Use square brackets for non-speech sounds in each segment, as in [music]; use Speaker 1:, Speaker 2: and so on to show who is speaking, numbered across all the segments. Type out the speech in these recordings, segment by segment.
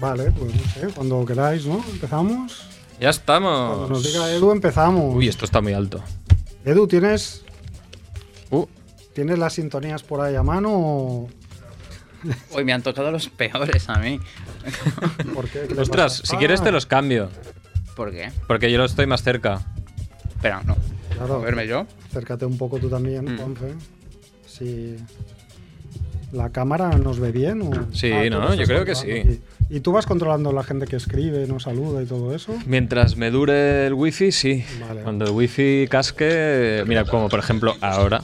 Speaker 1: Vale, pues no sé, cuando queráis, ¿no? Empezamos.
Speaker 2: Ya
Speaker 1: Cuando nos
Speaker 2: estamos.
Speaker 1: diga Edu, empezamos.
Speaker 2: Ah, Uy, esto está muy alto.
Speaker 1: Edu, ¿tienes,
Speaker 2: Uh,
Speaker 1: ¿tienes las sintonías por ahí a mano o
Speaker 3: Hoy me han tocado los peores a mí.
Speaker 1: por qué? ¿Qué le
Speaker 2: ostras,
Speaker 1: pasa? Ah,
Speaker 2: si quieres te los cambio.
Speaker 3: ¿Por qué?
Speaker 2: Porque yo los estoy más cerca.
Speaker 3: Espera, no.
Speaker 1: Ah, claro,
Speaker 3: A verme yo.
Speaker 1: acércate un poco tú también,
Speaker 3: Mm.
Speaker 1: Juanfe. Si la cámara nos ve bien o... Ah,
Speaker 2: Sí,
Speaker 1: tú
Speaker 2: ¿no?
Speaker 1: lo estás
Speaker 2: Yo creo que
Speaker 1: controlando.
Speaker 2: sí.
Speaker 1: ¿Y, y tú vas controlando la gente que escribe, nos saluda y todo eso?
Speaker 2: Mientras me dure el wifi, sí.
Speaker 1: Vale.
Speaker 2: Cuando el wifi casque, mira, como por ejemplo ahora.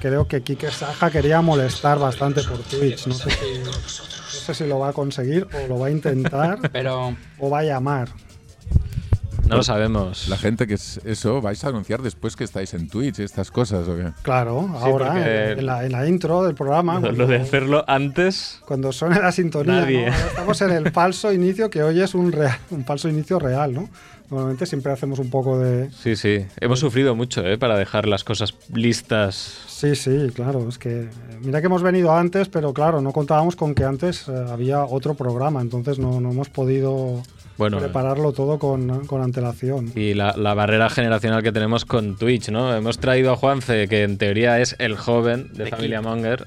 Speaker 1: Creo que Kike Saja quería molestar bastante por Twitch. No sé, si, no sé si lo va a conseguir o lo va a
Speaker 2: [laughs]
Speaker 1: intentar
Speaker 3: Pero.
Speaker 1: o va a llamar.
Speaker 2: No lo sabemos.
Speaker 4: La gente que es eso, ¿vais a anunciar después que estáis en Twitch y estas cosas o qué?
Speaker 1: Claro, ahora,
Speaker 2: porque-
Speaker 1: en, la, en la intro del
Speaker 2: [laughs]
Speaker 1: programa.
Speaker 2: Lo de hacerlo antes.
Speaker 1: cuando suene la sintonía,
Speaker 2: Nadie.
Speaker 1: ¿no? Ahora estamos en el
Speaker 2: [laughs]
Speaker 1: falso inicio que hoy es un, real- un falso inicio real, ¿no? Normalmente siempre hacemos un poco de...
Speaker 2: Sí, sí. Hemos sufrido mucho, ¿eh? Para dejar las cosas listas.
Speaker 1: Sí, sí, claro, es que eh, mira que hemos venido antes, pero claro, no contábamos con que antes eh, había otro programa, entonces no, no hemos podido
Speaker 2: Bueno.
Speaker 1: prepararlo todo con, con
Speaker 2: [laughs]
Speaker 1: antelación.
Speaker 2: Y la, la barrera generacional que tenemos con Twitch, ¿no? Hemos traído a Juanfe, que en teoría es el joven de
Speaker 3: The
Speaker 2: Familia Monger.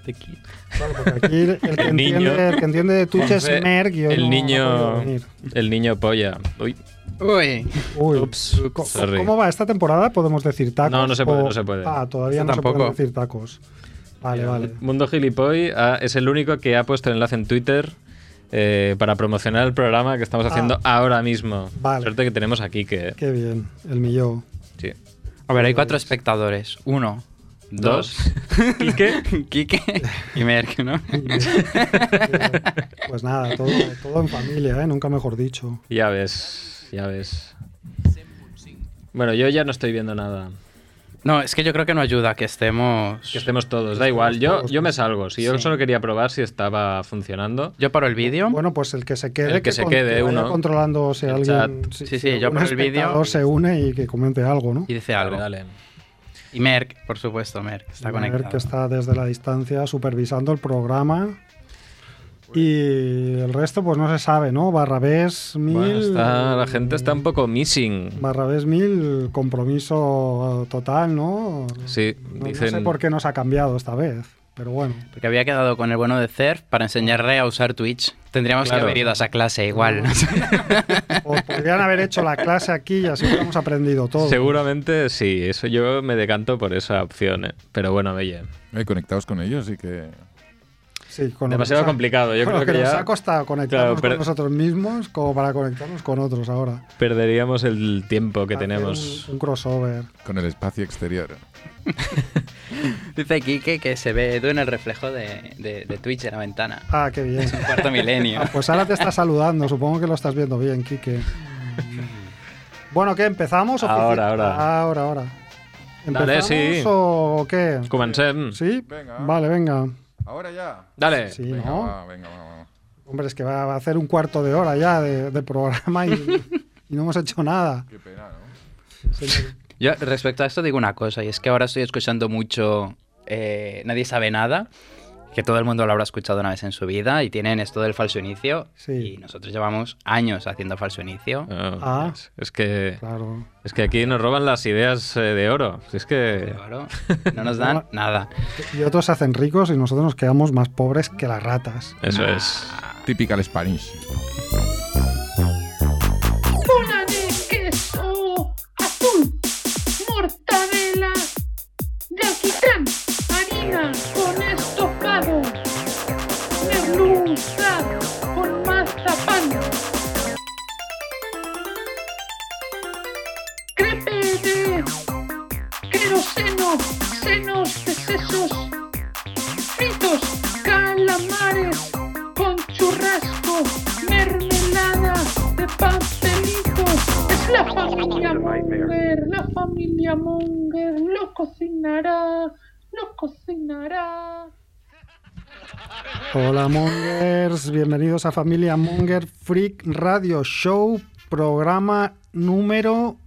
Speaker 1: Claro, porque aquí el, el que,
Speaker 2: El niño.
Speaker 1: entiende, el que entiende de Twitch
Speaker 2: Juanfe,
Speaker 1: es Merck y hoy
Speaker 2: el
Speaker 1: no- no ha podido
Speaker 2: niño.
Speaker 1: venir.
Speaker 2: El niño polla. Uy.
Speaker 3: Uy.
Speaker 1: Uy,
Speaker 2: Ups,
Speaker 1: co- co-
Speaker 2: sorry.
Speaker 1: ¿Cómo va esta temporada? ¿Podemos decir tacos?
Speaker 2: No, no se puede,
Speaker 1: o-
Speaker 2: no se puede.
Speaker 1: Ah, todavía
Speaker 3: Esta
Speaker 1: no se pueden
Speaker 3: tampoco.
Speaker 1: decir tacos. Vale, vale.
Speaker 2: Mundo Gilipoy ah, es el único que ha puesto el enlace en Twitter eh, para promocionar el programa que estamos haciendo ahora mismo.
Speaker 1: Ah. Vale.
Speaker 2: Suerte que tenemos aquí que.
Speaker 1: Qué bien, el
Speaker 2: [laughs]
Speaker 1: millón.
Speaker 2: Sí.
Speaker 3: A ver, hay cuatro espectadores. Uno.
Speaker 2: Dos. Quique.
Speaker 3: [laughs] Quique y Merck, ¿no?
Speaker 1: Pues nada, todo, todo en familia, ¿eh? nunca mejor dicho.
Speaker 2: Ya ves, ya ves. Bueno, yo ya no estoy viendo nada.
Speaker 3: No, es que yo creo que no ayuda que estemos.
Speaker 2: Que estemos todos, da igual. Yo, yo me salgo. Si yo
Speaker 3: Sí.
Speaker 2: solo quería probar si estaba funcionando.
Speaker 3: Yo paro el vídeo.
Speaker 1: Bueno, pues el que se quede,
Speaker 2: El que se
Speaker 1: vaya
Speaker 2: quede, uno.
Speaker 1: controlando si
Speaker 2: El
Speaker 1: alguien.
Speaker 2: chat.
Speaker 1: si-
Speaker 3: Sí, sí,
Speaker 1: si
Speaker 3: yo
Speaker 1: algún
Speaker 3: por el vídeo.
Speaker 1: espectador se une y que comente algo, ¿no?
Speaker 3: Y dice algo.
Speaker 2: Dale, dale.
Speaker 3: Y Merck, por supuesto, Merck. Está
Speaker 1: A ver,
Speaker 3: conectado.
Speaker 1: que está desde la distancia supervisando el programa. Y el resto, pues no se sabe, ¿no? Barrabés mil.
Speaker 2: Bueno, está- la gente está un poco missing.
Speaker 1: Barrabés mil, compromiso total, ¿no?
Speaker 2: Sí,
Speaker 1: No-
Speaker 2: dicen.
Speaker 1: no sé por qué nos ha cambiado esta vez, pero bueno.
Speaker 3: Porque había quedado con el bueno de Cerf para enseñarle a usar Twitch. Tendríamos
Speaker 2: Claro.
Speaker 3: que haber ido a esa clase igual.
Speaker 1: O podrían haber hecho la clase aquí y así hubiéramos aprendido todo.
Speaker 2: Seguramente sí, eso yo me decanto por esa opción, ¿eh? pero bueno, oye,
Speaker 4: Eh, conectados con ellos y que...
Speaker 1: Sí, con lo que
Speaker 2: demasiado
Speaker 1: nos ha-
Speaker 2: complicado, yo
Speaker 1: con lo
Speaker 2: creo que
Speaker 1: nos
Speaker 2: ya-
Speaker 1: ha costado conectarnos
Speaker 2: Claro, pero-
Speaker 1: con nosotros mismos como para conectarnos con otros ahora.
Speaker 2: perderíamos el tiempo que
Speaker 1: Hacer
Speaker 2: tenemos.
Speaker 1: Un, un crossover.
Speaker 4: Con el espacio exterior.
Speaker 3: [laughs] Dice Quique que se ve Edu en el reflejo de, de- de Twitch en la ventana.
Speaker 1: Ah, qué bien.
Speaker 2: [laughs]
Speaker 3: Cuarto milenio.
Speaker 1: [laughs] Ah, pues ahora te está saludando, supongo que lo estás viendo bien, Quique. Bueno, ¿qué? ¿Empezamos? ofici-
Speaker 2: Ahora, ahora.
Speaker 1: Ahora, ahora.
Speaker 2: Dale,
Speaker 1: ¿Empezamos
Speaker 2: sí.
Speaker 1: o qué?
Speaker 2: Comencem.
Speaker 1: ¿Sí?
Speaker 4: Venga.
Speaker 1: Vale, venga.
Speaker 4: Ahora ya.
Speaker 2: Dale.
Speaker 1: Sí,
Speaker 4: Venga,
Speaker 1: ¿no?
Speaker 4: va, venga, va, va.
Speaker 1: Hombre, es que va va a hacer un cuarto de hora ya de, de programa
Speaker 4: [laughs]
Speaker 1: y, y no hemos hecho nada.
Speaker 4: Qué pena, ¿no?
Speaker 1: Señor-
Speaker 3: Yo respecto a esto digo una cosa, y es que ahora estoy escuchando mucho eh, Nadie sabe nada, que todo el mundo lo habrá escuchado una vez en su vida, y tienen esto del falso inicio,
Speaker 1: Sí.
Speaker 3: y nosotros llevamos años haciendo falso inicio.
Speaker 2: Ah,
Speaker 1: Ah.
Speaker 2: es, es que,
Speaker 1: Claro.
Speaker 2: es que aquí nos roban las ideas eh, de oro. Si Es que.
Speaker 3: [laughs] Claro, no nos dan nada.
Speaker 1: Y otros se hacen ricos y nosotros nos quedamos más pobres que las ratas.
Speaker 2: Eso es.
Speaker 4: Typical Spanish.
Speaker 5: bola de queso azul, mortadela de alquitrán, harina con estofado, merluza con mazapán, crepe de queroseno, senos de sesos, fritos, calamares con churrasco, mermelada de pastelito. Es la familia Monger, la familia Monger lo cocinará, lo cocinará.
Speaker 1: Hola Mongers, bienvenidos a Familia Monger Freak Radio Show, programa número...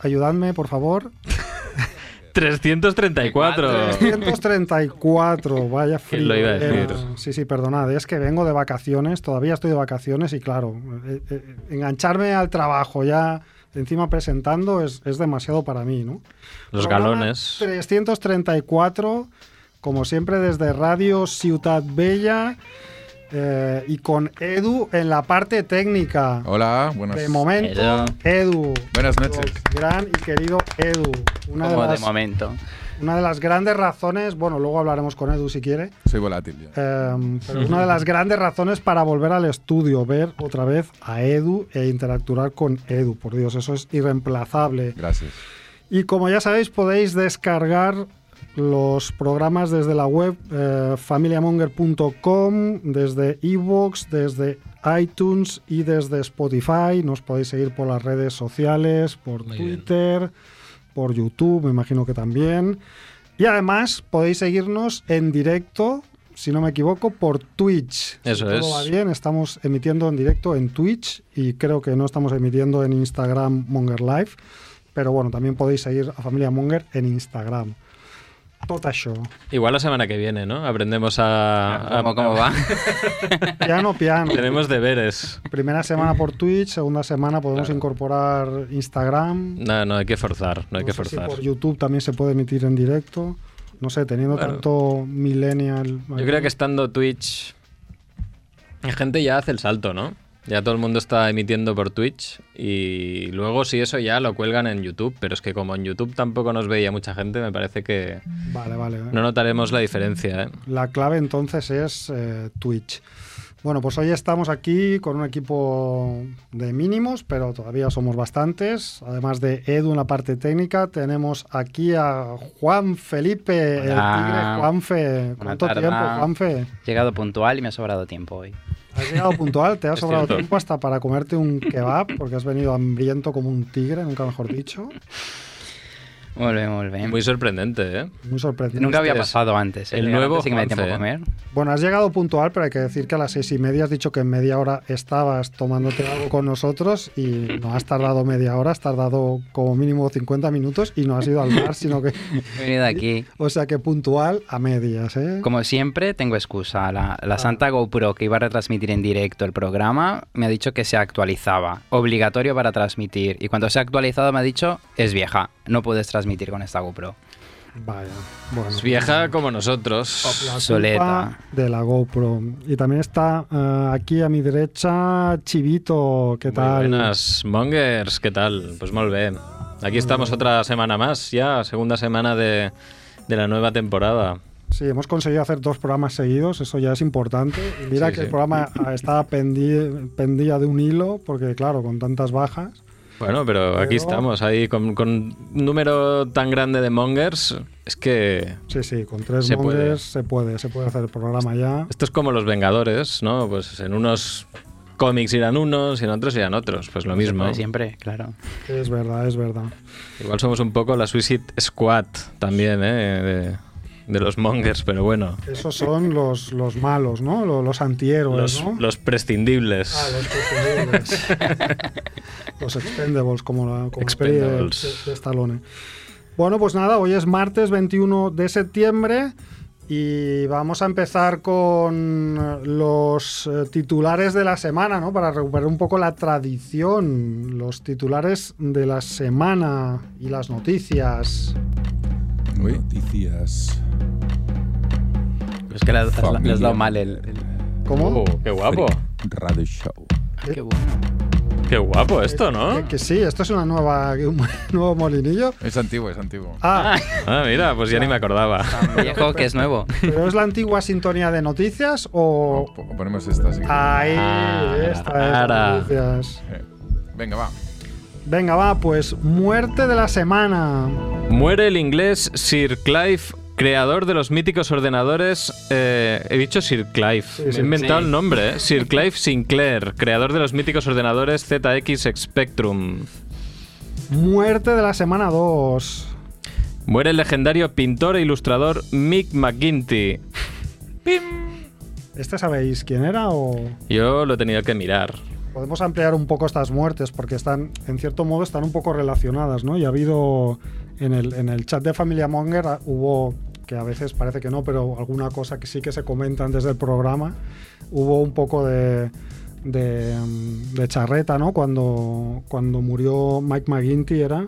Speaker 1: Ayudadme, por favor.
Speaker 2: 334.
Speaker 1: 334, vaya frío.
Speaker 2: Lo iba a
Speaker 1: era.
Speaker 2: decir.
Speaker 1: Sí, sí, perdonad, es que vengo de vacaciones, todavía estoy de vacaciones y claro, eh, eh, engancharme al trabajo ya encima presentando es, es demasiado para mí, ¿no?
Speaker 2: Los
Speaker 1: Programa
Speaker 2: galones.
Speaker 1: 334, como siempre desde Radio Ciudad Bella eh, y con Edu en la parte técnica.
Speaker 4: Hola, buenas.
Speaker 1: De momento, Edu.
Speaker 4: Buenas noches.
Speaker 1: nuestro Gran y querido Edu. Una de,
Speaker 3: Como de
Speaker 1: las,
Speaker 3: momento.
Speaker 1: una de las grandes razones, bueno, luego hablaremos con Edu si quiere,
Speaker 4: Soy volátil ya.
Speaker 1: eh, pero una de las grandes razones para volver al estudio, ver otra vez a Edu e interactuar con Edu. Por Dios, eso es irreemplazable.
Speaker 4: Gracias.
Speaker 1: Y como ya sabéis, podéis descargar los programas desde la web eh, familiamonger.com, desde iVoox, desde iTunes y desde Spotify. Nos podéis seguir por las redes sociales, por
Speaker 2: Muy bien.
Speaker 1: Twitter, por YouTube, me imagino que también. Y además podéis seguirnos en directo, si no me equivoco, por Twitch. Si
Speaker 2: Eso
Speaker 1: todo
Speaker 2: es.
Speaker 1: va bien, estamos emitiendo en directo en Twitch y creo que no estamos emitiendo en Instagram Monger Live. Pero bueno, también podéis seguir a Familia Monger en Instagram. Tota show.
Speaker 2: Igual la semana que viene, ¿no? Aprendemos a. a-
Speaker 3: ¿Cómo, cómo va? [laughs]
Speaker 1: Piano, piano.
Speaker 2: Tenemos deberes.
Speaker 1: Primera semana por Twitch, segunda semana podemos incorporar Instagram.
Speaker 2: No, no, hay que forzar, no hay
Speaker 1: No
Speaker 2: que
Speaker 1: sé si
Speaker 2: forzar.
Speaker 1: Pues por YouTube también se puede emitir en directo. No sé, teniendo
Speaker 2: Claro.
Speaker 1: tanto millennial.
Speaker 2: Yo creo que estando Twitch. La gente ya hace el salto, ¿no? Ya todo el mundo está emitiendo por Twitch y luego si eso ya lo cuelgan en YouTube, pero es que como en YouTube tampoco nos veía mucha gente, me parece que
Speaker 1: Vale, vale.
Speaker 2: no notaremos la diferencia, ¿eh?
Speaker 1: La clave entonces es eh, Twitch. Bueno, pues hoy estamos aquí con un equipo de mínimos, pero todavía somos bastantes. Además de Edu en la parte técnica, tenemos aquí a Juan Felipe,
Speaker 3: Hola.
Speaker 1: el tigre Juanfe. ¿Cuánto
Speaker 3: tardes.
Speaker 1: tiempo, Juanfe?
Speaker 3: He llegado puntual y me ha sobrado tiempo hoy.
Speaker 1: Has llegado puntual, te ha
Speaker 2: Es
Speaker 1: sobrado
Speaker 2: cierto.
Speaker 1: tiempo hasta para comerte un kebab, porque has venido hambriento como un tigre, nunca mejor dicho.
Speaker 3: Muy bien, muy
Speaker 1: Em.
Speaker 3: bien.
Speaker 2: Muy sorprendente, ¿eh?
Speaker 1: Muy sorprendente.
Speaker 3: Nunca había
Speaker 2: este es
Speaker 3: pasado antes. ¿eh?
Speaker 2: el nuevo
Speaker 3: Antes sí que me da tiempo a
Speaker 2: Juanfe,
Speaker 3: comer.
Speaker 1: Bueno, has llegado puntual, pero hay que decir que a las seis y media has dicho que en media hora estabas tomándote algo con nosotros y no has tardado media hora, has tardado como mínimo 50 minutos y no has ido al mar, sino que...
Speaker 3: He
Speaker 1: [laughs]
Speaker 3: venido aquí.
Speaker 1: O sea que puntual a medias, ¿eh?
Speaker 3: Como siempre, tengo excusa. La, la santa GoPro que iba a retransmitir en directo el programa me ha dicho que se actualizaba. Obligatorio para transmitir. Y cuando se ha actualizado me ha dicho, es vieja. No puedes transmitir con esta GoPro.
Speaker 1: Vaya, bueno.
Speaker 2: Es vieja como nosotros.
Speaker 1: La culpa
Speaker 3: Soleta.
Speaker 1: De la GoPro. Y también está eh, aquí a mi derecha Chivito, ¿qué
Speaker 2: Muy
Speaker 1: tal?
Speaker 2: buenas, Mongers, ¿qué tal? Pues muy bien. Aquí estamos otra semana más, ya, segunda semana de, de la nueva temporada.
Speaker 1: Sí, hemos conseguido hacer dos programas seguidos, eso ya es importante. Y Mira
Speaker 2: Sí,
Speaker 1: que
Speaker 2: sí.
Speaker 1: el
Speaker 2: [laughs]
Speaker 1: programa ah, estaba pendi- pendía de un hilo, porque claro, con tantas bajas...
Speaker 2: Bueno, pero aquí
Speaker 1: Pero-
Speaker 2: estamos, ahí con, con un número tan grande de Mongers, es que
Speaker 1: Sí, sí, con tres
Speaker 2: Se
Speaker 1: se
Speaker 2: puede.
Speaker 1: se puede, se puede hacer el programa ya.
Speaker 2: esto es como los Vengadores, ¿no? Pues en unos cómics irán unos y en otros irán otros, pues lo mismo.
Speaker 3: Como Siempre, claro.
Speaker 1: Es verdad, es verdad.
Speaker 2: Igual somos un poco la Suicide Squad también, ¿eh? De, de los Mongers, pero bueno,
Speaker 1: Esos son los, los malos, ¿no? Lo- Los, antihéroes,
Speaker 2: los,
Speaker 1: ¿no?
Speaker 2: los prescindibles.
Speaker 1: Ah, los prescindibles. [laughs] los expendables, como la, como la peli de-
Speaker 2: Expendables.
Speaker 1: de- de Stallone. Bueno, pues nada, hoy es martes 21 de septiembre y vamos a empezar con eh, los eh, titulares de la semana, ¿no? Para recuperar un poco la tradición, los titulares de la semana y las noticias.
Speaker 4: Uy, Noticias.
Speaker 3: Es que le has,
Speaker 4: Familia.
Speaker 3: le has dado mal el... el-
Speaker 1: ¿Cómo?
Speaker 2: Oh, ¡Qué guapo!
Speaker 4: Radio Show.
Speaker 3: Ah, qué bueno.
Speaker 2: ¡Qué guapo esto,
Speaker 1: Que,
Speaker 2: ¿no?
Speaker 1: que sí, esto es una nueva, un [laughs] nuevo molinillo.
Speaker 4: Es antiguo, es antiguo.
Speaker 1: Ah,
Speaker 2: Ah, mira, pues ya ni
Speaker 1: [laughs]
Speaker 2: me acordaba.
Speaker 3: Viejo que es [laughs] nuevo.
Speaker 1: ¿pero es la antigua sintonía de noticias o...?
Speaker 4: O- o ponemos esta así. que-
Speaker 1: Ahí, esta es
Speaker 2: Ara.
Speaker 1: las noticias.
Speaker 4: Eh, Venga, va.
Speaker 1: Venga, va, pues muerte de la semana.
Speaker 2: Muere el inglés Sir Clive, creador de los míticos ordenadores. eh, he dicho Sir Clive, me he
Speaker 1: sí.
Speaker 2: inventado
Speaker 3: Sí.
Speaker 2: el nombre. eh. Sir Clive Sinclair, creador de los míticos ordenadores ZX Spectrum.
Speaker 1: Muerte de la semana 2.
Speaker 2: Muere el legendario pintor e ilustrador Mick McGuinty.
Speaker 1: ¿Este sabéis quién era o...?
Speaker 2: Yo lo he tenido que mirar.
Speaker 1: podemos ampliar un poco estas muertes porque están, en cierto modo, están un poco relacionadas, ¿no? Y ha habido en el, en el chat de Familia Monger ah, hubo que a veces parece que no, pero alguna cosa que sí que se comenta antes del programa, hubo un poco de, de, mm, de charreta, ¿no? Cuando, cuando murió Mike McGuinty era,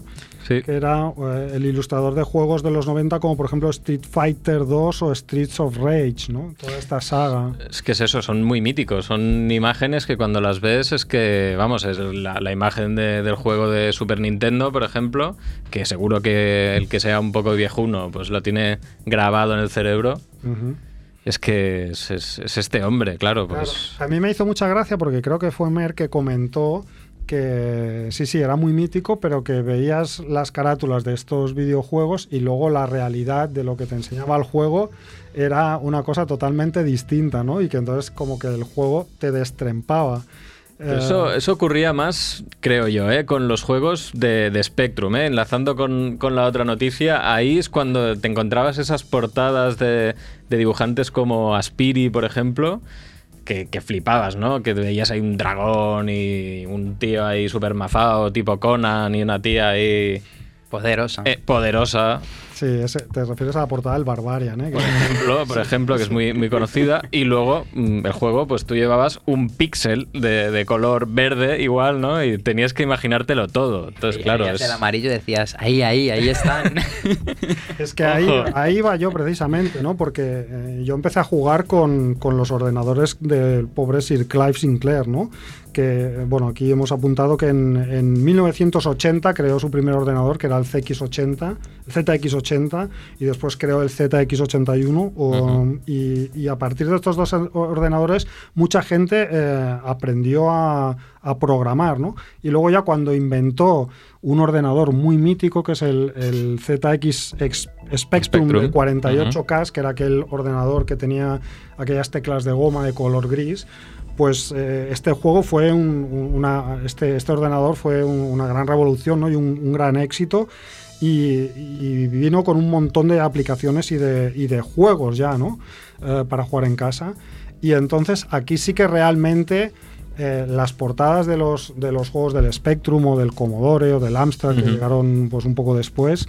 Speaker 2: Sí.
Speaker 1: que era eh, el ilustrador de juegos de los 90 como por ejemplo Street Fighter 2 o Streets of Rage, ¿no? Toda esta saga.
Speaker 2: Es que es eso, son muy míticos. Son imágenes que cuando las ves es que, vamos, es la, la imagen de- del juego de Super Nintendo, por ejemplo, que seguro que el que sea un poco viejuno, pues lo tiene grabado en el cerebro.
Speaker 1: Ujú.
Speaker 2: Es que es, es- es este hombre, claro, pues.
Speaker 1: Claro. A mí me hizo mucha gracia porque creo que fue Mer que comentó que sí, sí, era muy mítico, pero que veías las carátulas de estos videojuegos y luego la realidad de lo que te enseñaba el juego era una cosa totalmente distinta, ¿no? Y que entonces como que el juego te destrempaba.
Speaker 2: Pero Eso,
Speaker 1: Eh,
Speaker 2: eso ocurría más, creo yo, ¿eh? con los juegos de, de Spectrum. ¿eh? Enlazando con, con la otra noticia, ahí es cuando te encontrabas esas portadas de, de dibujantes como Aspiri, por ejemplo, que, que flipabas, ¿no? Que veías ahí un dragón y un tío ahí super mafado, tipo Conan, y una tía ahí
Speaker 3: Poderosa.
Speaker 2: eh, poderosa,
Speaker 1: Sí, ese- te refieres a la portada del Barbarian, ¿eh? Que-
Speaker 2: ejemplo, por ejemplo, que es muy, muy conocida. Y luego mm, el juego, pues tú llevabas un píxel de, de color verde igual, ¿no? Y tenías que imaginártelo todo. Entonces, pues
Speaker 3: Y
Speaker 2: claro,
Speaker 3: veías
Speaker 2: es-
Speaker 3: el amarillo y decías, ahí, ahí, ahí [laughs] están.
Speaker 1: Es que ahí, ahí va yo precisamente, ¿no? Porque eh, yo empecé a jugar con, con los ordenadores del pobre Sir Clive Sinclair, ¿no? Que, eh, bueno, aquí hemos apuntado que en, en 1980 creó su primer ordenador, que era el CX80, el ZX80, y después creó el ZX81. o- y, y a partir de estos dos ordenadores, mucha gente eh, aprendió a, a programar, ¿no? Y luego ya cuando inventó un ordenador muy mítico que es el, el ZX Ex- Spectrum,
Speaker 2: Spectrum.
Speaker 1: de 48K, que era aquel ordenador que tenía aquellas teclas de goma de color gris, pues eh, este juego fue un- un- una, este, este ordenador fue un- una gran revolución ¿no? y un, un gran éxito. Y, y vino con un montón de aplicaciones y de, y de juegos ya, ¿no? Eh, para jugar en casa. Y entonces aquí sí que realmente eh, las portadas de los, de los juegos del Spectrum o del Commodore o del Amstrad que llegaron pues, un poco después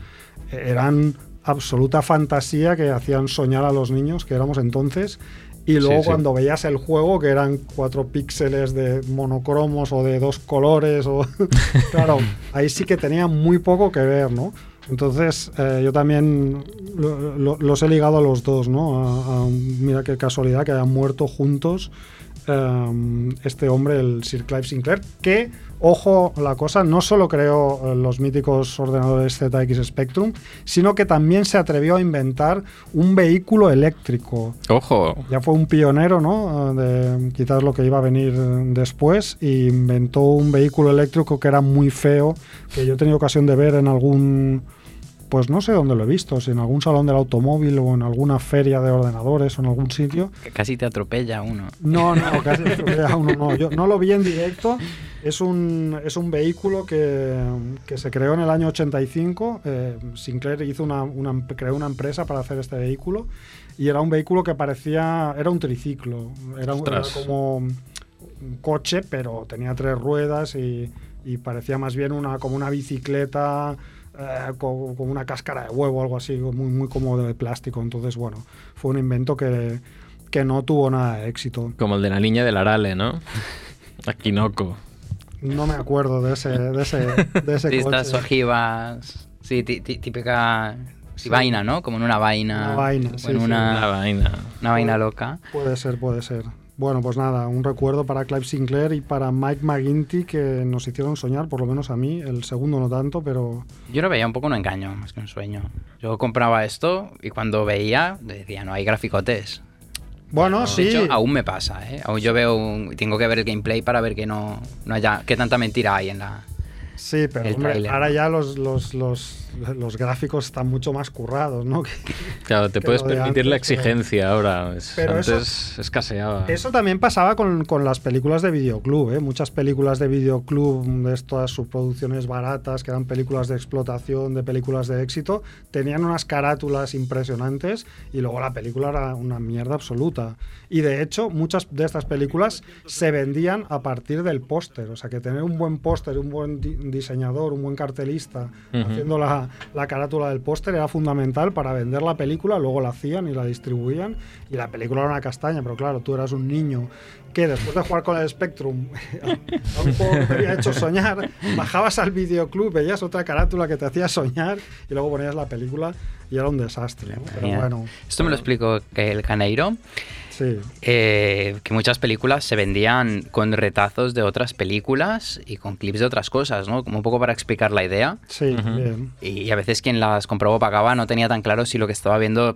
Speaker 1: eh, eran absoluta fantasía que hacían soñar a los niños que éramos entonces. Y luego
Speaker 2: Sí, sí.
Speaker 1: cuando veías el juego, que eran cuatro píxeles de monocromos o de dos colores, o [laughs] claro, ahí sí que tenía muy poco que ver, ¿no? Entonces eh, yo también lo- lo- los he ligado a los dos, ¿no? A- a- mira qué casualidad que hayan muerto juntos em, este hombre, el Sir Clive Sinclair, que, ojo la cosa, no solo creó eh, los míticos ordenadores ZX Spectrum, sino que también se atrevió a inventar un vehículo eléctrico.
Speaker 2: Ojo.
Speaker 1: Ya fue un pionero, ¿no? Eh, De quizás lo que iba a venir eh, después, y inventó un vehículo eléctrico que era muy feo, que yo he tenido ocasión de ver en algún. Pues no sé dónde lo he visto, si en algún salón del automóvil o en alguna feria de ordenadores o en algún sitio.
Speaker 3: Que Casi te atropella uno.
Speaker 1: No, no, casi atropella a uno, no. Yo no lo vi en directo. Es un, es un vehículo que, que se creó en el año 85. eh, Sinclair hizo una, una- creó una empresa para hacer este vehículo. Y era un vehículo que parecía. Era un triciclo. Era, un- era
Speaker 2: Ostras.
Speaker 1: como un coche, pero tenía tres ruedas y, y parecía más bien una, como una bicicleta. eh, con, con una cáscara de huevo, algo así, muy, muy cómodo de plástico. Entonces, bueno, fue un invento que, que no tuvo nada de éxito.
Speaker 2: Como el de la niña del Arale, ¿no? Aquinoco.
Speaker 1: No me acuerdo de ese, de ese, de
Speaker 3: [laughs]
Speaker 1: ese
Speaker 3: Listas,
Speaker 1: coche.
Speaker 3: ojivas. Sí, ti- ti- típica sí, vaina, ¿no? Como en una vaina.
Speaker 1: Una vaina,
Speaker 3: o
Speaker 1: sí,
Speaker 3: en
Speaker 1: sí.
Speaker 2: Una
Speaker 3: una,
Speaker 2: vaina.
Speaker 3: una vaina loca.
Speaker 1: Puede ser, puede ser. Bueno, pues nada, un recuerdo para Clive Sinclair y para Mike McGuinty que nos hicieron soñar, por lo menos a mí, el segundo no tanto, pero
Speaker 3: Yo lo veía un poco un engaño, más que un sueño. Yo compraba esto y cuando veía, decía, no hay graficotes.
Speaker 1: bueno, sí.
Speaker 3: De hecho, aún me pasa, ¿eh? Aún yo veo, un- tengo que ver el gameplay para ver que no, no haya, qué tanta mentira hay en la...
Speaker 1: Sí, pero
Speaker 3: El
Speaker 1: hombre,
Speaker 3: tráiler,
Speaker 1: ahora ya los, los, los los gráficos están mucho más currados, ¿no? [laughs] Que-
Speaker 2: Claro, te
Speaker 1: que
Speaker 2: puedes
Speaker 1: lo de
Speaker 2: permitir la
Speaker 1: antes, pero-
Speaker 2: exigencia ahora. Es-
Speaker 1: Pero
Speaker 2: antes
Speaker 1: eso-
Speaker 2: escaseaba.
Speaker 1: Eso también pasaba con, con las películas de videoclub, ¿eh? Muchas películas de videoclub, de estas subproducciones baratas, que eran películas de explotación, de películas de éxito, tenían unas carátulas impresionantes y luego la película era una mierda absoluta. Y de hecho, muchas de estas películas se vendían a partir del póster. O sea, que tener un buen póster, un buen di- diseñador, un buen cartelista
Speaker 2: Ujú.
Speaker 1: haciendo la, la carátula del póster era fundamental para vender la película, luego la hacían y la distribuían y la película era una castaña, pero claro, tú eras un niño que después de jugar con el Spectrum, [laughs] a un juego que te había hecho soñar, bajabas al videoclub, veías otra carátula que te hacía soñar y luego ponías la película y era un desastre. ¿no? Pero
Speaker 3: Mira,
Speaker 1: bueno,
Speaker 3: Esto me lo explico que el Caneiro,
Speaker 1: sí.
Speaker 3: eh, que muchas películas se vendían con retazos de otras películas y con clips de otras cosas, ¿no? Como un poco para explicar la idea.
Speaker 1: Sí,
Speaker 2: Ujú.
Speaker 1: bien.
Speaker 3: Y a veces quien las comprobó pagaba no tenía tan claro si lo que estaba viendo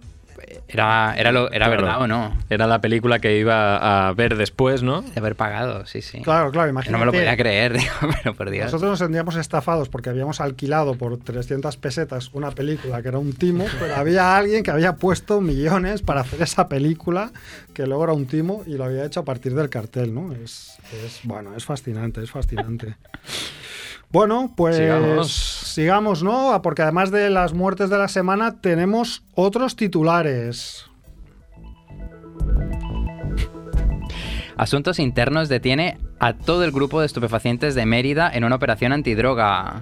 Speaker 3: era, era, lo, era
Speaker 2: Claro.
Speaker 3: verdad o no.
Speaker 2: Era la película que iba a ver después, ¿no?
Speaker 3: De haber pagado, sí, sí.
Speaker 1: Claro, claro,
Speaker 3: Que
Speaker 1: imagínate.
Speaker 3: no me lo podía creer, [laughs] digo, pero por Dios.
Speaker 1: Nosotros nos sentíamos estafados porque habíamos alquilado por 300 pesetas una película que era un timo, pero había alguien que había puesto millones para hacer esa película que luego era un timo y lo había hecho a partir del cartel, ¿no? Es, es- bueno, es fascinante, es fascinante. Bueno, pues
Speaker 2: Sigamos.
Speaker 1: sigamos, ¿no? Ah, Porque además de las muertes de la semana tenemos otros titulares.
Speaker 3: Asuntos Internos detiene a todo el grupo de estupefacientes de Mérida en una operación antidroga.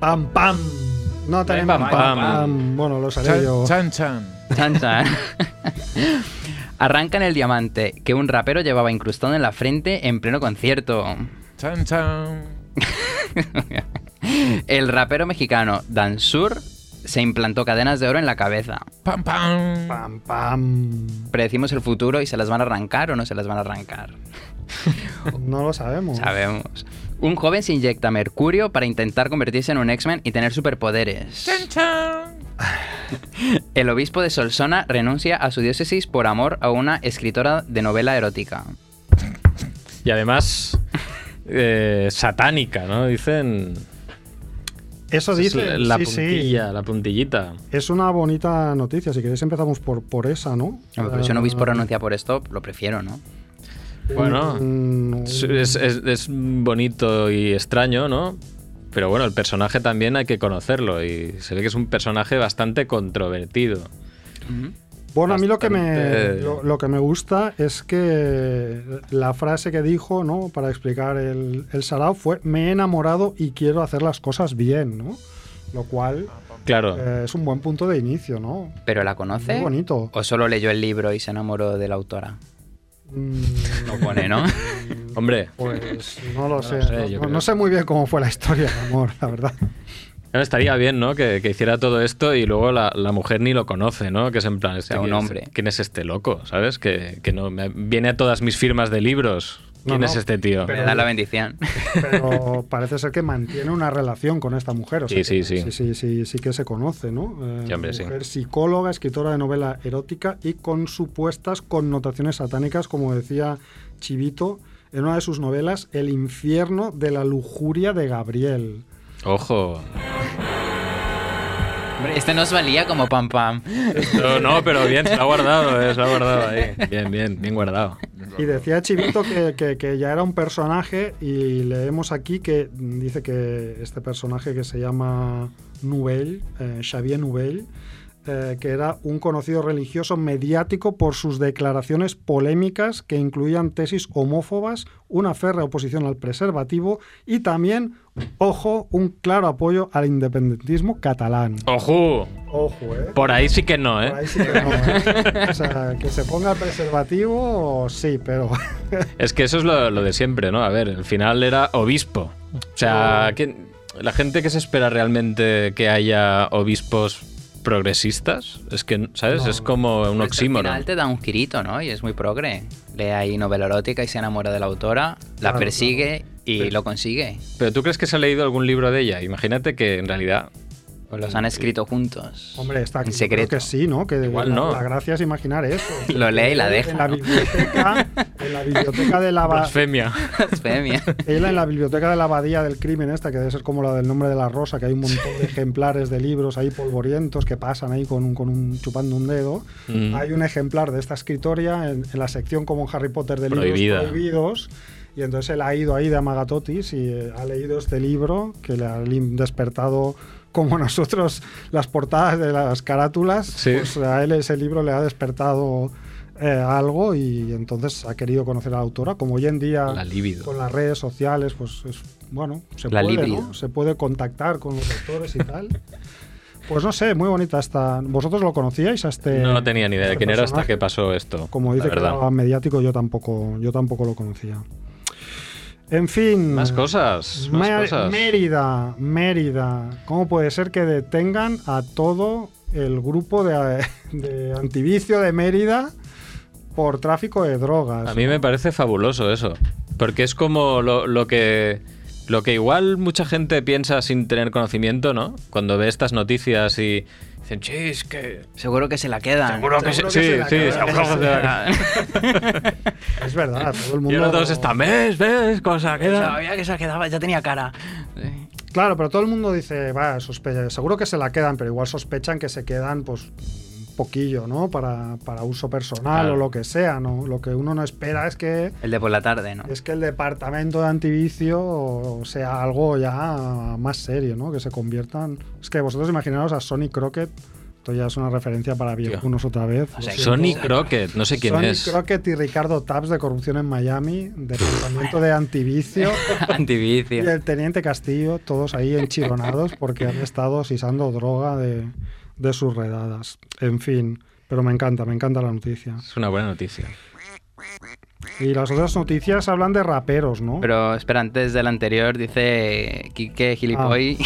Speaker 1: Pam pam. No tenemos
Speaker 2: pam,
Speaker 1: pam,
Speaker 2: pam.
Speaker 1: pam. Bueno, lo
Speaker 4: Chan,
Speaker 1: haré yo.
Speaker 4: Chan Chan.
Speaker 1: [laughs]
Speaker 3: Chan, chan. Arrancan el diamante que un rapero llevaba incrustado en la frente en pleno concierto.
Speaker 4: Chan Chan.
Speaker 3: El rapero mexicano Dansur se implantó cadenas de oro en la cabeza.
Speaker 4: Pam pam.
Speaker 1: Pam pam.
Speaker 3: Predecimos el futuro y se las van a arrancar o no se las van a arrancar.
Speaker 1: No lo sabemos.
Speaker 3: Sabemos. Un joven se inyecta mercurio para intentar convertirse en un X-Men y tener superpoderes.
Speaker 4: Chan Chan.
Speaker 3: El obispo de Solsona renuncia a su diócesis por amor a una escritora de novela erótica.
Speaker 2: Y además, eh, satánica, ¿no? Dicen.
Speaker 1: Eso
Speaker 2: es
Speaker 1: dice.
Speaker 2: la
Speaker 1: sí, sí.
Speaker 2: puntilla, la puntillita.
Speaker 1: Es una bonita noticia. Si queréis empezamos por, por esa, ¿no?
Speaker 3: Hombre, Ah, Pero si un obispo renuncia por esto, lo prefiero, ¿no?
Speaker 2: Bueno,
Speaker 1: Eh, Mm,
Speaker 2: Es, es- es- es bonito y extraño, ¿no? Pero bueno, el personaje también hay que conocerlo y se ve que es un personaje bastante controvertido.
Speaker 1: bueno, a mí lo que, me,
Speaker 2: bastante-
Speaker 1: lo, lo que me gusta es que la frase que dijo, ¿no? Para explicar el, el sarao fue me he enamorado y quiero hacer las cosas bien, ¿no? Lo cual
Speaker 2: Claro,
Speaker 1: eh, es un buen punto de inicio, ¿no?
Speaker 3: ¿Pero la conoce?
Speaker 1: Muy bonito.
Speaker 3: ¿O solo leyó el libro y se enamoró de la autora?
Speaker 1: Mm,
Speaker 3: Lo pone,
Speaker 1: [laughs]
Speaker 3: ¿no?
Speaker 2: [laughs] hombre,
Speaker 1: Pues no lo sé.
Speaker 2: sé, yo
Speaker 1: no,
Speaker 2: creo.
Speaker 1: no sé muy bien cómo fue la historia de amor, la verdad.
Speaker 2: claro, estaría bien, ¿no? Que, que hiciera todo esto y luego la, la mujer ni lo conoce, ¿no? Que es en plan, este,
Speaker 3: sea, un
Speaker 2: ¿quién es-
Speaker 3: hombre.
Speaker 2: ¿quién es este loco? ¿Sabes? Que, que no me- viene a todas mis firmas de libros.
Speaker 1: No,
Speaker 2: ¿Quién
Speaker 1: no,
Speaker 2: es este tío?
Speaker 3: Me da la bendición.
Speaker 1: Pero parece ser que mantiene una relación con esta mujer. O sea,
Speaker 2: Sí, sí,
Speaker 1: que-
Speaker 2: sí.
Speaker 1: Sí, sí, sí que se conoce, ¿no? Eh,
Speaker 2: Sí, hombre, sí.
Speaker 1: mujer psicóloga, escritora de novela erótica y con supuestas connotaciones satánicas, como decía Chivito en una de sus novelas, El infierno de la lujuria de Gabriel.
Speaker 2: Ojo.
Speaker 3: Hombre, este nos valía como pam pam.
Speaker 2: No, no, pero bien, se lo ha guardado, eh, se lo ha guardado ahí. Bien, bien, bien guardado.
Speaker 1: Y decía Chivito que, que- que ya era un personaje y leemos aquí que mm, dice que este personaje que se llama Nouvel, eh, Xavier Nouvel, eh, que era un conocido religioso mediático por sus declaraciones polémicas que incluían tesis homófobas, una férrea oposición al preservativo y también, ojo, un claro apoyo al independentismo catalán.
Speaker 2: ¡Ojo!
Speaker 1: Ojo, ¿eh?
Speaker 2: Por ahí sí que no, ¿eh?
Speaker 1: Por ahí sí que no, ¿eh? O sea, que se ponga el preservativo, sí, pero...
Speaker 2: Es que eso es lo, lo de siempre, ¿no? A ver, al final era obispo. O
Speaker 1: Ah.
Speaker 2: sea, ¿quién- la gente que se espera realmente que haya obispos progresistas, es que, ¿sabes?
Speaker 1: No.
Speaker 2: es como un
Speaker 3: Pues Al
Speaker 2: oxímoron.
Speaker 3: final te da un girito, ¿no? Y es muy progre. Lee ahí novela erótica y se enamora de la autora, la
Speaker 1: Claro,
Speaker 3: persigue y lo consigue.
Speaker 2: Pero tú crees que se ha leído algún libro de ella. Imagínate que en realidad
Speaker 3: Pues los han escrito juntos. [laughs]
Speaker 1: Hombre, está
Speaker 3: En
Speaker 1: aquí. yo
Speaker 3: secreto.
Speaker 1: Creo que sí, ¿no? Que
Speaker 2: Igual
Speaker 1: la,
Speaker 2: no.
Speaker 1: la gracia es imaginar eso.
Speaker 3: [laughs] Lo lee y la
Speaker 1: En
Speaker 3: deja.
Speaker 1: la
Speaker 3: ¿no?
Speaker 1: biblioteca, en la biblioteca de la ba- [laughs]
Speaker 2: Blasfemia.
Speaker 3: Blasfemia.
Speaker 1: Ella en la biblioteca de la abadía del crimen esta, que debe ser como la del nombre de la rosa, que hay un montón de ejemplares de libros ahí polvorientos que pasan ahí con un, con un chupando un dedo.
Speaker 2: Mm.
Speaker 1: Hay un ejemplar de esta escritoria en, en la sección como en Harry Potter de
Speaker 2: Prohibida.
Speaker 1: libros prohibidos. Y entonces él ha ido ahí de Amagatotis y eh, ha leído este libro que le ha lim- despertado como [laughs] nosotros las portadas de las carátulas.
Speaker 2: Sí.
Speaker 1: Pues a él ese libro le ha despertado eh, algo y entonces ha querido conocer a la autora. Como hoy en día
Speaker 2: La libido.
Speaker 1: con las redes sociales, pues es, bueno, se
Speaker 3: La
Speaker 1: puede,
Speaker 3: libido.
Speaker 1: ¿no? Se puede contactar con los autores y tal. Pues no sé, muy bonita esta. ¿Vosotros lo conocíais a este?
Speaker 2: No tenía ni idea de
Speaker 1: este
Speaker 2: quién era hasta
Speaker 1: personaje?
Speaker 2: que pasó esto.
Speaker 1: Como
Speaker 2: la
Speaker 1: dice que
Speaker 2: verdad.
Speaker 1: era mediático, yo tampoco, yo tampoco lo conocía. En fin.
Speaker 2: Más cosas. Más
Speaker 1: Mer-
Speaker 2: cosas.
Speaker 1: Mérida, Mérida. ¿Cómo puede ser que detengan a todo el grupo de, [laughs] de antivicio de Mérida por tráfico de drogas?
Speaker 2: A mí me parece fabuloso eso. Porque es como lo, lo que. Lo que igual mucha gente piensa sin tener conocimiento, ¿no? Cuando ve estas noticias y dicen, che, es que.
Speaker 3: Seguro que se la quedan.
Speaker 2: Seguro que se.
Speaker 1: Seguro que
Speaker 2: Sí,
Speaker 1: se la
Speaker 2: sí,
Speaker 1: acaban.
Speaker 2: seguro que se la acaban.
Speaker 1: Es verdad,
Speaker 2: [laughs]
Speaker 1: todo el
Speaker 2: Y
Speaker 1: mundo.
Speaker 2: ahora todos están, ¿ves? ¿Ves? Cosa queda.
Speaker 3: Sabía que se la quedaba, ya tenía cara. Sí.
Speaker 1: Claro, pero todo el mundo dice, va, sospe- seguro que se la quedan, pero igual sospechan que se quedan, pues un poquillo, ¿no? Para, para uso personal
Speaker 2: Claro.
Speaker 1: o lo que sea, ¿no? Lo que uno no espera es que
Speaker 3: El de por la tarde, ¿no? [laughs]
Speaker 1: es que el departamento de antivicio sea algo ya más serio, ¿no? Que se conviertan. Es que vosotros imaginaos a Sonny Crockett, esto ya es una referencia para viejunos otra vez.
Speaker 3: O sea,
Speaker 1: lo siento.
Speaker 2: Sonny Crockett, no sé quién
Speaker 1: Sonny
Speaker 2: es.
Speaker 1: Crockett y Ricardo Taps de corrupción en Miami,
Speaker 2: [laughs]
Speaker 1: departamento de antivicio. Y
Speaker 3: Antivicio.
Speaker 1: el teniente Castillo, todos ahí enchironados porque han estado sisando droga de, de sus redadas. En fin, pero me encanta, me encanta la noticia.
Speaker 2: Es una buena [laughs] noticia.
Speaker 1: Y las otras noticias hablan de raperos, ¿no?
Speaker 3: Pero espera, antes del anterior, dice Quique Gilipoy.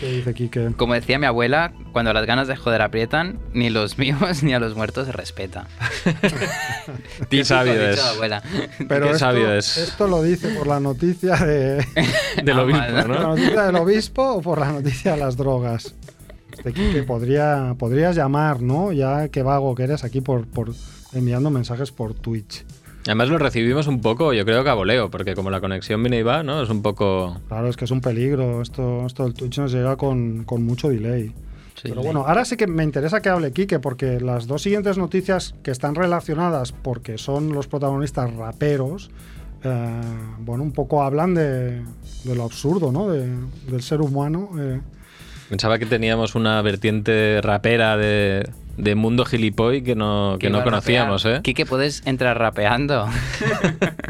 Speaker 1: ¿Qué dice Quique?
Speaker 3: [laughs] Como decía mi abuela, cuando las ganas de joder aprietan, ni los vivos [laughs] ni a los muertos
Speaker 1: [laughs]
Speaker 3: se respeta.
Speaker 2: Ti sabio
Speaker 3: Dicho
Speaker 2: es.
Speaker 3: abuela.
Speaker 1: Pero
Speaker 2: [laughs] qué
Speaker 1: esto,
Speaker 2: sabio es.
Speaker 1: esto lo dice por la noticia de
Speaker 2: De lo
Speaker 3: Ah,
Speaker 2: mismo,
Speaker 3: vale.
Speaker 1: [laughs] la
Speaker 2: [laughs] ¿no?
Speaker 1: noticia del obispo o por la noticia de las drogas. Este Quique podría, podrías llamar, ¿no? Ya que vago que eres aquí por, por enviando mensajes por Twitch.
Speaker 2: Además lo recibimos un poco, yo creo que a voleo, porque como la conexión viene y va, ¿no? Es un poco...
Speaker 1: Claro, es que es un peligro. Esto, esto del Twitch nos llega con, con mucho delay.
Speaker 3: Sí,
Speaker 1: Pero
Speaker 3: sí.
Speaker 1: bueno, ahora sí que me interesa que hable Quique, porque las dos siguientes noticias que están relacionadas, porque son los protagonistas raperos, eh, bueno, un poco hablan de, de lo absurdo, ¿no? De- del ser humano. eh.
Speaker 2: Pensaba que teníamos una vertiente rapera de, de mundo gilipoy que no, que
Speaker 3: iba
Speaker 2: no
Speaker 3: a
Speaker 2: conocíamos,
Speaker 3: rapear.
Speaker 2: ¿eh?
Speaker 3: Quique, puedes entrar rapeando.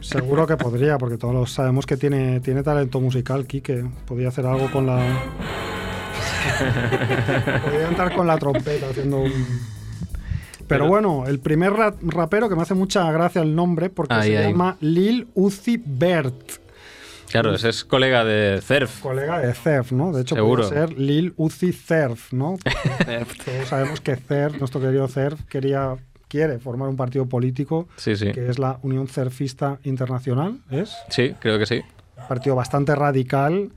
Speaker 1: Seguro que podría, porque todos sabemos que tiene, tiene talento musical, Quique. Podría hacer algo con la. Podría entrar con la trompeta haciendo un. Pero bueno, el primer ra- rapero que me hace mucha gracia el nombre, porque
Speaker 2: Ay,
Speaker 1: se
Speaker 2: ay.
Speaker 1: llama Lil Uzi Bert.
Speaker 2: Claro, ese es colega de Cerf.
Speaker 1: colega de CERF, ¿no? De hecho,
Speaker 2: Seguro.
Speaker 1: puede ser Lil Uzi CERF,
Speaker 2: [laughs]
Speaker 1: ¿no? Todos sabemos que CERF, nuestro querido CERF, quería, quiere formar un partido político
Speaker 2: Sí, sí.
Speaker 1: que es la Unión Cerfista Internacional, ¿es?
Speaker 2: Sí, creo que sí.
Speaker 1: partido bastante radical.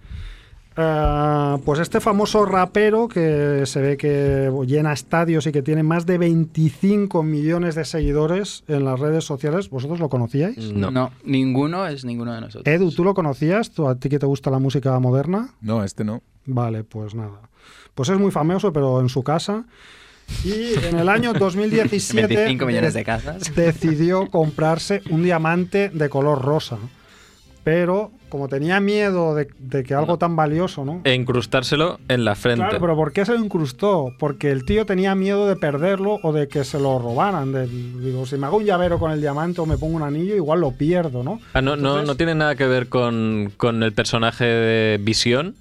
Speaker 1: Ah, pues este famoso rapero que se ve que llena estadios y que tiene más de 25 millones de seguidores en las redes sociales, ¿vosotros lo conocíais?
Speaker 2: [laughs]
Speaker 3: Mm,
Speaker 2: No.
Speaker 3: ninguno es ninguno de nosotros.
Speaker 1: Edu, ¿tú lo conocías? ¿Tú, ¿A ti que te gusta la música moderna?
Speaker 4: No, este no.
Speaker 1: Vale, pues nada. Pues es muy famoso, pero en su casa. Y en el
Speaker 3: [laughs]
Speaker 1: año 2017
Speaker 3: 25 millones de casas.
Speaker 1: decidió comprarse un diamante de color rosa. Pero como tenía miedo de, de que algo tan valioso, ¿no?
Speaker 2: E incrustárselo en la frente.
Speaker 1: Claro, pero ¿por qué se lo incrustó? Porque el tío tenía miedo de perderlo o de que se lo robaran. de- digo, si me hago un llavero con el diamante o me pongo un anillo, igual lo pierdo, ¿no?
Speaker 2: Ah, no, no,
Speaker 1: Entonces-
Speaker 2: no tiene nada que ver con, con el personaje de Visión.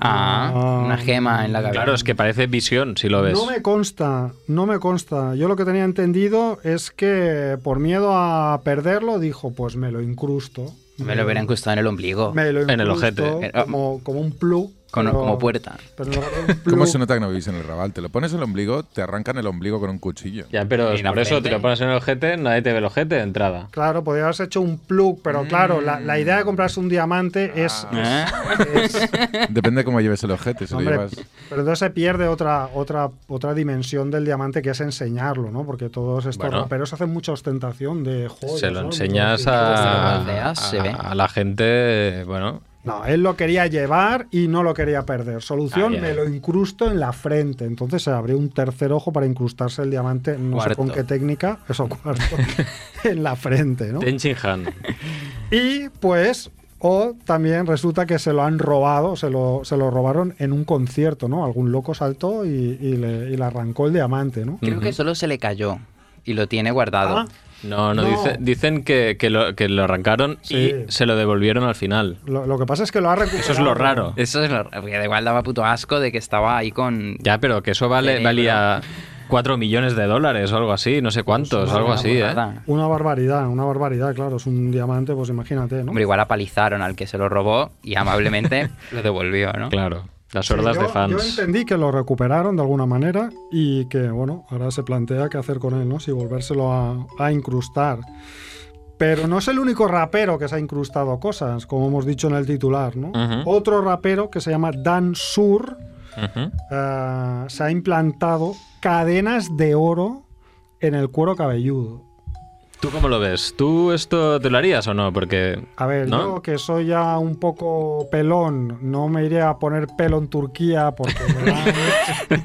Speaker 3: Ah,
Speaker 1: Ah.
Speaker 3: una gema en la cabeza.
Speaker 2: Claro, es que parece Visión si lo ves.
Speaker 1: No me consta, no me consta. Yo lo que tenía entendido es que por miedo a perderlo dijo, pues me lo incrusto.
Speaker 3: Me lo hubieran gustado en el ombligo.
Speaker 1: Me lo
Speaker 2: En el
Speaker 1: incrusto
Speaker 2: ojete.
Speaker 1: Como, como un plug
Speaker 3: con-
Speaker 1: Pero-
Speaker 3: como puerta.
Speaker 1: Pero
Speaker 4: [laughs]
Speaker 1: no-
Speaker 4: ¿Cómo se nota que no vivís en el Raval? Te lo pones en el ombligo, te arrancan el ombligo con un cuchillo.
Speaker 2: Ya, pero
Speaker 3: Y la
Speaker 2: por eso
Speaker 3: frente.
Speaker 2: te lo pones en el ojete, nadie te ve el ojete de entrada.
Speaker 1: Claro, podría haberse hecho un plug, pero claro, la, la idea de comprarse un diamante
Speaker 4: Ah,
Speaker 1: es,
Speaker 2: Pues,
Speaker 3: ¿Eh?
Speaker 4: Depende de cómo lleves el ojete. Si lo
Speaker 1: Hombre,
Speaker 4: llevas...
Speaker 1: pero entonces se pierde otra, otra, otra dimensión del diamante que es enseñarlo, ¿no? Porque todos estos
Speaker 2: Bueno.
Speaker 1: raperos hacen mucha ostentación de joyas,
Speaker 2: Se lo
Speaker 1: ¿no?
Speaker 2: enseñas
Speaker 3: a-
Speaker 2: a,
Speaker 3: pues se ve.
Speaker 2: a la gente, bueno,
Speaker 1: No, él lo quería llevar y no lo quería perder. Solución,
Speaker 2: Ahí,
Speaker 1: me
Speaker 2: ahí.
Speaker 1: lo incrusto en la frente. Entonces se abrió un tercer ojo para incrustarse el diamante, no sé
Speaker 3: Cuarto.
Speaker 1: con qué técnica, eso cuarto, [laughs] en la frente, ¿no?
Speaker 2: Ten Shin Han.
Speaker 1: Y pues, o también resulta que se lo han robado, se lo, se lo robaron en un concierto, ¿no? Algún loco saltó y, y le, y le arrancó el diamante, ¿no?
Speaker 3: Creo que
Speaker 2: Ujú.
Speaker 3: solo se le cayó y lo tiene guardado.
Speaker 1: Ah,
Speaker 2: No, no,
Speaker 1: No.
Speaker 2: dice- dicen que, que lo, que lo arrancaron
Speaker 1: Sí.
Speaker 2: y se lo devolvieron al final.
Speaker 1: lo, lo que pasa es que lo ha recuperado.
Speaker 2: Eso es lo raro.
Speaker 3: Eso es lo. Porque da igual daba puto asco de que estaba ahí con.
Speaker 2: Ya, pero que eso vale,
Speaker 3: Cerebro.
Speaker 2: valía 4 millones de dólares o algo así, no sé cuántos,
Speaker 3: Una
Speaker 2: algo así, ¿eh?
Speaker 3: burrada.
Speaker 1: Una barbaridad, una barbaridad, claro. Es un diamante, pues imagínate, ¿no?
Speaker 3: Hombre, igual apalizaron al que se lo robó y [laughs] amablemente lo devolvió, ¿no?
Speaker 2: Claro, las
Speaker 1: Sí,
Speaker 2: hordas
Speaker 1: yo-
Speaker 2: de
Speaker 1: Yo
Speaker 2: fans.
Speaker 1: entendí que lo recuperaron de alguna manera y que, bueno, ahora se plantea qué hacer con él, ¿no? Si volvérselo a, a incrustar. Pero no es el único rapero que se ha incrustado cosas, como hemos dicho en el titular, ¿no?
Speaker 2: Ujú.
Speaker 1: Otro rapero que se llama Dan Sur
Speaker 2: Ujú.
Speaker 1: eh, se ha implantado cadenas de oro en el cuero cabelludo.
Speaker 2: ¿Tú cómo lo ves? ¿Tú esto te lo harías o no? Porque...
Speaker 1: A ver,
Speaker 2: ¿no?
Speaker 1: yo que soy ya un poco pelón, no me iré a poner pelo en Turquía porque me
Speaker 2: [laughs]
Speaker 1: da,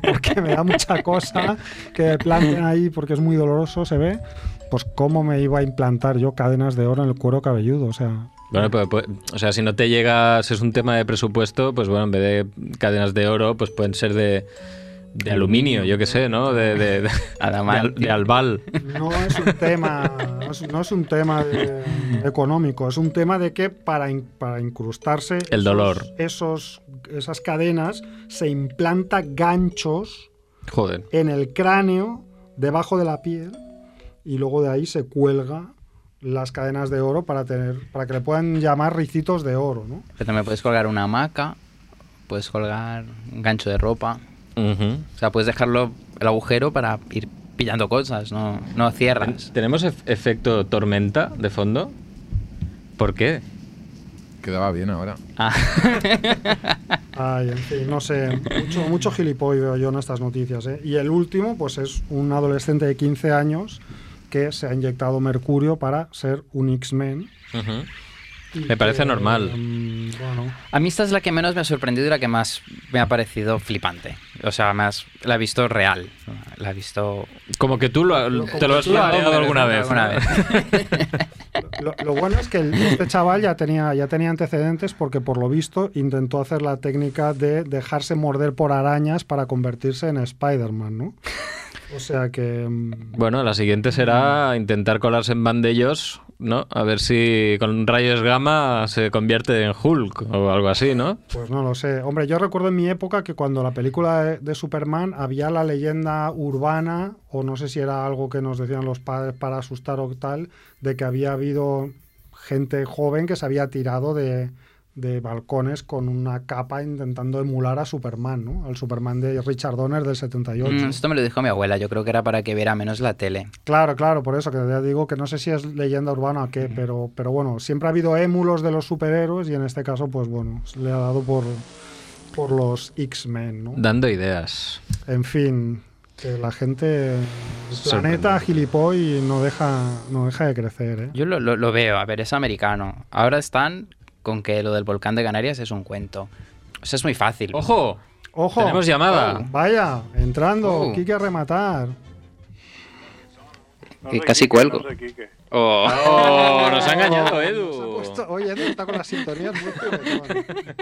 Speaker 1: porque me da mucha cosa que me planten ahí porque es muy doloroso, se ve. Pues cómo me iba a implantar yo cadenas de oro en el cuero cabelludo, o sea,
Speaker 2: Bueno, pues, pues, o sea, si no te llegas, es un tema de presupuesto, pues bueno, en vez de cadenas de oro, pues pueden ser de, de aluminio, yo qué sé, ¿no? De, de, de, de al-
Speaker 3: Adamantium.
Speaker 2: de albal.
Speaker 1: no es un tema, no es, no es un tema de- económico, es un tema de que para, in- para incrustarse
Speaker 2: El dolor.
Speaker 1: esos, esas cadenas se implanta ganchos
Speaker 2: Joder.
Speaker 1: en el cráneo, debajo de la piel, y luego de ahí se cuelga las cadenas de oro para tener, para que le puedan llamar ricitos de oro, ¿no?
Speaker 3: Pero también puedes colgar una hamaca, puedes colgar un gancho de ropa.
Speaker 2: Ujú.
Speaker 3: O sea, puedes dejarlo el agujero para ir pillando cosas, no, no cierras.
Speaker 2: ¿Tenemos ef- efecto tormenta de fondo? ¿Por qué?
Speaker 4: Quedaba bien ahora.
Speaker 3: Ah, [laughs]
Speaker 1: Ay, en fin, no sé, mucho, mucho gilipoll veo yo en estas noticias, ¿eh? Y el último, pues es un adolescente de 15 años que se ha inyectado mercurio para ser un X-Men.
Speaker 2: Ujú.
Speaker 1: y
Speaker 2: Me parece
Speaker 1: que,
Speaker 2: normal.
Speaker 1: mm, bueno,
Speaker 3: a mí esta es la que menos me ha sorprendido y la que más me ha parecido flipante. O sea, más la he visto real. La he visto...
Speaker 2: Como que tú lo, te lo has planteado alguna vez.
Speaker 3: Alguna vez.
Speaker 1: Lo, lo bueno es que el- este chaval ya tenía, ya tenía antecedentes porque por lo visto intentó hacer la técnica de dejarse morder por arañas para convertirse en Spider-Man, ¿no? O sea que... mm,
Speaker 2: Bueno, la siguiente será intentar colarse en bandellos, ¿no? A ver si con rayos gamma se convierte en Hulk o algo así, ¿no?
Speaker 1: Pues no lo sé. Hombre, yo recuerdo en mi época que cuando la película de, de Superman había la leyenda urbana, o no sé si era algo que nos decían los padres para asustar o tal, de que había habido gente joven que se había tirado de, de balcones con una capa intentando emular a Superman, ¿no? Al Superman de Richard Donner del 78.
Speaker 3: Mm, esto me lo dijo mi abuela, yo creo que era para que viera menos la tele.
Speaker 1: Claro, claro, por eso que ya digo que no sé si es leyenda urbana o qué, pero, pero bueno, siempre ha habido émulos de los superhéroes y en este caso, pues bueno, se le ha dado por, por los X-Men, ¿no?
Speaker 2: Dando ideas.
Speaker 1: En fin, que la gente, el
Speaker 2: Sorprendente.
Speaker 1: planeta gilipoy no deja, no deja de crecer, ¿eh?
Speaker 3: Yo lo, lo- lo veo, a ver, es americano. Ahora están con que lo del volcán de Canarias es un cuento. O sea, es muy fácil.
Speaker 2: ¡Ojo!
Speaker 1: ¡Ojo!
Speaker 2: Tenemos llamada.
Speaker 1: Vaya, entrando,
Speaker 3: Oh.
Speaker 1: Quique a rematar.
Speaker 6: No
Speaker 3: Que
Speaker 6: sé
Speaker 3: casi
Speaker 6: Quique,
Speaker 3: cuelgo.
Speaker 6: no sé Quique.
Speaker 2: ¡Oh! Nos ha engañado
Speaker 1: Se ha
Speaker 2: Edu.
Speaker 1: puesto- Oye, Edu está con las sintonías muy juguetón.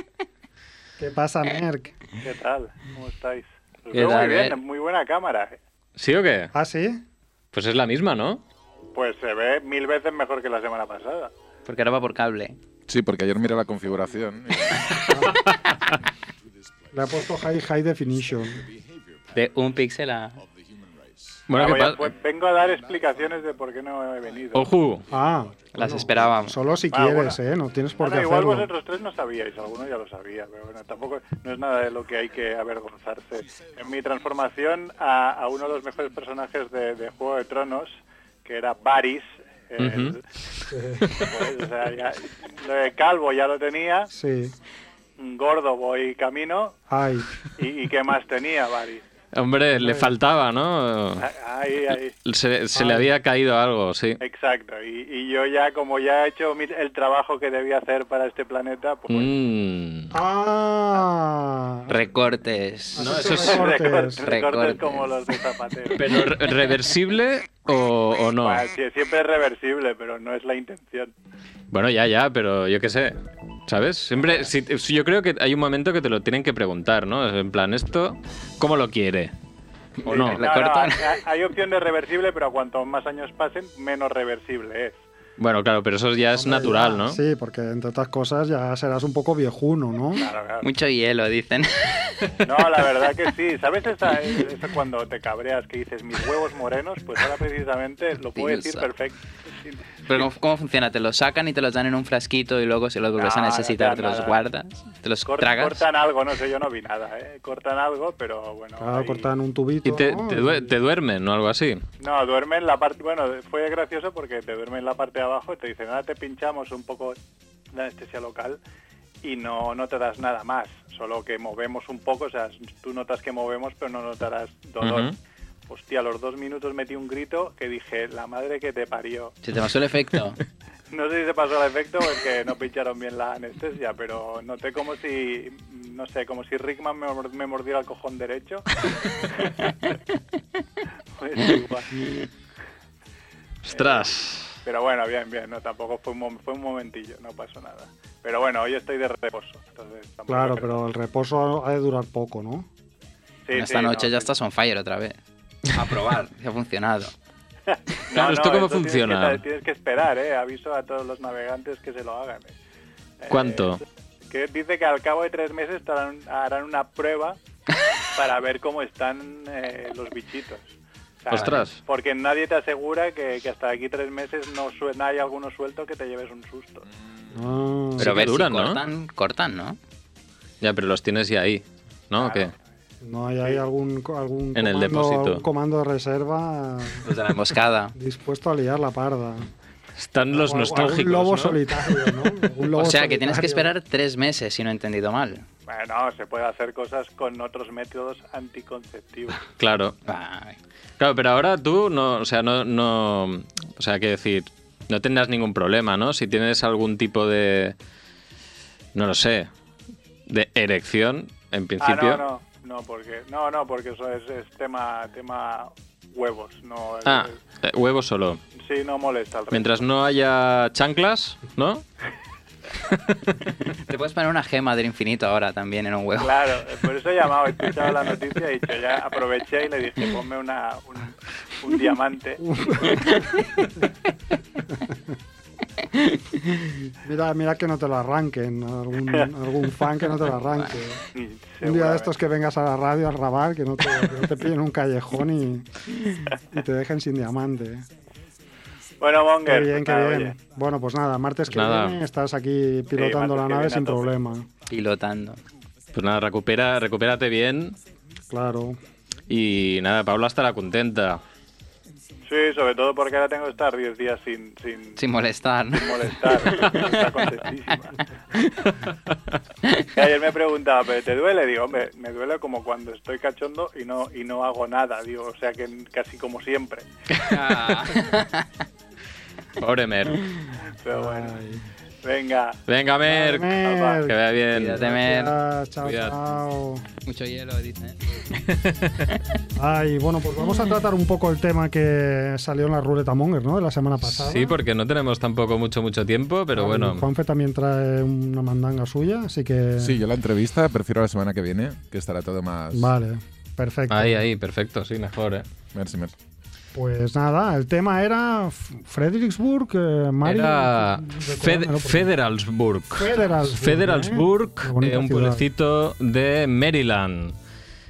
Speaker 1: ¿Qué pasa, Merck?
Speaker 6: ¿Qué tal? ¿Cómo estáis? Os
Speaker 3: ¿Qué
Speaker 6: veo
Speaker 3: tal,
Speaker 6: muy bien,
Speaker 3: eh?
Speaker 6: es muy buena cámara. eh.
Speaker 2: ¿Sí o qué?
Speaker 1: ¿Ah, sí?
Speaker 2: Pues es la misma, ¿no?
Speaker 6: Pues se ve mil veces mejor que la semana pasada.
Speaker 3: Porque ahora va por cable.
Speaker 4: Sí, porque ayer miré la configuración.
Speaker 1: Le ha puesto High High Definition.
Speaker 3: De un píxel a...
Speaker 2: Bueno, ¿qué
Speaker 6: Vaya,
Speaker 2: pasa?
Speaker 6: pues vengo a dar explicaciones de por qué no he venido.
Speaker 2: Ojo.
Speaker 1: Ah,
Speaker 7: Las
Speaker 1: bueno,
Speaker 7: esperábamos.
Speaker 1: Solo si
Speaker 6: Ah,
Speaker 1: quieres,
Speaker 6: bueno.
Speaker 1: ¿eh? No tienes por qué
Speaker 6: Ahora, igual
Speaker 1: hacerlo.
Speaker 6: vosotros tres no sabíais, alguno ya lo sabía, pero bueno, tampoco no es nada de lo que hay que avergonzarse. En mi transformación a, a uno de los mejores personajes de, de Juego de Tronos, que era Varys, el-
Speaker 2: Ujú.
Speaker 6: pues, o sea, ya- lo de calvo ya lo tenía,
Speaker 1: Sí.
Speaker 6: gordo voy camino,
Speaker 1: Ay,
Speaker 6: y, y qué más tenía Varys.
Speaker 2: Hombre, le faltaba, ¿no?
Speaker 6: Ahí, ahí.
Speaker 2: Se, se le había caído algo, sí.
Speaker 6: Exacto, y, y yo ya, como ya he hecho mi- el trabajo que debía hacer para este planeta, pues
Speaker 2: Mm.
Speaker 1: Ah.
Speaker 7: Recortes.
Speaker 2: No, eso
Speaker 1: Esos
Speaker 2: es-
Speaker 1: recortes.
Speaker 6: pues, recortes, recortes
Speaker 7: Recortes.
Speaker 6: como los de Zapatero.
Speaker 2: ¿Pero re- reversible o, o no?
Speaker 6: Ah, sí, siempre es reversible, pero no es la intención.
Speaker 2: Bueno, ya, ya, pero yo qué sé. ¿Sabes? Siempre. si- si- yo creo que hay un momento que te lo tienen que preguntar, ¿no? En plan, ¿esto cómo lo quiere? ¿O
Speaker 6: Sí,
Speaker 2: no?
Speaker 6: no, no, hay, hay opción de reversible, pero cuanto más años pasen, menos reversible es.
Speaker 2: Bueno, claro, pero eso ya es natural, ¿no?
Speaker 1: Sí, porque entre otras cosas ya serás un poco viejuno, ¿no?
Speaker 6: Claro, claro.
Speaker 7: Mucho hielo, dicen. [laughs]
Speaker 6: No, la verdad que sí. ¿Sabes esa, eso cuando te cabreas que dices mis huevos morenos? Pues ahora precisamente lo puedo decir
Speaker 7: Dios.
Speaker 6: perfecto.
Speaker 7: Pero ¿cómo, cómo funciona? ¿Te los sacan y te los dan en un frasquito y luego si los vuelves a
Speaker 6: Nada,
Speaker 7: necesitar te los
Speaker 6: nada.
Speaker 7: guardas? ¿Te los
Speaker 6: Cor-
Speaker 7: tragas?
Speaker 6: cortan algo, no sé, yo no vi nada, ¿eh? Cortan algo, pero bueno.
Speaker 1: Claro,
Speaker 6: ahí-
Speaker 1: cortan un tubito.
Speaker 2: Y te,
Speaker 1: ¿no?
Speaker 2: te due- te duermen o algo así.
Speaker 6: No, duerme en la parte... Bueno, fue gracioso porque te duerme en la parte de abajo y te dicen, ahora te pinchamos un poco de anestesia local y no notarás nada más, solo que movemos un poco, o sea, tú notas que movemos pero no notarás dolor.
Speaker 2: Ujú.
Speaker 6: Hostia, a los dos minutos metí un grito que dije, la madre que te parió.
Speaker 7: Se te pasó el
Speaker 6: [laughs]
Speaker 7: efecto.
Speaker 6: No sé si se pasó el efecto porque no pincharon bien la anestesia, pero noté como si, no sé, como si Rickman me, mor- me mordiera el cojón derecho. [laughs] Pues igual.
Speaker 2: Ostras.
Speaker 6: Pero bueno, bien, bien, no, tampoco fue un, mom- fue un momentillo, no pasó nada. Pero bueno, hoy estoy de reposo. entonces tampoco
Speaker 1: Claro,
Speaker 6: creo-
Speaker 1: pero el reposo ha de durar poco, ¿no?
Speaker 6: Sí,
Speaker 7: Esta
Speaker 6: sí,
Speaker 7: noche
Speaker 6: no,
Speaker 7: ya
Speaker 6: sí.
Speaker 7: estás on fire otra vez. A
Speaker 6: [laughs]
Speaker 7: probar. ha funcionado.
Speaker 6: No,
Speaker 2: Claro, ¿esto
Speaker 6: no,
Speaker 2: cómo
Speaker 6: tienes
Speaker 2: funciona?
Speaker 6: que saber- Tienes que, esperar, ¿eh? Aviso a todos los navegantes que se lo hagan. ¿eh? Eh,
Speaker 2: ¿Cuánto?
Speaker 6: que dice que al cabo de tres meses te harán, harán una prueba para ver cómo están eh, los bichitos. O sea,
Speaker 2: Ostras.
Speaker 6: Porque nadie te asegura que, que hasta aquí tres meses no suena, hay alguno suelto que te lleves un susto.
Speaker 1: Ah,
Speaker 2: Pero
Speaker 7: Pero
Speaker 2: que
Speaker 7: ver
Speaker 2: duran,
Speaker 7: si
Speaker 2: ¿no?
Speaker 7: cortan, cortan, ¿no?
Speaker 2: Ya, pero los tienes ya ahí. ¿No? ¿O qué?
Speaker 1: no hay, hay algún, co- algún,
Speaker 2: En el
Speaker 1: comando,
Speaker 2: depósito.
Speaker 1: algún comando de reserva
Speaker 7: Los de la [laughs] emboscada.
Speaker 1: dispuesto a liar la parda.
Speaker 2: Están los
Speaker 1: O- o
Speaker 2: nostálgicos.
Speaker 1: Un lobo
Speaker 2: ¿no?
Speaker 1: solitario,
Speaker 2: [laughs]
Speaker 1: ¿no? Un lobo
Speaker 7: o sea que tienes que
Speaker 1: solitario.
Speaker 7: esperar tres meses, si no he entendido mal.
Speaker 6: Bueno, se puede hacer cosas con otros métodos anticonceptivos.
Speaker 2: Claro.
Speaker 7: Ay,
Speaker 2: Claro, pero ahora tú no, o sea, no, no, o sea, que decir, no tendrás ningún problema, ¿no? Si tienes algún tipo de, no lo sé, de erección, en
Speaker 6: Ah,
Speaker 2: principio.
Speaker 6: no, no, no, porque, no, no, porque eso es, es tema, tema huevos, no,
Speaker 2: Ah,
Speaker 6: eh,
Speaker 2: eh, huevo solo.
Speaker 6: sí, no molesta al resto.
Speaker 2: Mientras no haya chanclas, ¿no?
Speaker 7: Te puedes poner una gema del infinito ahora también en un huevo.
Speaker 6: Claro, eh, por eso he llamado, he escuchado la noticia y yo ya aproveché y le dije, ponme una, un,
Speaker 1: [laughs]
Speaker 6: un diamante.
Speaker 1: Mira, mira que no te lo arranquen,
Speaker 6: [laughs]
Speaker 1: algún, algún fan que no te lo arranque. Un día de estos que vengas a la radio a rabar, que no te, que no te pillen un callejón y, y te dejen sin diamante.
Speaker 6: [laughs] Bueno,
Speaker 1: Qué
Speaker 6: Monger,
Speaker 1: bien, qué
Speaker 6: nada,
Speaker 1: bien.
Speaker 6: oye,
Speaker 1: Bueno, pues nada, martes que
Speaker 2: Nada.
Speaker 1: viene estás aquí pilotando la
Speaker 6: martes que
Speaker 1: nave
Speaker 6: viene a
Speaker 1: sin
Speaker 6: tope.
Speaker 1: problema.
Speaker 7: Pilotando.
Speaker 2: Pues nada, recupera, recupérate bien
Speaker 1: Claro.
Speaker 2: y nada, Paula estará contenta.
Speaker 6: sí, sobre todo porque ahora tengo que estar 10 días sin, sin,
Speaker 7: Sin molestar, ¿no?
Speaker 1: [laughs]
Speaker 6: sin molestar. Está contentísima. Y Ayer me preguntaba, ¿pero te duele? Digo, hombre, me duele como cuando estoy cachondo y no, y no hago nada, digo, o sea que casi como siempre.
Speaker 2: Pobre Mer.
Speaker 6: Pero bueno,
Speaker 1: Ay.
Speaker 6: venga.
Speaker 2: Venga, Mer.
Speaker 1: Mer,
Speaker 2: Que vaya bien.
Speaker 7: Cuídate, Mer.
Speaker 1: gracias, chao,
Speaker 2: Cuídate.
Speaker 1: chao.
Speaker 7: [laughs] Mucho hielo, dicen.
Speaker 1: Ay, bueno, pues vamos a tratar un poco el tema que salió en la ruleta Monger, ¿no? De la semana pasada.
Speaker 2: Sí, porque no tenemos tampoco mucho, mucho tiempo, pero
Speaker 1: Ah,
Speaker 2: bueno.
Speaker 1: Juanfe también trae una mandanga suya, así que.
Speaker 4: Sí, yo la entrevista prefiero la semana que viene, que estará todo más...
Speaker 1: Vale, perfecto.
Speaker 2: Ahí, ahí, perfecto, sí, mejor, ¿eh?
Speaker 4: Merci, merci.
Speaker 1: Pues nada, el tema era F- Fredericksburg, eh, Mari-
Speaker 2: Era Fed-
Speaker 1: recordármelo, por
Speaker 2: Federalsburg.
Speaker 1: Federalsburg,
Speaker 2: Federalsburg,
Speaker 1: ¿eh? Qué bonita
Speaker 2: eh, un
Speaker 1: ciudad.
Speaker 2: pueblecito de Maryland.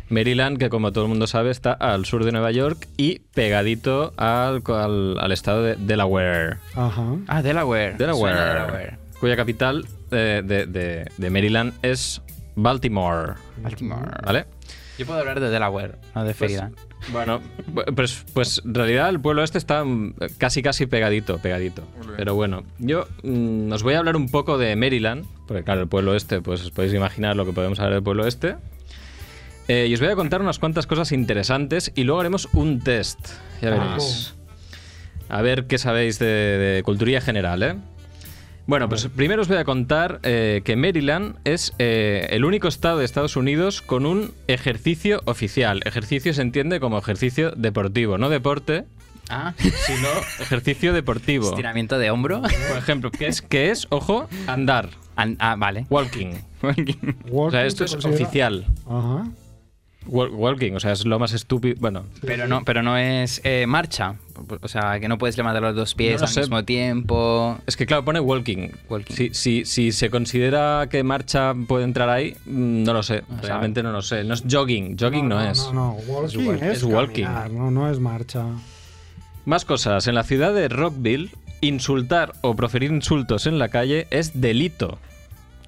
Speaker 2: Maryland, que como todo el mundo sabe, está al sur de Nueva York y pegadito al, al- al estado de Delaware.
Speaker 1: Ajá.
Speaker 7: Ah, Delaware.
Speaker 2: Delaware,
Speaker 7: Suena Delaware.
Speaker 2: cuya capital eh, de, de- de Maryland es Baltimore.
Speaker 7: Baltimore.
Speaker 2: ¿Vale?
Speaker 7: Yo puedo hablar de Delaware, no de Florida.
Speaker 2: Pues, Bueno, pues, pues en realidad el pueblo este está mm, casi casi pegadito, pegadito. Pero bueno, yo mm, os voy a hablar un poco de Maryland, porque claro, el pueblo este, pues os podéis imaginar lo que podemos hablar del pueblo este. Eh, y os voy a contar unas cuantas cosas interesantes y luego haremos un test. Ya
Speaker 1: Ah.
Speaker 2: veréis. A ver qué sabéis de, de cultura general, ¿eh? Bueno, pues primero os voy a contar eh, que Maryland es eh, el único estado de Estados Unidos con un ejercicio oficial. Ejercicio se entiende como ejercicio deportivo, no deporte,
Speaker 7: [laughs] Ah,
Speaker 1: [laughs]
Speaker 2: sino ejercicio deportivo.
Speaker 7: estiramiento de hombro.
Speaker 2: Por ejemplo, que es, que es, ojo, andar,
Speaker 7: An- ah, vale.
Speaker 2: walking. O sea,
Speaker 1: Walking
Speaker 2: esto es
Speaker 1: se considera-
Speaker 2: oficial.
Speaker 1: Ajá.
Speaker 2: Wa- Walking, o sea, es lo más estúpido. Bueno,
Speaker 7: Pero
Speaker 3: Pero
Speaker 7: no.
Speaker 3: no, pero no es eh, marcha. O sea, que no puedes levantar los dos
Speaker 2: No
Speaker 3: pies
Speaker 2: lo
Speaker 3: al
Speaker 2: sé.
Speaker 3: mismo tiempo.
Speaker 2: Es que claro, pone walking.
Speaker 3: Walking.
Speaker 2: Si, si- si se considera que marcha puede entrar ahí, mm, no lo sé.
Speaker 3: sabe.
Speaker 2: Realmente no lo sé. No es jogging. Jogging no, es.
Speaker 1: No, no, walking es,
Speaker 2: es walking.
Speaker 1: caminar, no, no es marcha.
Speaker 2: Más cosas. En la ciudad de Rockville, insultar o proferir insultos en la calle es delito.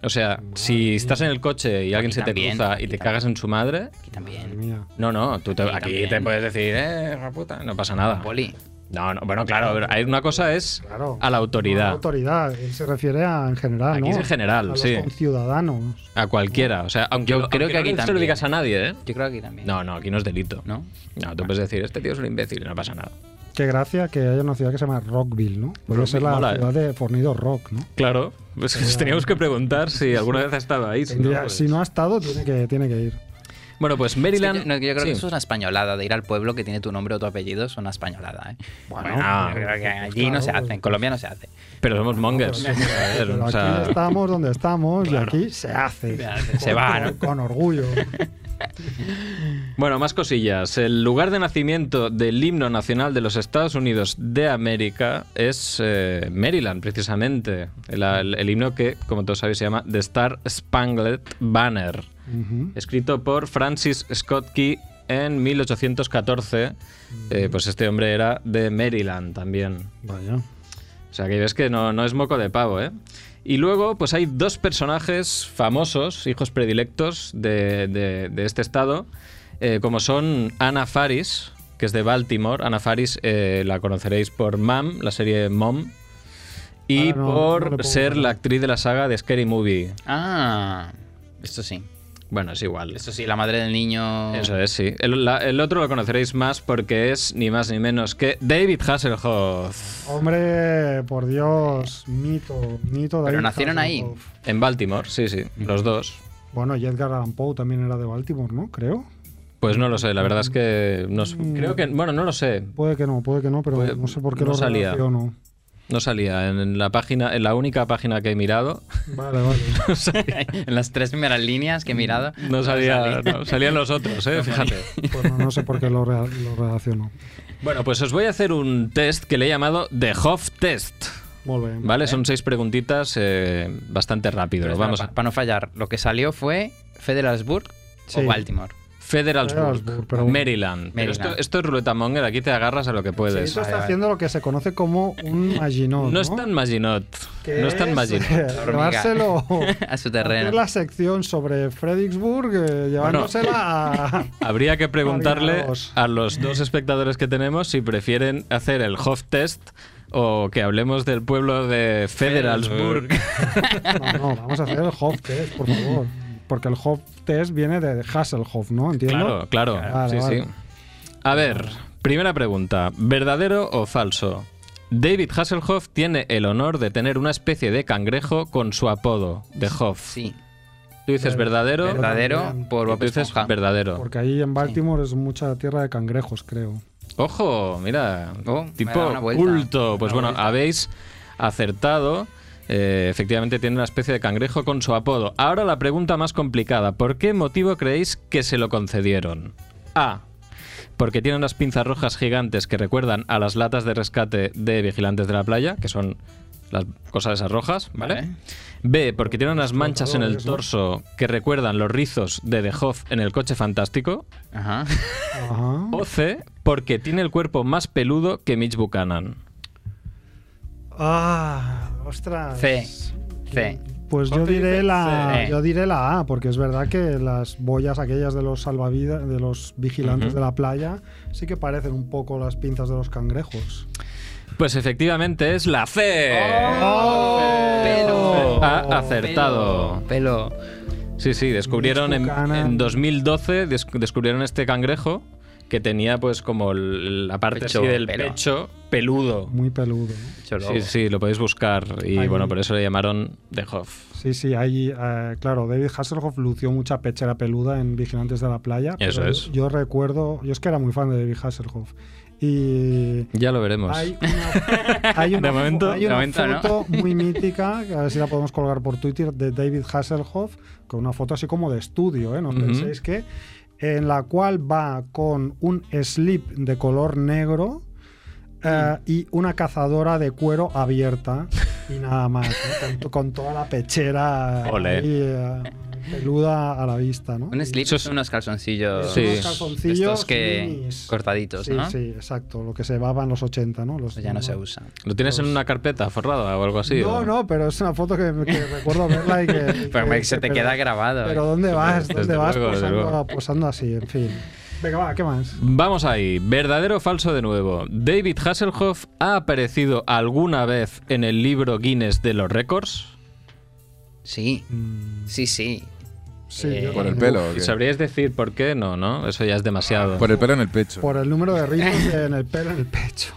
Speaker 2: O sea, si estás en el coche y alguien se
Speaker 7: también,
Speaker 2: te cruza
Speaker 7: aquí
Speaker 2: y te cagas en su madre,
Speaker 7: Aquí
Speaker 1: Madre
Speaker 7: también.
Speaker 1: mía.
Speaker 2: no, no, tú te-
Speaker 7: Aquí
Speaker 2: aquí, te
Speaker 7: también.
Speaker 2: puedes decir, eh, hija puta, no pasa nada.
Speaker 7: Poli.
Speaker 2: No, no, bueno, claro, pero hay una cosa es
Speaker 1: Claro.
Speaker 2: a la
Speaker 1: No,
Speaker 2: autoridad.
Speaker 1: autoridad, él se refiere a en general,
Speaker 2: Aquí
Speaker 1: ¿no?
Speaker 2: es en general,
Speaker 1: a los
Speaker 2: sí.
Speaker 1: conciudadanos.
Speaker 2: A cualquiera. O sea, aunque,
Speaker 7: Yo
Speaker 2: aunque
Speaker 7: creo que
Speaker 2: no
Speaker 7: aquí
Speaker 2: se lo
Speaker 7: también.
Speaker 2: digas a nadie, ¿eh?
Speaker 7: Yo creo que aquí también.
Speaker 2: No, no, aquí no es delito.
Speaker 7: ¿No?
Speaker 2: No, tú puedes decir, este tío es un imbécil y no pasa nada.
Speaker 1: Qué gracia que haya una ciudad que se llama Rockville, ¿no? Vuelve a ser la
Speaker 2: Rockville, mola, eh.
Speaker 1: ciudad de Fornido Rock, ¿no?
Speaker 2: Claro, pues nos teníamos que preguntar si alguna vez ha estado ahí. si no,
Speaker 1: Tendría-
Speaker 2: pues-
Speaker 1: Si no ha estado, tiene que, tiene que ir.
Speaker 2: Bueno, pues
Speaker 7: Es que
Speaker 2: Maryland.
Speaker 7: yo, no, yo creo que
Speaker 2: sí.
Speaker 7: eso es una españolada, de ir al pueblo que tiene tu nombre o tu apellido es una españolada, ¿eh?
Speaker 1: Bueno, ah.
Speaker 7: yo creo que allí no
Speaker 1: claro,
Speaker 7: se hace,
Speaker 1: pues-
Speaker 7: en Colombia no se hace.
Speaker 2: Pero somos mongers. joder,
Speaker 1: Pero
Speaker 2: o
Speaker 1: aquí
Speaker 2: sea,
Speaker 1: estamos donde estamos y aquí se hace.
Speaker 7: se va,
Speaker 1: Con,
Speaker 7: ¿no?
Speaker 1: con orgullo.
Speaker 2: Bueno, más cosillas. El lugar de nacimiento del himno nacional de los Estados Unidos de América es eh, Maryland, precisamente. El, el- el himno que, como todos sabéis, se llama The Star Spangled Banner.
Speaker 1: Ujú.
Speaker 2: escrito por Francis Scott Key en 1814. Eh,
Speaker 1: Mm.
Speaker 2: pues este hombre era de Maryland también.
Speaker 1: Vaya.
Speaker 2: O sea que ves que no, no es moco de pavo, ¿eh? Y luego, pues hay dos personajes famosos, hijos predilectos de, de- de este estado, eh, como son Anna Faris, que es de Baltimore. Anna Faris eh, la conoceréis por Mam, la serie Mom, y
Speaker 1: Ah, no, no
Speaker 2: por
Speaker 1: le pongo
Speaker 2: ser
Speaker 1: cara.
Speaker 2: la actriz de la saga de Scary Movie.
Speaker 7: Ah, esto sí.
Speaker 2: Bueno, es igual.
Speaker 7: Esto sí, la madre del niño. [laughs]
Speaker 3: Eh.
Speaker 2: Eso es, sí. El, la- el otro lo conoceréis más porque es ni más ni menos que David Hasselhoff
Speaker 1: Hombre, por Dios, mito, mito.
Speaker 7: Pero
Speaker 1: David
Speaker 7: nacieron ahí.
Speaker 1: Hasselhoff.
Speaker 2: en Baltimore, sí, sí, los dos.
Speaker 1: Bueno, y Edgar Allan Poe también era de Baltimore, ¿no? Creo.
Speaker 2: Pues no lo sé, la verdad es que no sé. creo que bueno, no lo sé.
Speaker 1: Puede que no, puede que no, pero
Speaker 2: Puede-
Speaker 1: no sé por qué
Speaker 2: Pues no
Speaker 1: lo
Speaker 2: salía.
Speaker 1: relaciono.
Speaker 2: No salía en la página, en la única página que he mirado,
Speaker 1: Vale, vale.
Speaker 2: [laughs]
Speaker 7: en las tres primeras líneas que he mirado.
Speaker 2: no salía, no, salían los otros, eh, fíjate.
Speaker 1: Pues no, no sé por qué lo, rea- lo relaciono.
Speaker 2: Bueno, pues os voy a hacer un test que le he llamado The Hoff Test.
Speaker 1: Muy bien.
Speaker 2: ¿Vale? Son seis preguntitas eh, bastante rápido. Vamos
Speaker 7: para,
Speaker 2: a
Speaker 7: no fallar, lo que salió fue Federalsburg
Speaker 1: Sí.
Speaker 7: o Baltimore. [laughs]
Speaker 2: Federalsburg,
Speaker 1: Federalsburg, pero bueno.
Speaker 2: Maryland. Pero esto,
Speaker 7: Maryland.
Speaker 2: esto es ruleta monger, aquí te agarras a lo que
Speaker 1: Sí,
Speaker 2: puedes.
Speaker 1: esto está
Speaker 7: vale.
Speaker 1: haciendo lo que se conoce como un Maginot.
Speaker 2: pues, No
Speaker 1: No,
Speaker 2: es tan Maginot.
Speaker 1: Que
Speaker 2: No es tan Maginot.
Speaker 1: [laughs] Llevárselo.
Speaker 7: A su
Speaker 1: hacer
Speaker 7: terreno.
Speaker 1: la sección sobre Fredericksburg, eh, llevándosela
Speaker 2: [laughs]
Speaker 1: a.
Speaker 2: Habría que preguntarle
Speaker 1: Marinos.
Speaker 2: a los dos espectadores que tenemos si prefieren hacer el Hof Test o que hablemos del pueblo de Federalsburg.
Speaker 1: No, no, vamos a hacer el Hoff Test, por favor. Porque el Hoff Test viene de Hasselhoff, ¿no? Entiendo.
Speaker 2: Claro, claro.
Speaker 1: Claro,
Speaker 2: sí,
Speaker 1: vale.
Speaker 2: sí. A ver, primera pregunta. ¿Verdadero o falso? David Hasselhoff tiene el honor de tener una especie de cangrejo con su apodo, de Hoff.
Speaker 7: Sí,
Speaker 2: Tú dices verdadero.
Speaker 7: verdadero
Speaker 1: también.
Speaker 7: por
Speaker 2: y
Speaker 7: Bob
Speaker 2: Tú dices
Speaker 7: Esponja.
Speaker 2: verdadero.
Speaker 1: Porque ahí en Baltimore es mucha tierra de cangrejos, creo.
Speaker 2: Ojo, mira,
Speaker 7: Oh, me ha dado
Speaker 2: tipo
Speaker 7: una vuelta.
Speaker 2: culto. Pues
Speaker 7: Una
Speaker 2: bueno,
Speaker 7: vuelta.
Speaker 2: habéis acertado. Eh, efectivamente tiene una especie de cangrejo con su apodo. Ahora la pregunta más complicada. ¿Por qué motivo creéis que se lo concedieron? A. Porque tiene unas pinzas rojas gigantes que recuerdan a las latas de rescate de vigilantes de la playa, que son las cosas esas rojas, ah, ¿vale?
Speaker 7: Vale.
Speaker 2: B, porque tiene unas manchas en el torso que recuerdan los rizos de The Hoff en el coche fantástico.
Speaker 7: Ajá.
Speaker 1: Ajá.
Speaker 2: O C, porque tiene el cuerpo más peludo que Mitch Buchanan.
Speaker 1: Ah, ostras.
Speaker 7: C. C.
Speaker 1: Pues yo
Speaker 2: Jorge
Speaker 1: diré
Speaker 2: dice
Speaker 1: la
Speaker 7: C.
Speaker 1: yo diré la A, porque es verdad que las boyas aquellas de los salvavidas, de los vigilantes
Speaker 2: Ujú.
Speaker 1: de la playa, sí que parecen un poco las pinzas de los cangrejos.
Speaker 2: Pues efectivamente es la C.
Speaker 7: Pelo.
Speaker 2: Ha acertado.
Speaker 7: Pelo.
Speaker 2: Sí, sí, descubrieron
Speaker 1: Mitch
Speaker 2: en,
Speaker 1: Buchanan.
Speaker 2: en 2012 des- descubrieron este cangrejo que tenía pues como el- la parte
Speaker 7: Pecho,
Speaker 2: así del
Speaker 7: pelo.
Speaker 2: pecho peludo.
Speaker 1: Muy peludo. ¿no?
Speaker 2: Sí, sí, lo podéis buscar y
Speaker 1: Ahí.
Speaker 2: bueno, por eso le llamaron The Hoff.
Speaker 1: Sí, sí, ahí, eh, claro, David Hasselhoff lució mucha pechera peluda en Vigilantes de la Playa. pero
Speaker 2: Eso
Speaker 1: yo-
Speaker 2: es.
Speaker 1: Yo, recuerdo, yo es que era muy fan de David Hasselhoff. Y
Speaker 2: Ya lo veremos.
Speaker 1: hay una,
Speaker 2: [laughs]
Speaker 1: hay una
Speaker 2: De
Speaker 1: fo-
Speaker 2: momento-
Speaker 1: hay
Speaker 2: de
Speaker 1: una
Speaker 2: momento no. [laughs]
Speaker 1: foto muy mítica, que a ver si la podemos colgar por Twitter, de David Hasselhoff, con una foto así como de estudio, ¿eh? No os
Speaker 2: Ujú.
Speaker 1: penséis que, en la cual va con un slip de color negro. eh, y una cazadora de cuero abierta y nada más, ¿no? con, to- con toda la pechera
Speaker 2: Ole.
Speaker 1: ahí, eh, peluda a la vista, ¿no?
Speaker 7: Un slip
Speaker 2: Eso es-
Speaker 7: son unos calzoncillos.
Speaker 2: Sí.
Speaker 1: Unos calzoncillos
Speaker 7: Estos que.
Speaker 1: minis.
Speaker 7: cortaditos,
Speaker 1: sí,
Speaker 7: ¿no?
Speaker 1: sí, exacto, lo que se llevaba en los 80, ¿no? Los,
Speaker 7: Eso ya no se usa.
Speaker 2: ¿Lo tienes en una carpeta forrada o algo así?
Speaker 1: No,
Speaker 2: o-
Speaker 1: no, pero es una foto que, que recuerdo verla y que. y
Speaker 7: [laughs] Pero
Speaker 1: que-
Speaker 7: me- se
Speaker 1: que-
Speaker 7: te
Speaker 1: pero-
Speaker 7: queda grabado. ¿eh?
Speaker 1: Pero ¿dónde vas?
Speaker 2: Desde
Speaker 1: ¿Dónde vas
Speaker 2: luego, desde
Speaker 1: posando,
Speaker 2: luego.
Speaker 1: posando así? En fin. Venga, va, ¿qué más?
Speaker 2: Vamos ahí, verdadero o falso de nuevo. ¿David Hasselhoff ha aparecido alguna vez en el libro Guinness de los récords?
Speaker 7: Sí,
Speaker 2: Mm,
Speaker 7: sí, sí.
Speaker 1: Sí,
Speaker 7: Eh,
Speaker 1: yo
Speaker 4: Por el
Speaker 1: también.
Speaker 4: pelo. ¿o
Speaker 2: ¿Y
Speaker 4: qué?
Speaker 2: sabríais decir por qué? No, ¿no? Eso ya es demasiado.
Speaker 4: Por el pelo en el pecho.
Speaker 1: Por el número de rizos en el pelo, en el pecho.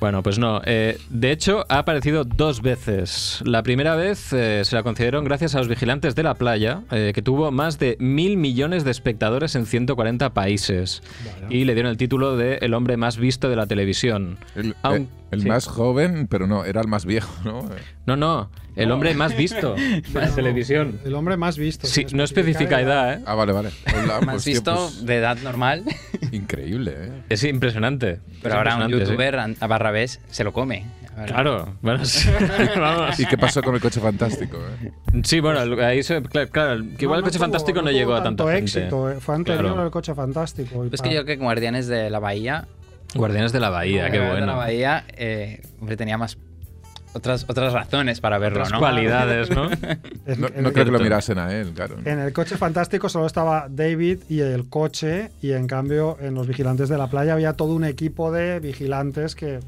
Speaker 2: Bueno, pues no. Eh, de hecho, ha aparecido dos veces. La primera vez eh, se la concedieron gracias a los vigilantes de la playa, eh, que tuvo más de mil millones de espectadores en 140 países. Y le dieron el título de El hombre más visto de la televisión.
Speaker 4: El,
Speaker 2: Aun-
Speaker 4: eh, el
Speaker 2: sí.
Speaker 4: más joven, pero no, era el más viejo, ¿no? Eh,
Speaker 2: No, no, el hombre más
Speaker 4: [laughs]
Speaker 2: visto de la televisión.
Speaker 1: El hombre más visto.
Speaker 2: Sí,
Speaker 1: sin
Speaker 2: no especifica edad, ¿eh?
Speaker 4: Ah, vale, vale. Hola,
Speaker 7: ¿Me has
Speaker 4: pues, tío,
Speaker 7: visto
Speaker 4: pues,
Speaker 7: de edad
Speaker 2: [laughs]
Speaker 7: normal?
Speaker 4: increíble, ¿eh?
Speaker 2: Es impresionante.
Speaker 7: Pero
Speaker 2: Es
Speaker 7: ahora un
Speaker 2: impresionante, sí.
Speaker 7: youtuber an- a barra vez se lo come. Ahora-
Speaker 2: Claro,
Speaker 7: [laughs]
Speaker 2: bueno, sí, [laughs] vamos.
Speaker 4: ¿Y qué pasó con el coche fantástico? eh?
Speaker 2: Sí, bueno, el- ahí se, claro, claro, que
Speaker 1: No,
Speaker 2: igual
Speaker 1: no
Speaker 2: el coche
Speaker 1: tuvo-
Speaker 2: fantástico no,
Speaker 1: tuvo
Speaker 2: llegó a
Speaker 1: tanto
Speaker 2: tanta gente.
Speaker 1: éxito. eh. Fue anterior
Speaker 2: Claro.
Speaker 1: al coche fantástico. y
Speaker 7: Pues
Speaker 1: pa-
Speaker 7: que yo que Guardianes de la Bahía.
Speaker 2: Guardianes de la Bahía, qué
Speaker 7: Guardianes de
Speaker 2: bueno.
Speaker 7: la Bahía, eh, hombre, tenía más. Otras, otras razones para verlo,
Speaker 2: Otras
Speaker 7: ¿no?
Speaker 2: cualidades, ¿no?
Speaker 1: en-
Speaker 4: No,
Speaker 1: en
Speaker 4: no
Speaker 1: el-
Speaker 4: creo que lo
Speaker 2: Cierto.
Speaker 4: mirasen a él, claro.
Speaker 1: En el coche fantástico solo estaba David y el coche, y en cambio en los vigilantes de la playa había todo un equipo de vigilantes
Speaker 7: [laughs]
Speaker 1: que eh,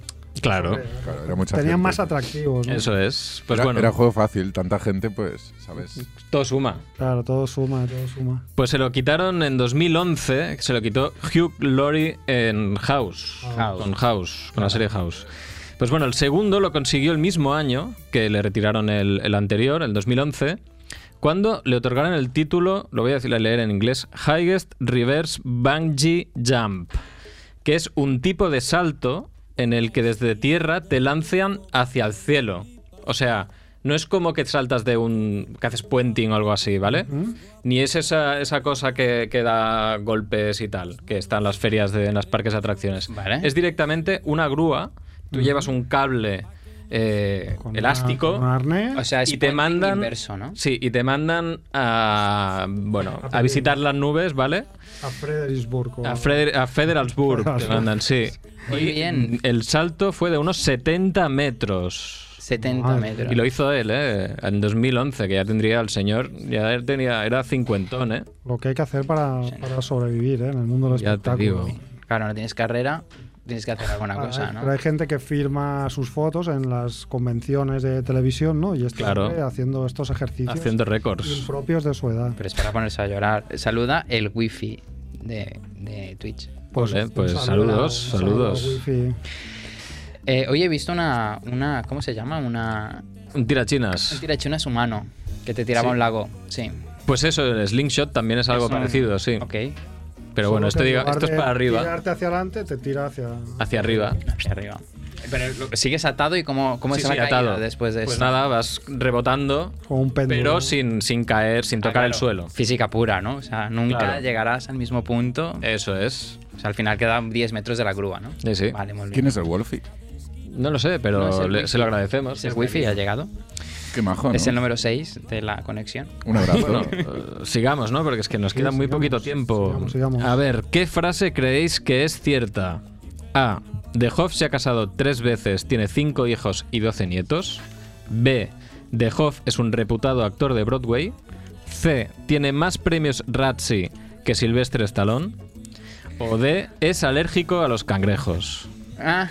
Speaker 2: Claro,
Speaker 4: Claro, era mucha
Speaker 1: tenían
Speaker 4: gente.
Speaker 1: más atractivos. ¿no?
Speaker 2: eso es. Pues
Speaker 4: era,
Speaker 2: bueno,
Speaker 4: era juego fácil, tanta gente, pues, ¿sabes?
Speaker 2: todo suma.
Speaker 1: Claro, todo suma, todo suma.
Speaker 2: Pues se lo quitaron en 2011, se lo quitó Hugh Laurie en House,
Speaker 7: House.
Speaker 2: con House, con la serie House. Pues bueno, el segundo lo consiguió el mismo año que le retiraron el, el anterior, el 2011, cuando le otorgaron el título, lo voy a decir a leer en inglés, Highest Reverse Bungee Jump, que es un tipo de salto en el que desde tierra te lancean hacia el cielo. O sea, no es como que saltas de un... que haces puenting o algo así, ¿vale? Ni es esa, esa cosa que, que da golpes y tal, que está en las ferias, de, en las parques de atracciones.
Speaker 7: Vale.
Speaker 2: Es directamente una grúa, tú llevas un cable eh,
Speaker 1: Con
Speaker 2: elástico Ah,
Speaker 1: una- con un arnés.
Speaker 7: O sea, es
Speaker 2: y te
Speaker 7: puente
Speaker 2: mandan...
Speaker 7: inverso, ¿no?
Speaker 2: Sí, y te mandan a... bueno, a visitar las nubes, ¿vale?
Speaker 1: A Fredericksburg. o-
Speaker 2: A, Freder- a Federalsburg te mandan, sí.
Speaker 7: Muy
Speaker 2: Y
Speaker 7: bien.
Speaker 2: el salto fue de unos 70 metros.
Speaker 7: 70
Speaker 1: Madre
Speaker 7: metros.
Speaker 2: Y lo hizo él, ¿eh? En 2011, que ya tendría el señor, ya él tenía, era cincuentón, ¿eh?
Speaker 1: Lo que hay que hacer para, para sobrevivir ¿eh? en el mundo del
Speaker 2: Ya te
Speaker 1: espectáculo.
Speaker 2: digo.
Speaker 7: Claro, no tienes carrera, tienes que hacer alguna
Speaker 1: Ah,
Speaker 7: cosa,
Speaker 1: hay-
Speaker 7: ¿no?
Speaker 1: Pero hay gente que firma sus fotos en las convenciones de televisión, ¿no? Y este
Speaker 2: Claro.
Speaker 1: hombre haciendo estos ejercicios
Speaker 2: Haciendo récords.
Speaker 1: propios de su edad.
Speaker 7: Pero es para ponerse a llorar. Saluda el wifi de, de Twitch.
Speaker 2: Pues, eh, pues
Speaker 1: un saludo,
Speaker 2: saludos,
Speaker 1: un saludo
Speaker 2: saludos.
Speaker 1: wifi.
Speaker 7: Eh, hoy he visto una, una. ¿Cómo se llama? Una.
Speaker 2: Un
Speaker 7: Un
Speaker 2: tirachinas.
Speaker 7: tirachunas humano que te tiraba
Speaker 2: Sí.
Speaker 7: a un lago. Sí.
Speaker 2: Pues eso, el slingshot también es algo
Speaker 7: Es un-
Speaker 2: parecido, sí.
Speaker 7: Ok.
Speaker 2: Pero
Speaker 1: Solo
Speaker 2: bueno, esto,
Speaker 1: que en
Speaker 2: diga,
Speaker 1: lugar
Speaker 2: esto es
Speaker 1: de
Speaker 2: para arriba. Ah,
Speaker 1: Tirarte hacia adelante, te tira hacia.
Speaker 2: Hacia arriba.
Speaker 7: Hacia arriba. Pero lo- sigues atado y cómo, cómo
Speaker 2: Sí,
Speaker 7: es
Speaker 2: sí,
Speaker 7: la caída
Speaker 2: atado.
Speaker 7: después de
Speaker 2: Pues
Speaker 7: esto?
Speaker 2: nada, vas rebotando,
Speaker 1: Con un péndulo.
Speaker 2: pero sin, sin caer, sin
Speaker 7: Ah,
Speaker 2: tocar el
Speaker 7: claro.
Speaker 2: suelo.
Speaker 7: Física pura, ¿no? O sea, nunca
Speaker 2: Claro.
Speaker 7: llegarás al mismo punto.
Speaker 2: Eso es.
Speaker 7: O sea, al final quedan 10 metros de la grúa, ¿no?
Speaker 2: Sí, sí.
Speaker 7: Vale, muy bien.
Speaker 4: ¿Quién es el Wolfie?
Speaker 2: No lo sé, pero
Speaker 3: No, es el
Speaker 2: le-
Speaker 3: wifi.
Speaker 2: se lo agradecemos.
Speaker 3: Es el wifi, ha llegado.
Speaker 4: Qué majo, ¿no?
Speaker 3: Es el número 6 de la conexión.
Speaker 4: Un abrazo.
Speaker 2: Bueno, eh,
Speaker 3: [laughs]
Speaker 2: sigamos, ¿no? Porque es que nos
Speaker 1: Sí,
Speaker 2: queda muy
Speaker 1: sigamos,
Speaker 2: poquito tiempo.
Speaker 1: sigamos, sigamos.
Speaker 2: A ver, ¿qué frase creéis que es cierta? A. De Hoff se ha casado tres veces, tiene cinco hijos y doce nietos. B. De Hoff es un reputado actor de Broadway. C. Tiene más premios Razzie que Silvestre Stallone. O D. Es alérgico a los cangrejos.
Speaker 3: Ah,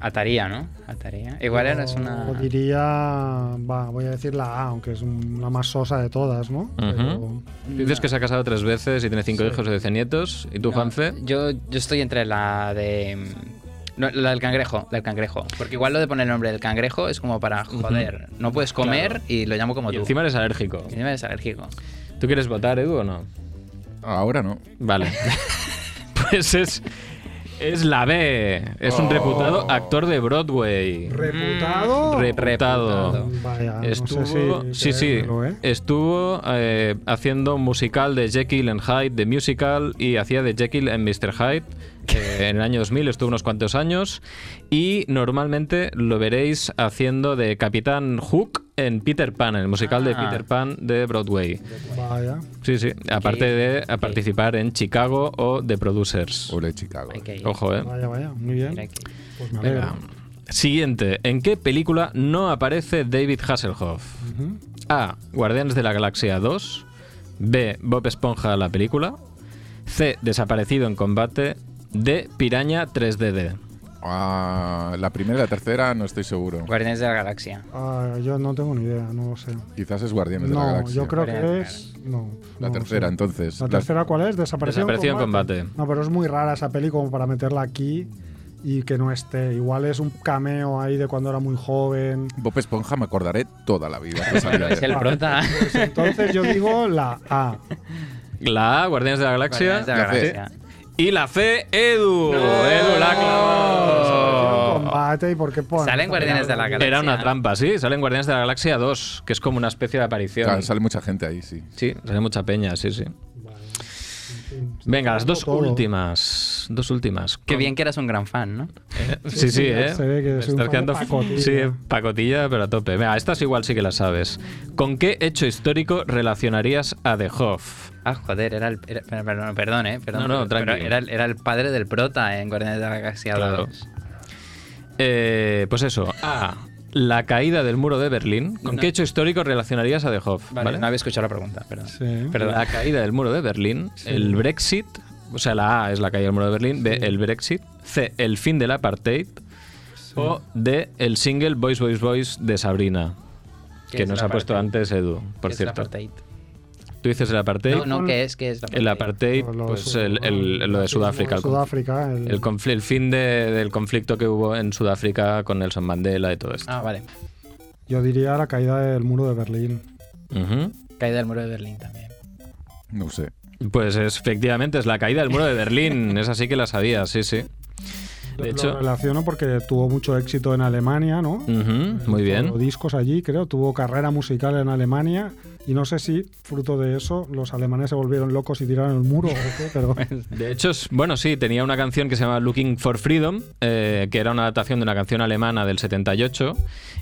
Speaker 3: Ataría, ¿no? Ataría. Igual
Speaker 1: Yo
Speaker 3: era es una.
Speaker 1: diría. Va, voy a decir la A, aunque es un- la más sosa de todas, ¿no? Pero-
Speaker 2: Dices que se ha casado tres veces y tiene cinco hijos y doce nietos. ¿Y tú,
Speaker 3: No,
Speaker 2: Juanfe?
Speaker 3: Yo, yo estoy entre la de. mm, no, la del cangrejo, la del cangrejo. Porque igual lo de poner el nombre del cangrejo es como para joder. No puedes comer y lo llamo como
Speaker 2: Y
Speaker 3: tú.
Speaker 2: encima eres alérgico.
Speaker 3: Y encima eres alérgico.
Speaker 2: ¿Tú quieres votar, Edu, o no?
Speaker 4: Ahora no.
Speaker 2: Vale. [laughs] pues es. Es la B. Es un
Speaker 4: Oh.
Speaker 2: reputado actor de Broadway.
Speaker 1: ¿Reputado?
Speaker 2: Reputado.
Speaker 1: Vaya,
Speaker 2: Estuvo,
Speaker 1: no sé si
Speaker 2: sí, sí,
Speaker 1: creérmelo, ¿eh?
Speaker 2: estuvo eh, haciendo un musical de Jekyll and Hyde, de musical, y hacía de Jekyll and Mr. Hyde. eh, en el año 2000 estuvo unos cuantos años. Y normalmente lo veréis haciendo de Capitán Hook en Peter Pan, en el musical de
Speaker 3: Ah.
Speaker 2: Peter Pan de Broadway.
Speaker 1: Vaya.
Speaker 2: Sí, sí, aparte de a
Speaker 3: ok.
Speaker 2: participar en Chicago o The Producers.
Speaker 4: Ole, Chicago.
Speaker 3: Hay que ir.
Speaker 2: Ojo, eh.
Speaker 1: Vaya, vaya, muy bien.
Speaker 3: Mira que-
Speaker 1: Pues me alegro.
Speaker 2: Siguiente. ¿En qué película no aparece David Hasselhoff? A. Guardianes de la Galaxia 2. B. Bob Esponja la película. C. Desaparecido en combate. D. Piraña 3DD.
Speaker 4: Ah, la primera y la tercera no estoy seguro.
Speaker 3: Guardianes de la Galaxia.
Speaker 1: Ah, yo no tengo ni idea, no lo sé.
Speaker 4: Quizás es Guardianes de la
Speaker 1: No,
Speaker 4: Galaxia.
Speaker 1: yo creo que
Speaker 3: Guardianes
Speaker 1: es. No.
Speaker 4: La
Speaker 1: no lo
Speaker 4: tercera,
Speaker 1: sé.
Speaker 4: entonces.
Speaker 1: ¿La tercera cuál es? Desaparecido,
Speaker 2: Desaparecido en
Speaker 1: en combate.
Speaker 2: combate.
Speaker 1: No, pero es muy rara esa peli como para meterla aquí y que no esté. Igual es un cameo ahí de cuando era muy joven.
Speaker 4: Bob Esponja me acordaré toda la vida.
Speaker 3: [laughs]
Speaker 4: no sabía
Speaker 3: Es
Speaker 4: yo.
Speaker 3: el
Speaker 1: Vale,
Speaker 2: [laughs]
Speaker 3: prota.
Speaker 1: Pues entonces yo digo la A.
Speaker 2: La A. Guardianes de la Galaxia.
Speaker 3: Guardianes de la
Speaker 4: la C.
Speaker 3: Galaxia.
Speaker 2: Y la C. Edu. Edu la ha clavado.
Speaker 1: Desaparecido en combate y por qué ponen
Speaker 3: Salen
Speaker 1: esta
Speaker 3: Guardianes de la
Speaker 1: película?
Speaker 3: Galaxia.
Speaker 2: Era una trampa, sí. Salen Guardianes de la Galaxia 2, que es como una especie de aparición.
Speaker 4: Claro, sale mucha gente ahí, sí.
Speaker 2: Sí, sale mucha peña, sí, sí.
Speaker 1: Vale. En fin,
Speaker 2: Venga, las dos
Speaker 1: todo.
Speaker 2: últimas. Dos últimas.
Speaker 3: Qué bien que eras un gran fan, ¿no?
Speaker 2: Sí, sí,
Speaker 1: ya
Speaker 2: ¿eh?
Speaker 1: se ve que
Speaker 2: Me
Speaker 1: soy un
Speaker 2: estás
Speaker 1: fan
Speaker 2: quedando-
Speaker 1: de pacotilla.
Speaker 2: Sí, pacotilla, pero a tope. Mira, estas igual sí que las sabes. ¿Con qué hecho histórico relacionarías a The Hoff?
Speaker 3: Ah, joder, era el. era- per- perdón, perdón, eh. Perdón,
Speaker 2: No, no,
Speaker 3: pero- pero
Speaker 2: tranquilo.
Speaker 3: era, el- era el padre del prota en Guardianes de la Galaxia
Speaker 2: Claro.
Speaker 3: 2.
Speaker 2: Eh, pues eso. A. La caída del muro de Berlín. ¿Con
Speaker 3: No.
Speaker 2: qué hecho histórico relacionarías a The Hoff?
Speaker 3: Vale, no había escuchado la pregunta, perdón.
Speaker 1: Sí.
Speaker 3: Perdón.
Speaker 2: La caída del muro de Berlín. El Brexit. O sea, la A es la caída del muro de Berlín. B. El Brexit. C. El fin del apartheid. O D. El single Boys, Boys, Boys de Sabrina.
Speaker 3: ¿Qué
Speaker 2: Que
Speaker 3: es
Speaker 2: nos
Speaker 3: el
Speaker 2: ha puesto
Speaker 3: apartheid?
Speaker 2: antes Edu, por
Speaker 3: ¿Qué es el
Speaker 2: cierto.
Speaker 3: apartheid?
Speaker 2: Tú dices el apartheid.
Speaker 3: No, no, ¿qué es? ¿Qué es la
Speaker 2: El apartheid,
Speaker 1: Lo- lo
Speaker 2: pues
Speaker 1: de
Speaker 2: el,
Speaker 1: Sudán,
Speaker 2: el- lo de
Speaker 1: racismo
Speaker 2: Sudáfrica. El, conf-
Speaker 1: Sudáfrica, el-
Speaker 2: el confl- el fin de- del conflicto que hubo en Sudáfrica con Nelson Mandela y todo esto.
Speaker 3: Ah, vale.
Speaker 1: yo diría la caída del muro de Berlín.
Speaker 2: Ujú.
Speaker 3: Caída del muro de Berlín también.
Speaker 4: No sé.
Speaker 2: Pues es- efectivamente es la caída del muro de
Speaker 3: [laughs]
Speaker 2: Berlín. es así que la sabía, sí, sí. De
Speaker 1: Lo
Speaker 2: hecho,
Speaker 1: relaciono porque tuvo mucho éxito en Alemania, ¿no?
Speaker 2: ujú, muy bien.
Speaker 1: Hizo discos allí, creo, tuvo carrera musical en Alemania y no sé si, fruto de eso, los alemanes se volvieron locos y tiraron el muro o
Speaker 2: [laughs]
Speaker 1: qué, pero
Speaker 2: De hecho, es- bueno, sí, tenía una canción que se llama Looking for Freedom, eh, que era una adaptación de una canción alemana del 78.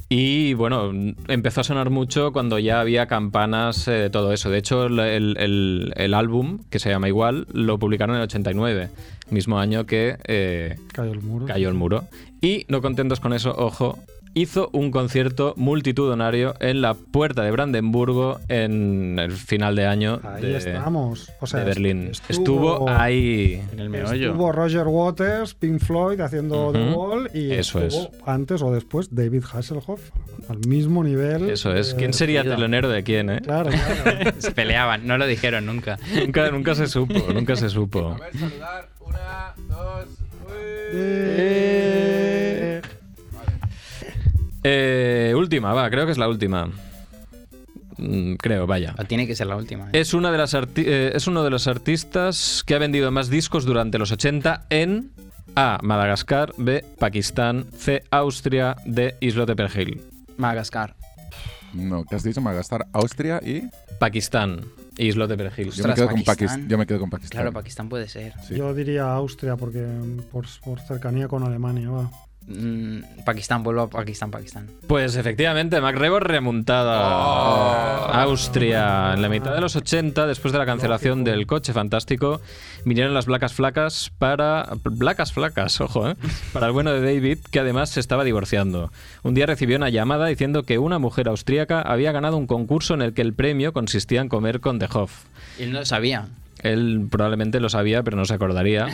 Speaker 2: Y bueno, empezó a sonar mucho cuando ya había campanas, eh, todo eso. De hecho, el, el- el- el álbum, que se llama igual, lo publicaron en el 89, mismo año que eh,
Speaker 1: cayó el muro.
Speaker 2: cayó el muro. Y no contentos con eso, ojo, hizo un concierto multitudinario en la puerta de Brandenburgo en el final de año.
Speaker 1: Ahí
Speaker 2: de-
Speaker 1: estamos. O sea,
Speaker 2: de Berlín. Estuvo, ahí.
Speaker 3: En el
Speaker 1: Estuvo Roger Waters, Pink Floyd haciendo The
Speaker 2: Ujú.
Speaker 1: Wall y
Speaker 2: Eso
Speaker 1: estuvo antes o después David Hasselhoff al mismo nivel.
Speaker 2: Eso es.
Speaker 1: Eh,
Speaker 2: ¿Quién sería telonero de quién, eh?
Speaker 1: Claro, claro.
Speaker 3: [laughs]
Speaker 2: [laughs]
Speaker 3: Se peleaban, no lo dijeron nunca.
Speaker 2: Nunca, nunca se supo, nunca se supo.
Speaker 4: saludar. Una, dos,
Speaker 1: Eh,
Speaker 2: Eh, última, va, creo que es la última. Mm, Creo, vaya.
Speaker 3: O tiene que ser la última. ¿eh?
Speaker 2: Es, una de las arti- eh, es uno de los artistas que ha vendido más discos durante los 80 en A. Madagascar, B. Pakistán, C. Austria, D. Islote Pergil.
Speaker 3: Madagascar.
Speaker 4: No, ¿qué has dicho? Madagascar, Austria y.
Speaker 2: Pakistán, Islote Pergil.
Speaker 4: Yo me,
Speaker 3: Ostras,
Speaker 4: quedo con
Speaker 3: Pakistán.
Speaker 4: Pakis- yo me quedo con Pakistán.
Speaker 3: Claro, Pakistán puede ser.
Speaker 4: Sí.
Speaker 1: Yo diría Austria porque mm, por, por cercanía con Alemania, va.
Speaker 3: mm, Pakistán, vuelvo a Pakistán, Pakistán.
Speaker 2: Pues efectivamente, MacRebor remontada a Austria. En la mitad de los 80, después de la cancelación del coche fantástico, vinieron las placas flacas para. Placas flacas, ojo, ¿eh? Para el bueno de David, que además se estaba divorciando. Un día recibió una llamada diciendo que una mujer austríaca había ganado un concurso en el que el premio consistía en comer con The Hoff.
Speaker 3: Él no lo sabía.
Speaker 2: Él probablemente lo sabía, pero no se
Speaker 3: [laughs]
Speaker 2: acordaría.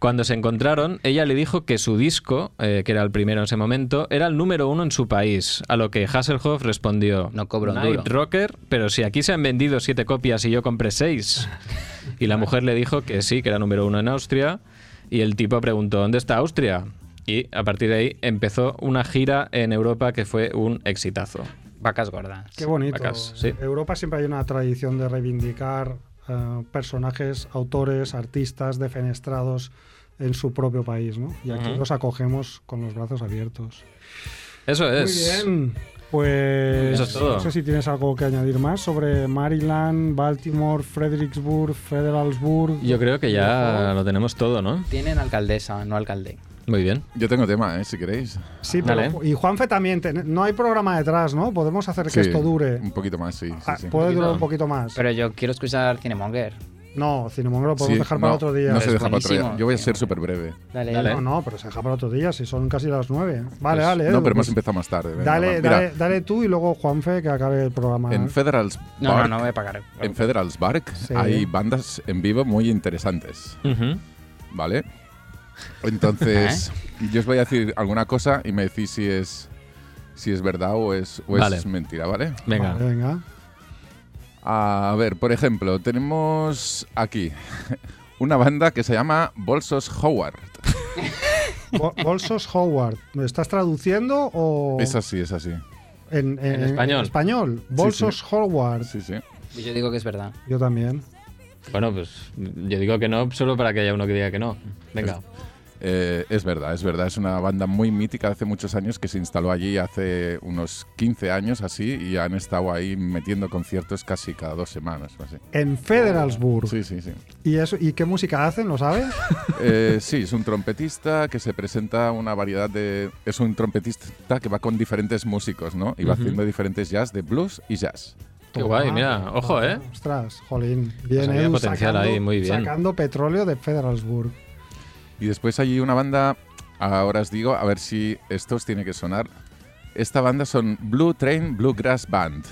Speaker 2: Cuando se encontraron, ella le dijo que su disco, eh, que era el primero en ese momento, era el número uno en su país. A lo que Hasselhoff respondió:
Speaker 3: No cobro un
Speaker 2: Night
Speaker 3: duro".
Speaker 2: Rocker, pero si aquí se han vendido siete copias y yo compré
Speaker 3: [laughs]
Speaker 2: seis. Y la mujer le dijo que sí, que era número uno en Austria. Y el tipo preguntó: ¿Dónde está Austria? Y a partir de ahí empezó una gira en Europa que fue un exitazo.
Speaker 3: Vacas gordas.
Speaker 1: Qué bonito.
Speaker 2: vacas, sí.
Speaker 1: Europa siempre hay una tradición de reivindicar eh, personajes, autores, artistas defenestrados en su propio país, ¿no? Y aquí
Speaker 2: Ujú.
Speaker 1: los acogemos con los brazos abiertos.
Speaker 2: Eso es.
Speaker 1: Muy bien. Pues
Speaker 2: Eso es todo.
Speaker 1: no sé si tienes algo que añadir más sobre Maryland, Baltimore, Fredericksburg, Federalsburg.
Speaker 2: Yo creo que ya lo tenemos todo, ¿no?
Speaker 3: Tienen alcaldesa, no alcalde.
Speaker 2: Muy bien.
Speaker 4: Yo tengo tema, ¿eh? si queréis.
Speaker 1: Sí, pero-
Speaker 2: Dale.
Speaker 1: y Juanfe también. ten- no hay programa detrás, ¿no? Podemos hacer que
Speaker 4: Sí,
Speaker 1: esto dure.
Speaker 4: Un poquito más, sí. sí,
Speaker 1: Ah,
Speaker 4: sí.
Speaker 1: Puede
Speaker 2: Un
Speaker 1: durar
Speaker 2: poquito.
Speaker 1: un poquito más.
Speaker 3: Pero yo quiero escuchar Cinemonger.
Speaker 1: no, Cinemongo lo podemos
Speaker 4: Sí,
Speaker 1: dejar para
Speaker 4: no,
Speaker 1: otro día.
Speaker 4: No se
Speaker 3: Es
Speaker 4: deja para otro día.
Speaker 3: buenísimo.
Speaker 4: Yo voy a ser súper breve.
Speaker 3: Dale,
Speaker 2: Dale.
Speaker 1: Eh, No, no, pero se deja para otro día, si son casi las nueve. Vale, dale.
Speaker 4: no,
Speaker 1: Edu,
Speaker 4: pero hemos
Speaker 1: pues
Speaker 4: empezado más tarde. venga, va.
Speaker 1: dale,
Speaker 4: Mira,
Speaker 1: dale, dale tú y luego Juanfe que acabe el programa. ¿eh?
Speaker 4: En Federals
Speaker 3: No,
Speaker 4: Park,
Speaker 3: no, no voy a pagar.
Speaker 4: en Federals Park
Speaker 1: Sí.
Speaker 4: hay bandas en vivo muy interesantes,
Speaker 2: Ujú.
Speaker 4: ¿vale?
Speaker 3: [laughs]
Speaker 4: Entonces,
Speaker 3: ¿Eh?
Speaker 4: yo os voy a decir alguna cosa y me decís si es si es verdad o es, o es
Speaker 2: Vale.
Speaker 4: mentira, ¿vale?
Speaker 2: Venga.
Speaker 1: Vale, venga.
Speaker 4: A ver, por ejemplo, tenemos aquí [laughs] una banda que se llama Bolsos Howard.
Speaker 2: [laughs]
Speaker 1: Bo- Bolsos Howard. ¿Me estás traduciendo o
Speaker 4: Es así, es así.
Speaker 1: en, en-
Speaker 2: En español.
Speaker 1: en español? Bolsos Howard.
Speaker 4: Sí, sí.
Speaker 3: Yo digo que es verdad.
Speaker 1: Yo también.
Speaker 2: Bueno, pues yo digo que no solo para que haya uno que diga que no. Venga.
Speaker 4: Eh, es verdad, es verdad. Es una banda muy mítica de hace muchos años que se instaló allí hace unos 15 años así y han estado ahí metiendo conciertos casi cada dos semanas. o Así.
Speaker 1: En Federalsburg.
Speaker 4: Sí, sí, sí.
Speaker 1: ¿Y, eso, ¿Y qué música hacen? ¿Lo sabes?
Speaker 4: Eh, sí, es un trompetista que se presenta una variedad de... Es un trompetista que va con diferentes músicos, ¿no? Y va haciendo diferentes jazz de blues y jazz.
Speaker 2: Qué
Speaker 1: Toma,
Speaker 2: guay, mira,
Speaker 1: toma.
Speaker 2: ojo, ¿eh?
Speaker 1: Ostras, jolín. Bien,
Speaker 2: Pues había
Speaker 1: Edu,
Speaker 2: potencial
Speaker 1: sacando-
Speaker 2: ahí, muy bien.
Speaker 1: Sacando petróleo de Federalsburg.
Speaker 4: Y después allí una banda, ahora os digo, a ver si esto os tiene que sonar. Esta banda son Blue Train Bluegrass Band.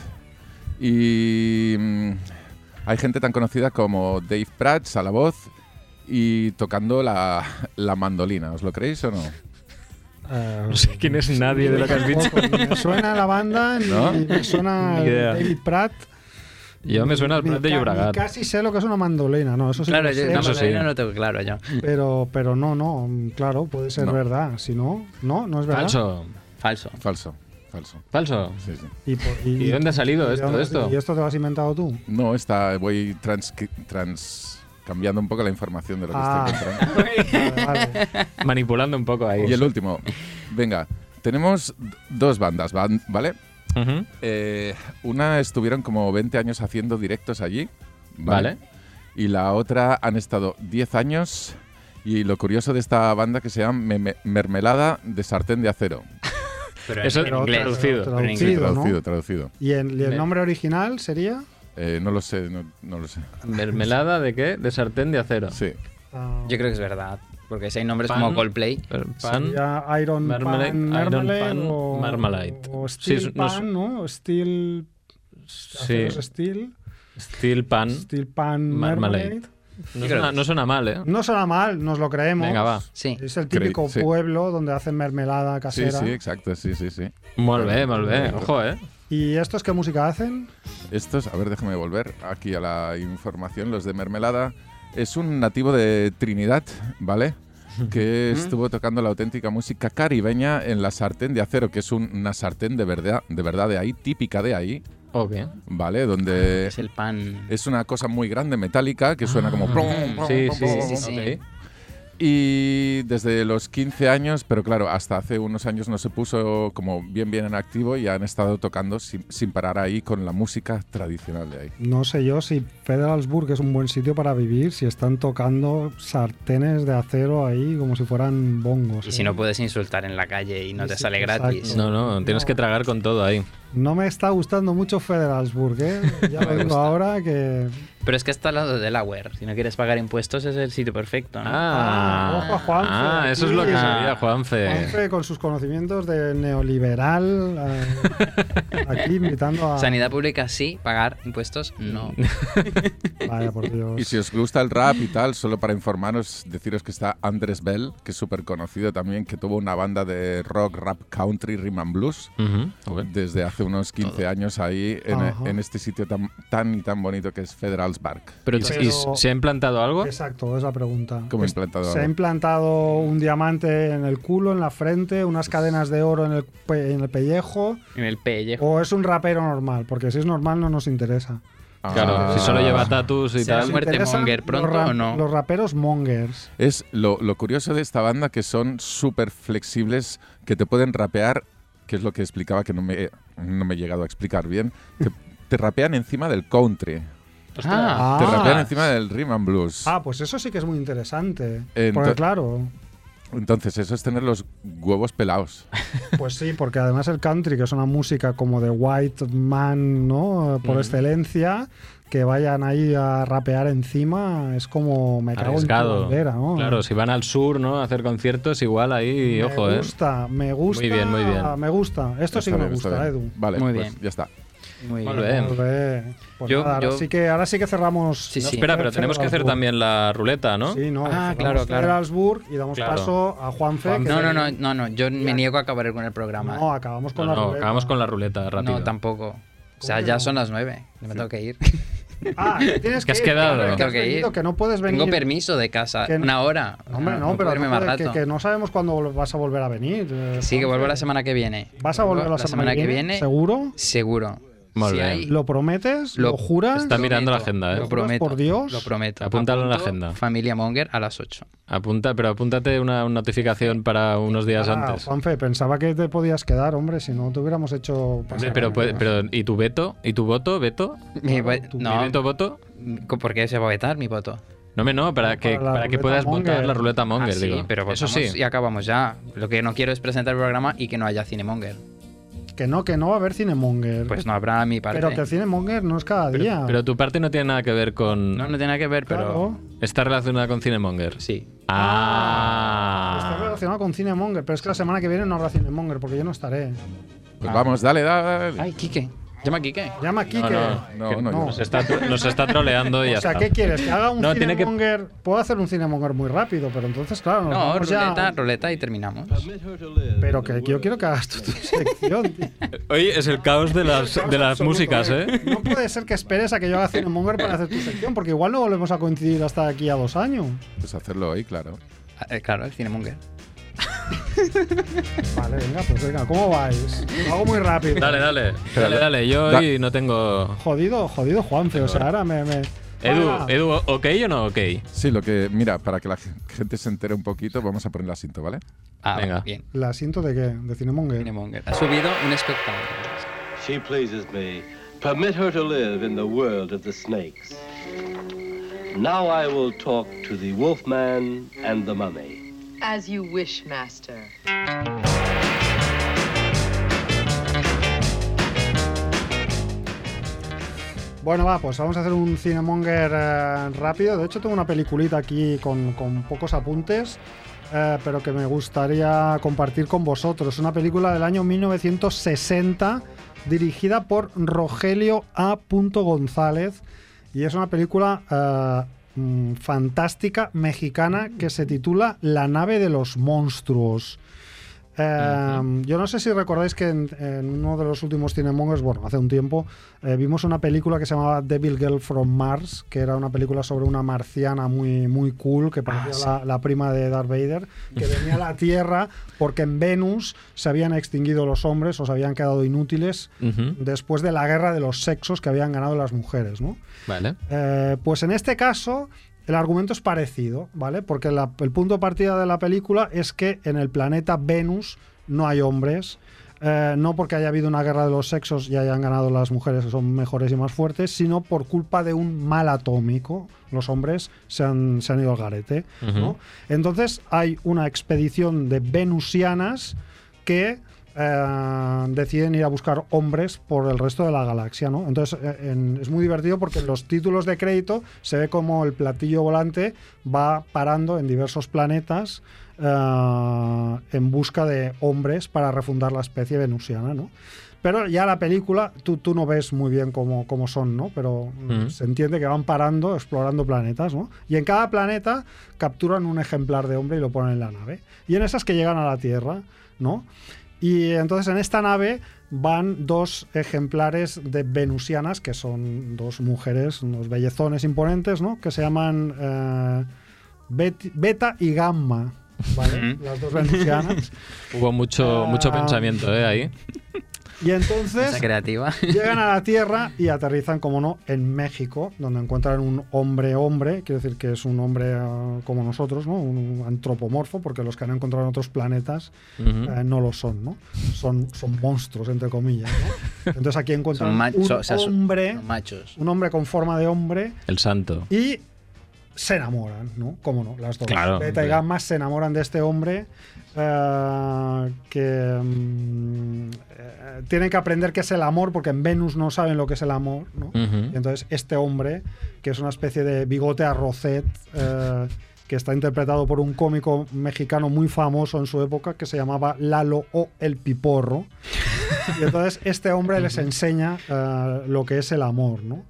Speaker 4: Y mm, hay gente tan conocida como Dave Prats a la voz y tocando la, la mandolina. ¿Os lo creéis o no?
Speaker 1: Eh,
Speaker 2: [laughs] No sé quién es nadie de lo que has dicho.
Speaker 1: tampoco, ni Me suena la banda, ni
Speaker 4: ¿No?
Speaker 1: me suena
Speaker 2: [laughs] Ni idea.
Speaker 1: David Pratt.
Speaker 2: Yo me suena el
Speaker 1: ni
Speaker 2: plan de
Speaker 1: ca-
Speaker 2: Llobregat.
Speaker 1: ni Casi sé lo que es una mandolina, no, eso sí.
Speaker 3: claro,
Speaker 1: lo
Speaker 3: yo
Speaker 1: sé,
Speaker 3: no,
Speaker 2: eso sí.
Speaker 3: no lo tengo claro yo.
Speaker 1: pero, pero no, no, mm, claro, puede ser
Speaker 4: No.
Speaker 1: verdad. Si no, no, no es verdad.
Speaker 2: Falso.
Speaker 3: Falso.
Speaker 4: Falso, falso.
Speaker 2: Falso.
Speaker 4: Sí, sí.
Speaker 1: ¿Y, por-
Speaker 2: ¿Y dónde ha
Speaker 1: y
Speaker 2: salido
Speaker 1: de
Speaker 2: esto?
Speaker 1: dónde-
Speaker 2: esto?
Speaker 1: ¿Y esto te lo has inventado tú?
Speaker 4: No, está, voy trans, trans cambiando un poco la información de lo que
Speaker 1: Ah.
Speaker 4: estoy encontrando.
Speaker 1: [laughs] Vale, vale.
Speaker 2: Manipulando un poco ahí.
Speaker 4: Y el último. Venga, tenemos d- dos bandas, van- ¿vale?
Speaker 2: Ujú.
Speaker 4: Eh, una estuvieron como 20 años haciendo directos allí.
Speaker 2: Vale.
Speaker 4: Y la otra han estado 10 años. Y lo curioso de esta banda que se llama Meme- Mermelada de Sartén de Acero.
Speaker 3: Pero
Speaker 2: Eso
Speaker 1: Pero
Speaker 2: inglés.
Speaker 1: tra-
Speaker 2: Traducido.
Speaker 1: traducido,
Speaker 3: Pero en inglés.
Speaker 1: ¿no?
Speaker 4: traducido, traducido.
Speaker 1: ¿Y, el, y el nombre original sería?
Speaker 4: Eh, no lo sé, no, no lo sé.
Speaker 2: ¿Mermelada de qué? De sartén de acero.
Speaker 4: Sí.
Speaker 1: Ah,
Speaker 3: Yo creo que es verdad. Porque si hay nombres
Speaker 2: Pan.
Speaker 3: como Coldplay.
Speaker 2: Pero Pan.
Speaker 1: sería Iron
Speaker 2: Marmalade-
Speaker 1: Pan,
Speaker 2: Iron
Speaker 1: Marmalade
Speaker 2: Pan,
Speaker 1: o,
Speaker 2: Marmalade.
Speaker 1: o
Speaker 2: Sí,
Speaker 1: Steel
Speaker 2: es- no es-
Speaker 1: Pan, ¿no? Steel,
Speaker 2: Sí. Mm.
Speaker 1: aceros Steel,
Speaker 2: Steel pan.
Speaker 1: Steel Pan
Speaker 2: Marmalade.
Speaker 1: Marmalade.
Speaker 2: No suena, no suena mal, ¿eh?
Speaker 1: No suena mal, nos lo creemos.
Speaker 2: Venga, va.
Speaker 3: Sí.
Speaker 1: Es el
Speaker 4: Creí-
Speaker 1: típico
Speaker 4: sí.
Speaker 1: pueblo donde hacen mermelada
Speaker 4: Sí,
Speaker 1: casera.
Speaker 4: sí, exacto, sí, sí, sí.
Speaker 2: Molt bé, molt bé. Ojo, ¿eh?
Speaker 1: ¿Y estos qué música hacen?
Speaker 4: Estos, a ver, déjame volver aquí a la información, los de Mermelada. Es un nativo de Trinidad, ¿vale? Que estuvo tocando la auténtica música caribeña en la sartén de acero, que es un- una sartén de verdad, de verdad de ahí, típica de ahí,
Speaker 2: Ok.
Speaker 4: ¿vale? Donde
Speaker 3: Es el pan.
Speaker 4: es una cosa muy grande, metálica, que suena como... plom, plom,
Speaker 2: Ah. Sí,
Speaker 4: plom,
Speaker 2: sí,
Speaker 4: plom,
Speaker 2: sí.
Speaker 3: sí, sí.
Speaker 2: ok.
Speaker 4: Y desde los 15 años, pero claro, hasta hace unos años no se puso como bien bien en activo y han estado tocando sin, sin parar ahí con la música tradicional de ahí.
Speaker 1: No sé yo si Federalsburg es un buen sitio para vivir, si están tocando sartenes de acero ahí como si fueran bongos.
Speaker 3: Y
Speaker 1: ¿eh?
Speaker 3: si no puedes insultar en la calle y no
Speaker 1: Sí,
Speaker 3: te
Speaker 1: sí,
Speaker 3: sale
Speaker 1: exacto.
Speaker 3: gratis.
Speaker 2: No, no, tienes que tragar con todo ahí.
Speaker 1: No me está gustando mucho Federalsburg, ¿eh? Ya
Speaker 3: No me
Speaker 1: lo digo
Speaker 3: gusta.
Speaker 1: ahora que...
Speaker 3: Pero es que está al lado de Delaware. Si no quieres pagar impuestos, es el sitio perfecto. ¿no?
Speaker 2: Ah,
Speaker 1: ojo a Juanfe,
Speaker 2: ah, eso es
Speaker 1: aquí.
Speaker 2: lo que
Speaker 3: Ah.
Speaker 2: sabía Juanfe.
Speaker 1: Juanfe, con sus conocimientos de neoliberal, eh, aquí invitando a...
Speaker 3: Sanidad pública sí, pagar impuestos no.
Speaker 1: Mm. Vaya, por Dios.
Speaker 4: Y si os gusta el rap y tal, solo para informaros, deciros que está Andres Bell, que es súper conocido también, que tuvo una banda de rock, rap, country, rhythm and blues
Speaker 2: Ujú, ok.
Speaker 4: desde hace unos 15 años ahí
Speaker 1: Ajá.
Speaker 4: en, en este sitio tan, tan y tan bonito que es Federalsburg.
Speaker 2: Pero,
Speaker 1: Pero-
Speaker 2: ¿y s- ¿se ha implantado algo?
Speaker 1: Exacto, es la pregunta.
Speaker 4: Como implantado
Speaker 1: Se ha
Speaker 4: ahora.
Speaker 1: implantado un diamante en el culo, en la frente, unas cadenas de oro en el, pe- en el pellejo,
Speaker 3: [laughs] En el pellejo.
Speaker 1: o es un rapero normal, porque si es normal no nos interesa.
Speaker 2: Claro,
Speaker 4: Ah.
Speaker 2: si solo lleva tatus y
Speaker 3: Se ha
Speaker 2: tal.
Speaker 3: muerto. Muerte
Speaker 1: Interesan
Speaker 3: monger,
Speaker 1: los
Speaker 3: ¿pronto
Speaker 1: ra-
Speaker 3: o no?
Speaker 1: Los raperos mongers.
Speaker 4: Es lo, lo curioso de esta banda que son súper flexibles, que te pueden rapear, que es lo que explicaba que no me, no me he llegado a explicar bien, que te rapean encima del country,
Speaker 1: Ah.
Speaker 4: te rapean encima del rhythm and blues.
Speaker 1: Ah, pues eso sí que es muy interesante.
Speaker 4: Ento-
Speaker 1: porque claro,
Speaker 4: Entonces, eso es tener los huevos pelados.
Speaker 1: pues sí, porque además el country, que es una música como de white man, ¿no? Por excelencia, que vayan ahí a rapear encima, es como me cago en tu
Speaker 2: Arriesgado.
Speaker 1: bandera, ¿no?
Speaker 2: Claro, si van al sur, ¿no? A hacer conciertos, igual ahí,
Speaker 1: me
Speaker 2: ojo, ¿eh?
Speaker 1: gusta, me gusta.
Speaker 2: Muy bien, muy bien.
Speaker 1: Me gusta. [laughs] Esto sí que
Speaker 4: Está
Speaker 1: me
Speaker 4: bien, está
Speaker 1: gusta, Edu.
Speaker 4: bien. Vale,
Speaker 3: Muy
Speaker 4: pues
Speaker 3: bien.
Speaker 4: ya está.
Speaker 1: Oh,
Speaker 3: Muy
Speaker 2: Muy
Speaker 3: bien.
Speaker 2: bien.
Speaker 1: Volvé. Pues
Speaker 3: Yo-
Speaker 1: nada, ahora,
Speaker 3: yo-
Speaker 1: sí que, ahora sí que cerramos.
Speaker 3: Sí,
Speaker 2: No,
Speaker 3: sí.
Speaker 2: espera, pero tenemos que hacer
Speaker 1: Federalsburg.
Speaker 2: también la ruleta, ¿no?
Speaker 1: Sí, no.
Speaker 3: Ah,
Speaker 1: cerramos
Speaker 3: claro, claro.
Speaker 1: Federalsburg y damos
Speaker 2: Claro.
Speaker 1: paso a Juanfe. que
Speaker 3: No, no,
Speaker 1: es
Speaker 3: no,
Speaker 1: el-
Speaker 3: no, no, yo me niego a acabar con el programa.
Speaker 1: No, acabamos con ¿eh?
Speaker 2: No,
Speaker 1: la
Speaker 2: no,
Speaker 1: ruleta.
Speaker 2: acabamos con la ruleta rápido.
Speaker 3: No, tampoco. O sea,
Speaker 1: ¿Cómo que
Speaker 3: ya
Speaker 1: no?
Speaker 3: son las nueve. Me tengo que ir.
Speaker 1: Ah, que tienes
Speaker 2: Que has
Speaker 1: ir,
Speaker 2: quedado.
Speaker 1: hombre, Que,
Speaker 3: Tengo
Speaker 1: has
Speaker 3: que ir.
Speaker 1: venido, que no puedes venir.
Speaker 3: Tengo permiso de casa.
Speaker 1: Que no-
Speaker 3: Una hora.
Speaker 1: No, Hombre, no,
Speaker 3: puedo
Speaker 1: pero
Speaker 3: irme
Speaker 1: no
Speaker 3: más
Speaker 1: puedes- que,
Speaker 3: rato.
Speaker 1: que no sabemos cuándo vas a volver a venir. eh,
Speaker 3: Sí, que
Speaker 1: Juanfe.
Speaker 3: vuelvo la semana que viene.
Speaker 1: ¿Vas a volver la, semana, que viene? ¿Seguro?
Speaker 3: Seguro.
Speaker 2: Muy
Speaker 3: Si
Speaker 2: bien.
Speaker 3: hay-
Speaker 1: ¿Lo prometes? ¿Lo,
Speaker 3: Lo-
Speaker 1: juras?
Speaker 2: Está mirando la
Speaker 3: prometo,
Speaker 2: agenda, ¿eh?
Speaker 3: Lo prometo.
Speaker 1: Por Dios.
Speaker 3: Lo prometo.
Speaker 2: Apúntalo en la
Speaker 3: Apunto
Speaker 2: agenda.
Speaker 3: Familia Monger a las 8.
Speaker 2: Apunta, pero apúntate una notificación para unos días
Speaker 1: Ah,
Speaker 2: antes.
Speaker 1: Juanfe, pensaba que te podías quedar, hombre, si no te hubiéramos hecho...
Speaker 2: Hombre,
Speaker 1: pasar
Speaker 2: pero,
Speaker 1: hambre.
Speaker 2: puede- pero, ¿y tu veto? ¿Y tu voto, veto?
Speaker 1: tú-
Speaker 2: ¿Y
Speaker 3: no,
Speaker 2: veto, voto?
Speaker 3: ¿por qué se va a vetar mi voto?
Speaker 2: No, me no, para
Speaker 1: Para
Speaker 2: que,
Speaker 1: la
Speaker 2: para que
Speaker 1: ruleta
Speaker 2: puedas votar
Speaker 1: Monger.
Speaker 2: la ruleta Monger,
Speaker 3: Ah, sí,
Speaker 2: digo.
Speaker 3: pero
Speaker 2: Eso
Speaker 3: votamos
Speaker 2: sí.
Speaker 3: y acabamos ya. Lo que no quiero es presentar el programa y que no haya Cinemonger.
Speaker 1: Que no, que no va a haber Cinemonger.
Speaker 3: Pues no habrá a mi parte.
Speaker 1: pero que el Cinemonger no es cada día.
Speaker 2: Pero tu parte no tiene nada que ver con...
Speaker 3: No, no tiene nada que ver, pero...
Speaker 1: Claro.
Speaker 2: Está relacionada con Cinemonger.
Speaker 3: Sí.
Speaker 1: Está
Speaker 2: Ah.
Speaker 1: relacionado con Cinemonger, pero es que la semana que viene no habrá Cinemonger porque yo no estaré.
Speaker 4: Pues vamos, dale, dale. dale.
Speaker 3: Ah. Ay, Quique. Llama a Quique.
Speaker 1: Llama a Kike.
Speaker 4: no,
Speaker 2: que
Speaker 4: no, yo
Speaker 2: Nos, está, tro- nos está troleando y ya
Speaker 1: O sea,
Speaker 2: está.
Speaker 1: ¿qué quieres? ¿Que haga un
Speaker 2: No, tiene que-
Speaker 1: Cinemonger? Puedo hacer un Cinemonger muy rápido, pero entonces, claro, nos
Speaker 3: No,
Speaker 1: vamos ya-
Speaker 3: ruleta, ruleta y terminamos.
Speaker 1: Pero que yo quiero que hagas tu, tu sección, tío.
Speaker 2: Hoy es el caos de las, de las
Speaker 1: Absoluto,
Speaker 2: músicas, ¿eh?
Speaker 1: No puede ser que esperes a que yo haga Cinemonger para hacer tu sección, porque igual no volvemos a coincidir hasta aquí a dos años.
Speaker 4: Pues hacerlo hoy, claro.
Speaker 3: Ah, eh, Claro, el Cinemonger.
Speaker 1: Vale, venga, pues venga, ¿cómo vais? Lo hago muy rápido.
Speaker 2: Dale, dale. Dale, dale. Yo
Speaker 4: Da-
Speaker 2: hoy no tengo...
Speaker 1: Jodido, jodido Juanfe, o sea, ahora me... me-
Speaker 2: Edu,
Speaker 1: Hola.
Speaker 2: Edu, ¿ok o no ok?
Speaker 4: Sí, lo que, mira, para que la gente se entere un poquito, vamos a poner la cinta, ¿vale?
Speaker 3: Ah,
Speaker 2: Venga.
Speaker 3: bien.
Speaker 1: ¿La siento de qué? ¿De Cinemonger?
Speaker 3: Cinemonger. Ha subido un espectador.
Speaker 8: She pleases me. Permit her to live in the world of the snakes. Now I will talk to the wolfman and the mummy.
Speaker 9: As you wish, master.
Speaker 1: Bueno, va, pues vamos a hacer un Cinemonger eh, rápido. De hecho, tengo una peliculita aquí con, con pocos apuntes, eh, pero que me gustaría compartir con vosotros. Una película del año 1960, dirigida por Rogelio A. González. Y es una película eh, mm, fantástica mexicana que se titula La nave de los monstruos. Eh, Yo no sé si recordáis que en, en uno de los últimos Cinemongers, bueno, hace un tiempo, eh, vimos una película que se llamaba Devil Girl from Mars, que era una película sobre una marciana muy, muy cool, que parecía la, la prima de Darth Vader, que venía a la Tierra porque en Venus se habían extinguido los hombres o se habían quedado inútiles
Speaker 2: Ujú.
Speaker 1: después de la guerra de los sexos que habían ganado las mujeres, ¿no?
Speaker 2: Vale.
Speaker 1: Eh, pues en este caso El argumento es parecido, ¿vale? Porque la- el punto de partida de la película es que en el planeta Venus no hay hombres. eh, no porque haya habido una guerra de los sexos y hayan ganado las mujeres que son mejores y más fuertes, sino por culpa de un mal atómico. Los hombres se han, se han ido al garete. ¿no? Entonces hay una expedición de venusianas que eh, deciden ir a buscar hombres por el resto de la galaxia, ¿no? Entonces eh, en- es muy divertido porque en los títulos de crédito se ve como el platillo volante va parando en diversos planetas eh, en busca de hombres para refundar la especie venusiana, ¿no? Pero ya la película, tú, tú no ves muy bien cómo, cómo son, ¿no? Pero mm,
Speaker 2: Ujú.
Speaker 1: se entiende que van parando, explorando planetas, ¿no? Y en cada planeta capturan un ejemplar de hombre y lo ponen en la nave. Y en esas que llegan a la Tierra, ¿no? Y entonces en esta nave van dos ejemplares de venusianas, que son dos mujeres, unos bellezones imponentes, ¿no? Que se llaman eh, Bet- Beta y Gamma, ¿vale? Las dos venusianas.
Speaker 2: Hubo mucho, mucho
Speaker 1: Ah.
Speaker 2: pensamiento ¿eh? ahí.
Speaker 1: Y
Speaker 3: Esa
Speaker 1: entonces
Speaker 3: creativa.
Speaker 1: Llegan a la Tierra y aterrizan, como no, en México, donde encuentran un hombre-hombre, quiero decir que es un hombre ah, como nosotros, ¿no? Un antropomorfo, porque los que han encontrado en otros planetas
Speaker 2: Ujú.
Speaker 1: eh, no lo son, ¿no? Son, son monstruos, entre comillas, ¿no?
Speaker 3: [laughs]
Speaker 1: Entonces aquí encuentran
Speaker 3: Son machos,
Speaker 1: un
Speaker 3: o sea, son-
Speaker 1: hombre,
Speaker 3: Los machos.
Speaker 1: un hombre con forma de hombre,
Speaker 2: El santo.
Speaker 1: y se enamoran, ¿no? Cómo no, las dos.
Speaker 2: Claro,
Speaker 1: Beta y
Speaker 2: hombre.
Speaker 1: Gamma se enamoran de este hombre eh, que mm, eh, tienen que aprender qué es el amor, porque en Venus no saben lo que es el amor, ¿no?
Speaker 2: Ujú.
Speaker 1: Y entonces este hombre, que es una especie de bigote a rocet, eh, que está interpretado por un cómico mexicano muy famoso en su época, que se llamaba Lalo o El Piporro. Y entonces este hombre les enseña eh, lo que es el amor, ¿no?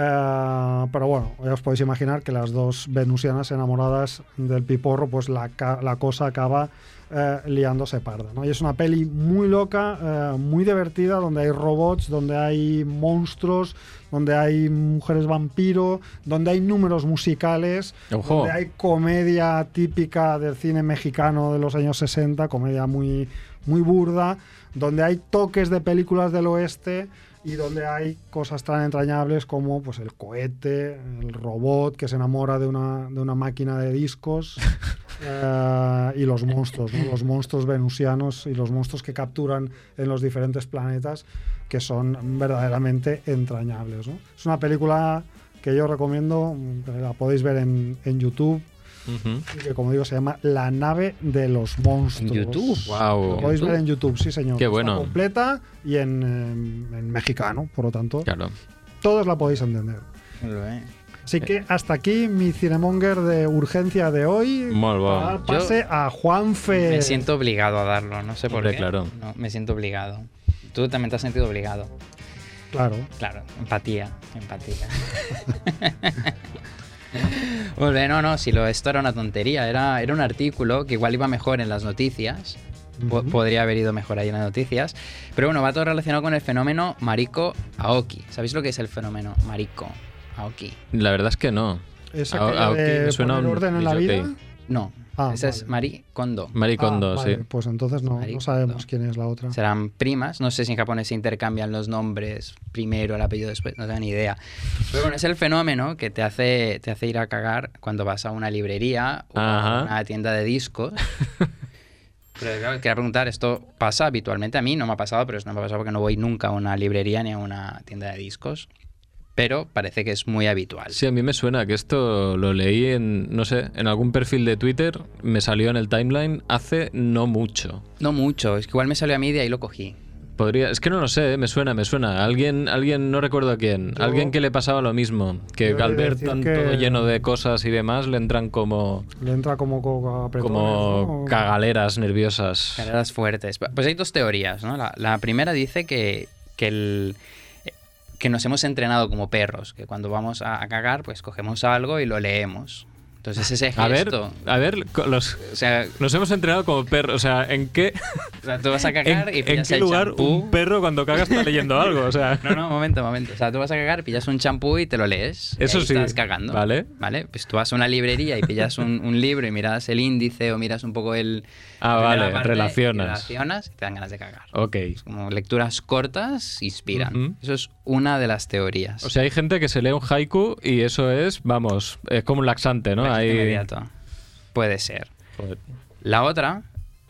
Speaker 1: Eh, pero bueno, ya os podéis imaginar que las dos venusianas enamoradas del piporro, pues la, ca- la cosa acaba eh, liándose parda. ¿no? Y es una peli muy loca, eh, muy divertida, donde hay robots, donde hay monstruos, donde hay mujeres vampiro, donde hay números musicales,
Speaker 2: Ojo.
Speaker 1: donde hay comedia típica del cine mexicano de los años 60, comedia muy, muy burda, donde hay toques de películas del oeste y donde hay cosas tan entrañables como pues, el cohete, el robot que se enamora de una, de una máquina de discos eh, y los monstruos, ¿no? los monstruos venusianos y los monstruos que capturan en los diferentes planetas que son verdaderamente entrañables. ¿no? Es una película que yo recomiendo, que la podéis ver en, en YouTube,
Speaker 2: Ujú.
Speaker 1: y que como digo se llama La nave de los monstruos.
Speaker 3: En YouTube.
Speaker 1: Lo
Speaker 2: Guau.
Speaker 1: podéis ver en YouTube, sí señor.
Speaker 2: Qué
Speaker 1: Está
Speaker 2: bueno.
Speaker 1: completa y en, eh, en mexicano, por lo tanto,
Speaker 2: Claro.
Speaker 1: todos la podéis entender.
Speaker 2: Eh.
Speaker 1: Así que hasta aquí mi cinemonger de urgencia de hoy.
Speaker 2: Molt bo.
Speaker 1: Para dar pase a Juanfe.
Speaker 3: Me siento obligado a darlo, no sé por
Speaker 2: Hombre,
Speaker 3: qué.
Speaker 2: claro.
Speaker 3: No, me siento obligado. Tú también te has sentido obligado.
Speaker 1: Claro.
Speaker 3: Claro, empatía, empatía. [laughs] Molt bé, no, no, si lo, esto era una tontería, era, era un artículo que igual iba mejor en las noticias, po-
Speaker 1: Ujú.
Speaker 3: podría haber ido mejor ahí en las noticias, pero bueno, va todo relacionado con el fenómeno Mariko Aoki. ¿Sabéis lo que es el fenómeno Mariko Aoki?
Speaker 2: La verdad es que no.
Speaker 1: Es
Speaker 2: Ah,
Speaker 1: aquella
Speaker 2: ah,
Speaker 1: de
Speaker 2: ok, me suena
Speaker 1: poner
Speaker 2: un
Speaker 1: orden en la
Speaker 2: disc
Speaker 1: vida.
Speaker 2: jockey.
Speaker 3: No,
Speaker 1: Ah,
Speaker 3: esa es
Speaker 1: vale.
Speaker 3: Marie Kondo.
Speaker 1: Ah,
Speaker 2: Maricondo,
Speaker 1: vale,
Speaker 2: sí.
Speaker 1: Pues entonces no,
Speaker 3: Marie
Speaker 1: no sabemos
Speaker 3: Kondo.
Speaker 1: quién es la otra.
Speaker 3: Serán primas, no sé si en japonés se intercambian los nombres primero, el apellido después, no tengo ni idea. Pero bueno, es el fenómeno que te hace, te hace ir a cagar cuando vas a una librería o a
Speaker 2: Ajá.
Speaker 3: una tienda de discos. Pero claro, quería preguntar, esto pasa habitualmente a mí, no me ha pasado, pero no me ha pasado porque no voy nunca a una librería ni a una tienda de discos. Pero parece que es muy habitual.
Speaker 2: Sí, a mí me suena que esto lo leí en, no sé, en algún perfil de Twitter, me salió en el timeline hace no mucho.
Speaker 3: No mucho, es que igual me salió a mí y de ahí lo cogí.
Speaker 2: Podría, es que no lo sé, ¿eh? me suena, me suena. Alguien, alguien no recuerdo quién,
Speaker 1: Yo-
Speaker 2: alguien que le pasaba lo mismo, que
Speaker 1: Yo he
Speaker 2: al
Speaker 1: de
Speaker 2: ver
Speaker 1: decir
Speaker 2: tanto
Speaker 1: que-
Speaker 2: lleno de cosas y demás le entran como,
Speaker 1: Le entra como, como apretones,
Speaker 2: como
Speaker 1: ¿no?
Speaker 2: cagaleras nerviosas.
Speaker 3: Carreras fuertes. Pues hay dos teorías, ¿no? La, la primera dice que, que, el, que nos hemos entrenado como perros, que cuando vamos a, a cagar, pues cogemos algo y lo leemos. Entonces ese gesto.
Speaker 2: A ver, a ver, co- los,
Speaker 3: O sea,
Speaker 2: nos hemos entrenado como perros. O sea, ¿en qué,
Speaker 3: o sea, tú vas a
Speaker 2: en,
Speaker 3: cagar y
Speaker 2: en
Speaker 3: pillas
Speaker 2: qué
Speaker 3: el
Speaker 2: lugar
Speaker 3: champú.
Speaker 2: un perro cuando caga está leyendo algo? O sea,
Speaker 3: [laughs] No, no, momento, momento. O sea, tú vas a cagar, pillas un champú y te lo lees. y
Speaker 2: Eso
Speaker 3: ahí
Speaker 2: sí.
Speaker 3: Estás cagando.
Speaker 2: Vale.
Speaker 3: Vale. Pues tú vas a una librería y pillas un, un libro y miras el índice o miras un poco el.
Speaker 2: Ah,
Speaker 3: la primera
Speaker 2: vale,
Speaker 3: parte y
Speaker 2: relacionas.
Speaker 3: Relacionas y te dan ganas de cagar.
Speaker 2: ok.
Speaker 3: Como lecturas cortas inspiran.
Speaker 2: Ujú.
Speaker 3: Eso es una de las teorías.
Speaker 2: O sea, hay gente que se lee un haiku y eso es, vamos, es como un laxante, ¿no?
Speaker 3: Efecto
Speaker 2: Ahí-
Speaker 3: inmediato. Puede ser.
Speaker 2: Joder.
Speaker 3: La otra,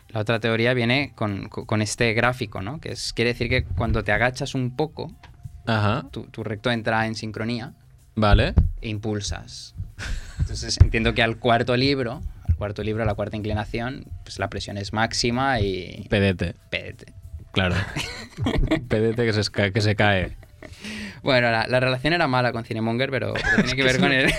Speaker 3: la otra teoría viene con, con- con este gráfico, ¿no? Que es, quiere decir que cuando te agachas un poco,
Speaker 2: Ajá,
Speaker 3: tu, tu recto entra en sincronía
Speaker 2: vale.
Speaker 3: e impulsas. Entonces [laughs] entiendo que al cuarto libro, al cuarto libro, a la cuarta inclinación, pues la presión es máxima y
Speaker 2: Pedete,
Speaker 3: pédete.
Speaker 2: [laughs] claro. Pedete que se, esca- que se cae.
Speaker 3: Bueno, la, la relación era mala con Cinemonger, pero, pero tiene que ver con el...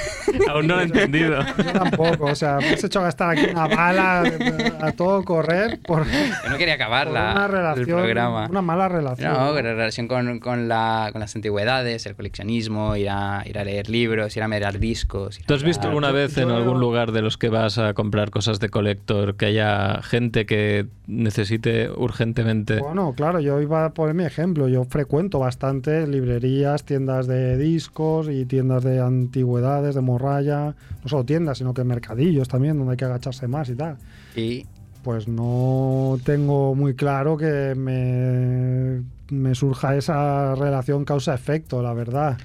Speaker 2: Aún no lo he entendido.
Speaker 1: Yo tampoco, o sea, me has hecho gastar aquí una bala eh, a todo correr por,
Speaker 3: Yo no quería acabar
Speaker 1: por
Speaker 3: la-
Speaker 1: una
Speaker 3: el
Speaker 1: relación,
Speaker 3: programa.
Speaker 1: una mala relación.
Speaker 3: No, pero en relación con, con la- con las antigüedades, el coleccionismo, ir a, ir a leer libros, ir a mirar discos. ir a
Speaker 2: ¿Tú has visto
Speaker 3: mirar-
Speaker 2: alguna vez en
Speaker 1: yo-
Speaker 2: algún lugar de los que vas a comprar cosas de colector que haya gente que necesite urgentemente?
Speaker 1: Bueno, claro, yo iba a poner mi ejemplo. Yo frecuento bastante librerías, tiendas de discos y tiendas de antigüedades, de morralla. No solo tiendas, sino que mercadillos también, donde hay que agacharse más y tal.
Speaker 3: Y
Speaker 1: Pues no tengo muy claro que me, me surja esa relación causa-efecto, la verdad.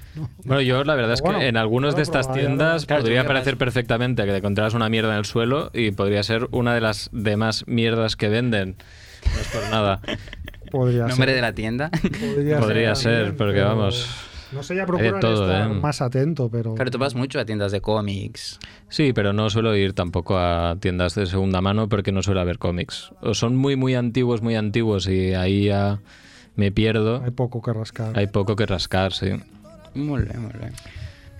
Speaker 2: Bueno, yo la verdad es que
Speaker 1: Bueno,
Speaker 2: en algunos
Speaker 1: claro,
Speaker 2: de estas
Speaker 1: pero hay
Speaker 2: tiendas
Speaker 3: Claro,
Speaker 2: podría
Speaker 3: tú miras-
Speaker 2: parecer perfectamente que te encontraras una mierda en el suelo y podría ser una de las demás mierdas que venden. No es por nada.
Speaker 1: Podría
Speaker 3: nombre
Speaker 1: ser.
Speaker 3: de
Speaker 1: [laughs]
Speaker 3: la tienda.
Speaker 1: Podría,
Speaker 2: Podría ser,
Speaker 1: también,
Speaker 2: porque
Speaker 1: pero
Speaker 2: vamos,
Speaker 1: No sé, ya
Speaker 2: de
Speaker 1: procurar
Speaker 2: todo,
Speaker 1: estar
Speaker 2: ¿eh?
Speaker 1: más atento, pero...
Speaker 3: Pero tú vas mucho a tiendas de cómics.
Speaker 2: Sí, pero no suelo ir tampoco a tiendas de segunda mano porque no suele haber cómics. O son muy, muy antiguos, muy antiguos y ahí ya me pierdo.
Speaker 1: Hay poco que rascar.
Speaker 2: Hay poco que rascar, sí.
Speaker 3: Muy bien, muy bien.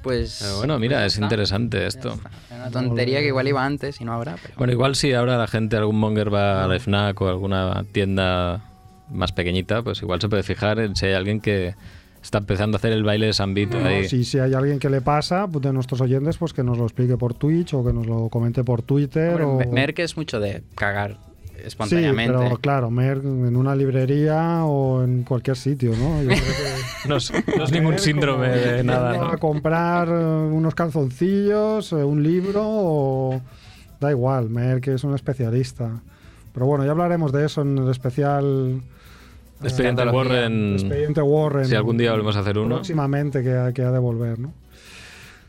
Speaker 3: Pues.
Speaker 2: Pero bueno, mira, es interesante esto.
Speaker 3: Es una tontería que igual iba antes y no habrá. Pero...
Speaker 2: Bueno, igual si ahora la gente, algún monger va a la FNAC o alguna tienda más pequeñita, pues igual se puede fijar en si hay alguien que está empezando a hacer el baile de Sambito
Speaker 1: No,
Speaker 2: ahí.
Speaker 1: si, si hay alguien que le pasa pues, de nuestros oyentes, pues que nos lo explique por Twitch o que nos lo comente por Twitter.
Speaker 3: Hombre,
Speaker 1: o...
Speaker 3: Me- Merck es mucho de cagar
Speaker 1: Sí,
Speaker 3: espontáneamente.
Speaker 1: pero claro, Merck en una librería o en cualquier sitio, ¿no? Yo creo que
Speaker 2: [laughs] No es, no es
Speaker 1: [laughs]
Speaker 2: ningún
Speaker 1: Merck,
Speaker 2: síndrome
Speaker 1: como
Speaker 2: de
Speaker 1: yendo
Speaker 2: nada,
Speaker 1: A
Speaker 2: ¿no?
Speaker 1: comprar eh, unos calzoncillos, eh, un libro o... Da igual, Merck es un especialista. Pero bueno, ya hablaremos de eso en el especial
Speaker 2: Expediente Warren,
Speaker 1: Expediente Warren.
Speaker 2: Mm. si algún día volvemos a hacer uno.
Speaker 1: Próximamente que, ha- que ha de volver, ¿no?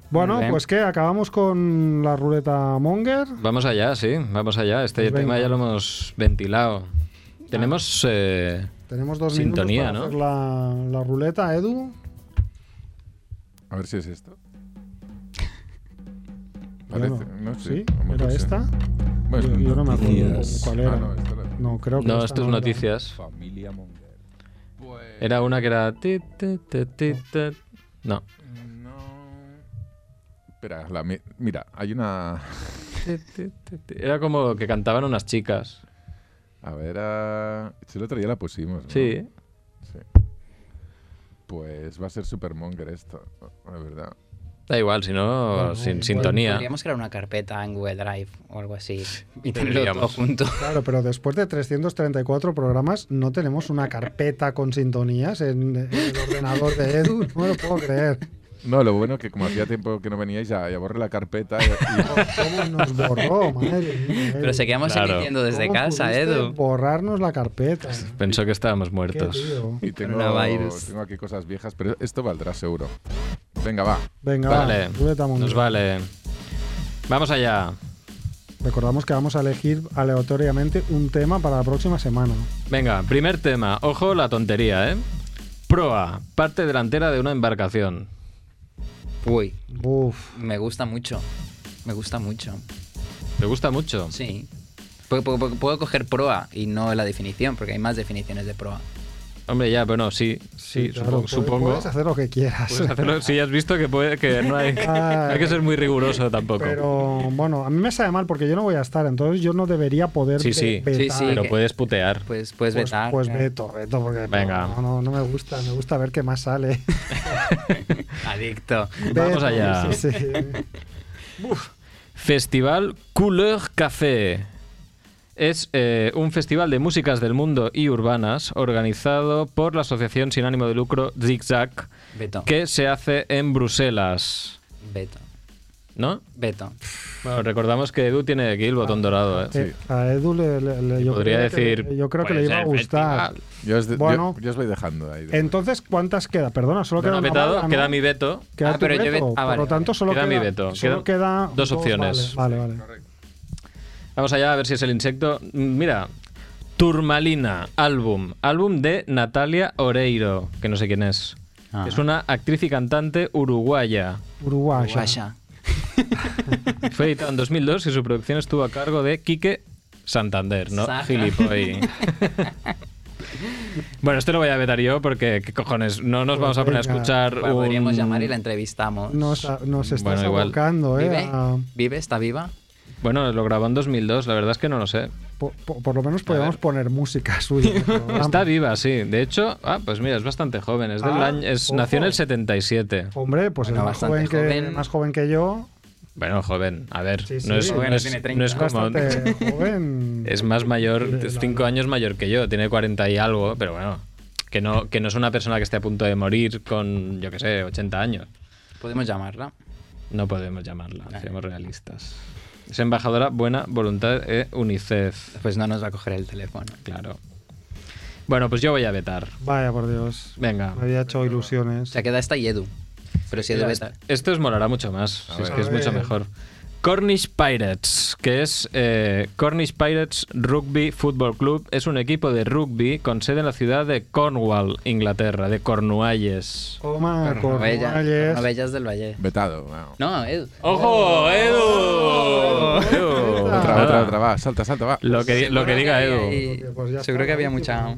Speaker 1: Bueno,
Speaker 3: Muy bien.
Speaker 1: pues que acabamos con la ruleta Monger.
Speaker 2: Vamos allá, sí, vamos allá. Este
Speaker 1: Pues
Speaker 2: tema
Speaker 1: venga.
Speaker 2: ya lo hemos ventilado. Tenemos... eh,
Speaker 1: Tenemos dos
Speaker 2: Sintonía, ¿no?
Speaker 1: minutos para hacer la, la ruleta, Edu.
Speaker 4: A ver si es esto.
Speaker 1: Yo
Speaker 4: Parece,
Speaker 1: no.
Speaker 4: no sé,
Speaker 1: ¿Sí?
Speaker 4: como
Speaker 1: ¿Era
Speaker 4: que sé.
Speaker 1: esta?
Speaker 4: Bueno,
Speaker 1: yo, yo no me acuerdo
Speaker 4: noticias.
Speaker 1: cuál era.
Speaker 4: Ah, no, esta era-
Speaker 1: No, creo que
Speaker 2: no,
Speaker 1: esta
Speaker 2: esto es
Speaker 1: no era.
Speaker 2: noticias.
Speaker 4: Familia Monger. Pues,
Speaker 2: Era una que era... ti, ti, ti, ti, ti. No.
Speaker 4: Mm, No. Espera, la mi- mira, hay una.
Speaker 2: Ti, ti, ti, ti. Era como que cantaban unas chicas.
Speaker 4: A ver, ah, si el otro día la pusimos. ¿no?
Speaker 2: Sí.
Speaker 4: Sí. Pues va a ser Supermonger esto, la verdad.
Speaker 2: Da igual, si no, sin sintonía.
Speaker 3: Podríamos crear una carpeta en Google Drive o algo así y tenerlo
Speaker 2: Deberíamos.
Speaker 3: todo junto.
Speaker 1: Claro, pero después de 334 programas no tenemos una carpeta con sintonías en, en el ordenador de Edu. [laughs] No me lo puedo creer.
Speaker 4: No, lo bueno que como hacía tiempo que no veníais, ya, ya borré la carpeta. y- y-
Speaker 1: ¿Cómo nos borró, madre mía, Edu?
Speaker 3: Pero se quedamos
Speaker 2: Claro.
Speaker 3: emitiendo desde
Speaker 1: ¿Cómo
Speaker 3: casa,
Speaker 1: pudiste
Speaker 3: Edu.
Speaker 1: Borrarnos la carpeta.
Speaker 2: Pensó que estábamos
Speaker 1: Qué
Speaker 2: muertos.
Speaker 1: tío.
Speaker 3: [laughs]
Speaker 4: y tengo,
Speaker 3: Coronavirus.
Speaker 4: tengo aquí cosas viejas, pero esto valdrá seguro. Venga, va.
Speaker 1: Venga,
Speaker 2: Vale,
Speaker 1: va, ruleta mundial.
Speaker 2: nos vale. Vamos allá.
Speaker 1: Recordamos que vamos a elegir aleatoriamente un tema para la próxima semana.
Speaker 2: Venga, primer tema. Ojo la tontería, ¿eh? Proa, parte delantera de una embarcación.
Speaker 3: Uy,
Speaker 1: Uf.
Speaker 3: me gusta mucho. Me gusta mucho.
Speaker 2: Me gusta mucho.
Speaker 3: Sí. Puedo, puedo- puedo coger proa y no la definición, porque hay más definiciones de proa.
Speaker 2: Hombre, ya, bueno, sí, sí,
Speaker 1: Claro,
Speaker 2: supongo.
Speaker 1: puedes-
Speaker 2: supongo.
Speaker 1: Puedes hacer lo que quieras.
Speaker 2: [laughs] Puedes hacerlo si ya has visto que, puede, que no hay,
Speaker 1: [laughs] Ah,
Speaker 2: hay que ser muy riguroso tampoco.
Speaker 1: Pero bueno, a mí me sabe mal porque yo no voy a estar, entonces yo no debería poder
Speaker 2: sí, sí,
Speaker 1: ve-
Speaker 3: Sí,
Speaker 1: vetar.
Speaker 3: sí,
Speaker 2: pero
Speaker 3: que-
Speaker 2: puedes putear.
Speaker 3: Pues, puedes
Speaker 1: Pues,
Speaker 3: vetar.
Speaker 1: pues
Speaker 3: claro.
Speaker 1: veto, veto, porque
Speaker 2: Venga.
Speaker 1: No, no, no me gusta, me gusta ver qué más sale.
Speaker 3: Adicto.
Speaker 1: [laughs]
Speaker 2: [laughs] Vamos
Speaker 1: Veto,
Speaker 2: allá.
Speaker 1: sí, sí.
Speaker 2: Festival Couleur Café. Es eh, un festival de músicas del mundo y urbanas organizado por la asociación sin ánimo de lucro Zigzag
Speaker 3: Beto.
Speaker 2: que se hace en Bruselas.
Speaker 3: Beto.
Speaker 2: ¿No?
Speaker 3: Beto.
Speaker 2: Bueno, recordamos que Edu tiene aquí el botón dorado. ¿eh?
Speaker 1: Eh, a Edu le, le- le- yo,
Speaker 2: Podría
Speaker 1: creo que-
Speaker 2: decir.
Speaker 1: yo creo que
Speaker 2: "Puede
Speaker 1: le iba a
Speaker 2: ser
Speaker 1: gustar.
Speaker 2: festival".
Speaker 4: Yo os, de-
Speaker 1: Bueno.
Speaker 4: yo- yo os voy dejando ahí.
Speaker 1: Entonces, ¿cuántas queda? Perdona, solo queda
Speaker 2: Bueno, ha
Speaker 1: una
Speaker 2: petado,
Speaker 1: mala, ¿no?
Speaker 2: queda mi veto.
Speaker 1: Queda
Speaker 3: Ah,
Speaker 1: tu
Speaker 3: pero yo he
Speaker 1: veto.
Speaker 3: vet- ah,
Speaker 1: Por
Speaker 3: vale,
Speaker 1: lo tanto,
Speaker 3: vale.
Speaker 1: solo
Speaker 2: Queda
Speaker 1: queda,
Speaker 2: mi veto.
Speaker 1: solo
Speaker 2: Quedan
Speaker 1: queda
Speaker 2: dos opciones.
Speaker 1: Vale, vale. vale.
Speaker 2: Vamos allá a ver si es el insecto. Mm, Mira, Turmalina, álbum. Álbum de Natalia Oreiro, que no sé quién es.
Speaker 3: Ah.
Speaker 2: Es una actriz y cantante uruguaya.
Speaker 1: Uruguaya.
Speaker 7: Guaya.
Speaker 2: Fue editado en 2002 y su producción estuvo a cargo de Quique Santander, ¿no?
Speaker 7: Saja.
Speaker 2: Gilipoy. bueno, este lo voy a vetar yo porque, ¿qué cojones? No nos vamos a poner a
Speaker 1: venga.
Speaker 2: escuchar
Speaker 3: [laughs] Bueno,
Speaker 2: un-
Speaker 3: podríamos llamar y la entrevistamos.
Speaker 1: Nos, nos estás
Speaker 2: Bueno, igual.
Speaker 1: abocando, ¿eh?
Speaker 3: ¿Vive?
Speaker 1: a-
Speaker 3: ¿Vive? ¿Está viva?
Speaker 2: Bueno, lo grabó en 2002, la verdad es que no lo sé.
Speaker 1: po- po- por, lo menos podemos poner música [laughs] suya. en el programa.
Speaker 2: Está viva, sí. De hecho, ah, pues mira, es bastante joven. Es del
Speaker 1: Ah,
Speaker 2: año, es,
Speaker 1: ojo.
Speaker 2: nació en el 77.
Speaker 1: Hombre, pues
Speaker 3: Bueno,
Speaker 1: es más joven,
Speaker 3: bastante
Speaker 1: que,
Speaker 3: joven.
Speaker 1: más joven que yo.
Speaker 2: Bueno, joven, a ver.
Speaker 1: Sí, sí.
Speaker 2: No es,
Speaker 1: Joven,
Speaker 2: no es-
Speaker 3: tiene
Speaker 2: no
Speaker 3: 30.
Speaker 2: es como.
Speaker 1: Bastante joven.
Speaker 2: [laughs] Es más mayor, 5 años mayor que yo, tiene 40 y algo, pero bueno. Que no, que no es una persona que esté a punto de morir con, yo qué sé, 80 años.
Speaker 3: Podemos llamarla.
Speaker 2: No podemos llamarla, seamos realistas. Es embajadora buena voluntad de UNICEF,
Speaker 3: Pues no nos va a coger el teléfono.
Speaker 2: claro. Bueno, pues yo voy a vetar.
Speaker 1: Vaya, por Dios.
Speaker 2: Venga.
Speaker 1: Me había hecho ilusiones.
Speaker 3: O sea, queda esta y Edu. Pero si Edu
Speaker 2: Mira,
Speaker 3: está...
Speaker 2: Esto os molará mucho más, si es
Speaker 4: ver.
Speaker 2: que es
Speaker 1: A
Speaker 2: mucho
Speaker 1: ver.
Speaker 2: mejor. Cornish Pirates, que es eh, Cornish Pirates Rugby Football Club, es un equipo de rugby con sede en la ciudad de Cornwall, Inglaterra, de Cornualles.
Speaker 1: Coma,
Speaker 3: Cornellá-
Speaker 1: Cornalles.
Speaker 3: Cornovellas del Valle.
Speaker 4: Vetado. wow.
Speaker 3: No, Edu.
Speaker 2: ¡Ojo, Edu!
Speaker 4: Otra, otra, otra. Va, salta, salta, va.
Speaker 2: Lo que, lo que diga Edu.
Speaker 3: Ahí-
Speaker 1: Pues ya está,
Speaker 3: Seguro que había
Speaker 1: ¿no?
Speaker 3: mucha...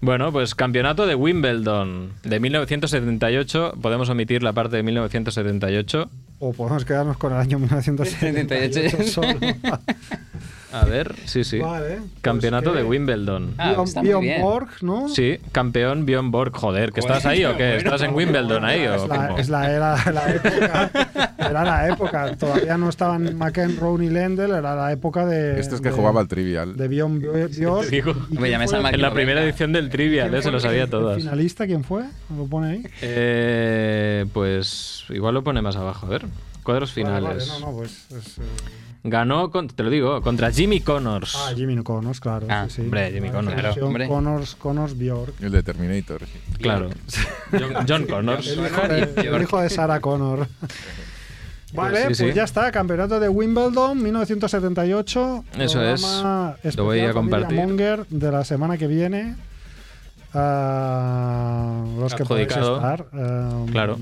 Speaker 2: Bueno, pues campeonato de Wimbledon de 1978. Podemos omitir la parte de 1978.
Speaker 1: O podemos quedarnos con el
Speaker 3: [laughs]
Speaker 1: año 1978 solo.
Speaker 2: A ver, sí, sí.
Speaker 1: Vale, pues
Speaker 2: Campeonato
Speaker 1: que-
Speaker 2: de Wimbledon.
Speaker 3: Ah,
Speaker 1: Bjorn-
Speaker 3: está muy
Speaker 1: Bjorn
Speaker 3: bien.
Speaker 1: Borg, ¿no?
Speaker 2: Sí, campeón Bjorn Borg, joder, ¿que estás ahí o qué? ¿Estás en Wimbledon ahí o
Speaker 1: Ah, Es la,
Speaker 2: cómo?
Speaker 1: es la era, la época.
Speaker 2: [laughs]
Speaker 1: Era la época. Todavía no estaban McEnroe ni Lendl, era la época de.
Speaker 4: Esto Este es que
Speaker 1: de-
Speaker 4: jugaba al trivial.
Speaker 1: De Bjorn Bjorn- Bjorn.
Speaker 2: Este Digo,
Speaker 1: ¿Y
Speaker 3: Me
Speaker 1: quién
Speaker 3: llamé
Speaker 1: fue
Speaker 3: esa
Speaker 1: el-
Speaker 2: en la primera edición del Trivial, eh, se lo sabía
Speaker 1: ¿El
Speaker 2: todas.
Speaker 1: finalista quién fue? ¿Lo pone ahí?
Speaker 2: Eh, pues igual lo pone más abajo, a ver. Cuadros
Speaker 1: Vale, vale,
Speaker 2: finales.
Speaker 1: no, no, pues. es, eh,
Speaker 2: Ganó, con- te lo digo, contra Jimmy Connors.
Speaker 1: Ah, Jimmy Connors, claro.
Speaker 3: Ah,
Speaker 1: sí, sí.
Speaker 2: hombre, Jimmy
Speaker 1: La
Speaker 2: Connors.
Speaker 1: selección
Speaker 3: Claro, hombre.
Speaker 1: Connors, Connors, Bjork.
Speaker 4: El de Terminator. sí.
Speaker 3: Pues
Speaker 2: Claro. John, [laughs] John Connors.
Speaker 1: El hijo de, el hijo de Sarah Connor.
Speaker 2: [laughs]
Speaker 1: Vale,
Speaker 2: Sí,
Speaker 1: pues,
Speaker 2: sí.
Speaker 1: ya está, campeonato de Wimbledon 1978.
Speaker 2: Eso es.
Speaker 1: programa
Speaker 2: Lo voy a
Speaker 1: especial Familia
Speaker 2: compartir.
Speaker 1: Monger de la semana que viene. Ah, los que podéis
Speaker 2: Adjudicado.
Speaker 1: estar. ah,
Speaker 2: Claro.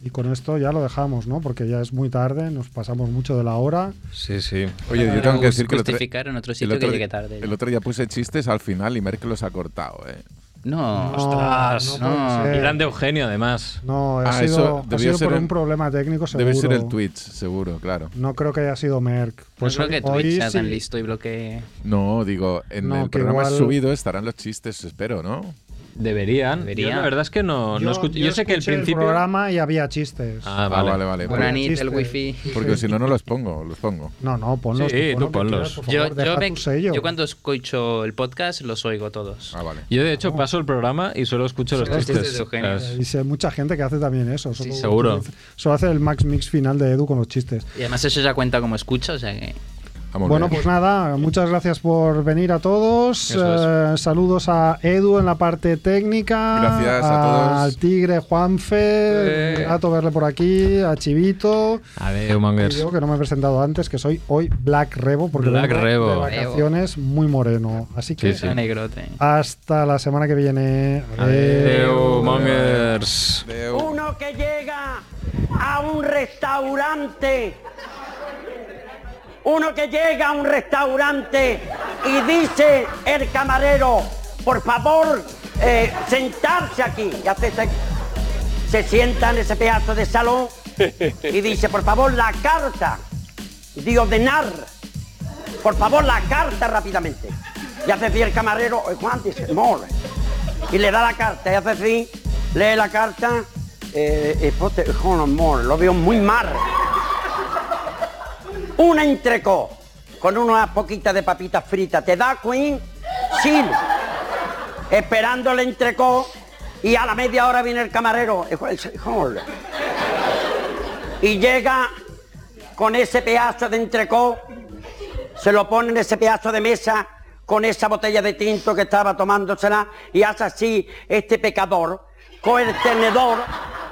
Speaker 1: Y con esto ya lo dejamos, ¿no? Porque ya es muy tarde, nos pasamos mucho de la hora.
Speaker 2: Sí, sí.
Speaker 4: Oye, yo
Speaker 3: Pero
Speaker 4: tengo que decir que el otro,
Speaker 3: justificar en otro
Speaker 4: el
Speaker 3: sitio
Speaker 4: otro
Speaker 3: que
Speaker 4: di-
Speaker 3: llegué tarde.
Speaker 4: el otro día puse chistes al final y Merkel los ha cortado. ¿eh?
Speaker 3: No, pues
Speaker 2: Ostras,
Speaker 1: no puede
Speaker 3: no.
Speaker 1: ser.
Speaker 2: Y grande Eugenio, además.
Speaker 1: No, ha
Speaker 4: Ah, eso
Speaker 1: sido, ha
Speaker 4: debió
Speaker 1: sido
Speaker 4: ser
Speaker 1: por
Speaker 4: el-
Speaker 1: un problema técnico seguro.
Speaker 4: Debe ser el Twitch, seguro, claro.
Speaker 1: No creo que haya sido Merck.
Speaker 3: Pues
Speaker 1: Pues
Speaker 3: creo
Speaker 1: hoy-
Speaker 3: que
Speaker 1: hoy
Speaker 3: Twitch sea tan
Speaker 1: sí.
Speaker 3: listo y bloquee.
Speaker 4: No, digo, en
Speaker 1: No,
Speaker 4: el
Speaker 1: que
Speaker 4: programa
Speaker 1: igual-
Speaker 4: subido estarán los chistes, espero, ¿no?
Speaker 2: Deberían.
Speaker 3: Debería.
Speaker 2: Yo la verdad es que no, no escucho. Yo, sé que el
Speaker 1: escuché
Speaker 2: principio.
Speaker 1: programa y había chistes.
Speaker 2: Ah,
Speaker 4: Ah,
Speaker 2: vale.
Speaker 4: vale, vale.
Speaker 3: Una
Speaker 1: Bueno,
Speaker 3: nit, el
Speaker 1: chiste.
Speaker 3: wifi.
Speaker 4: Porque si no, no los pongo, los pongo.
Speaker 1: No, no, ponlos.
Speaker 2: Sí, tú
Speaker 1: pon lo que quieras,
Speaker 2: ponlos.
Speaker 1: por
Speaker 3: Yo,
Speaker 1: favor,
Speaker 3: yo,
Speaker 1: deja
Speaker 3: me-
Speaker 1: tu sello.
Speaker 3: yo cuando escucho el podcast los oigo todos.
Speaker 4: Ah, vale.
Speaker 2: Yo de hecho paso el programa y solo escucho los
Speaker 3: Solo
Speaker 2: chistes.
Speaker 3: chistes de Eugenio.
Speaker 2: ¿sabes?
Speaker 1: Y si hay mucha gente que hace también eso. Solo,
Speaker 2: seguro.
Speaker 1: Solo hace el max mix final de Edu con los chistes.
Speaker 3: Y además eso ya cuenta como escucha, o sea que...
Speaker 4: Vamos
Speaker 1: Bueno,
Speaker 4: bien.
Speaker 1: pues nada, muchas gracias por venir a todos.
Speaker 2: Eso
Speaker 1: Eh, saludos a Edu en la parte técnica.
Speaker 4: Gracias a todos.
Speaker 1: Al Tigre, Juanfe, Gato Verle por aquí, a Chivito.
Speaker 2: A ver, Humongers.
Speaker 1: Y yo que no me he presentado antes, que soy hoy Black Rebo, porque
Speaker 2: Black
Speaker 1: vengo
Speaker 2: Rebo.
Speaker 1: de vacaciones muy moreno. Así que
Speaker 2: Sí.
Speaker 3: sea negrote.
Speaker 1: hasta la semana que viene.
Speaker 2: Adeu, Mongers.
Speaker 4: Adeu.
Speaker 10: Uno que llega a un restaurante, uno que llega a un restaurante y dice el camarero, por favor, eh, sentarse aquí. Y hace se, se sienta en ese pedazo de salón y dice, por favor, la carta de ordenar. Por favor, la carta rápidamente. Y hace así el camarero, "Eh, Juan, dice, more. Y le da la carta, y hace así, lee la carta, eh, eh, pote- joder, more, lo veo muy mal. un entrecot con unas poquitas de papitas fritas. Te da Queen sin esperando el entrecot y a la media hora viene el camarero. Hijo- hijo- Y llega con ese pedazo de entrecot, se lo pone en ese pedazo de mesa con esa botella de tinto que estaba tomándosela y hace así este pecador con el tenedor,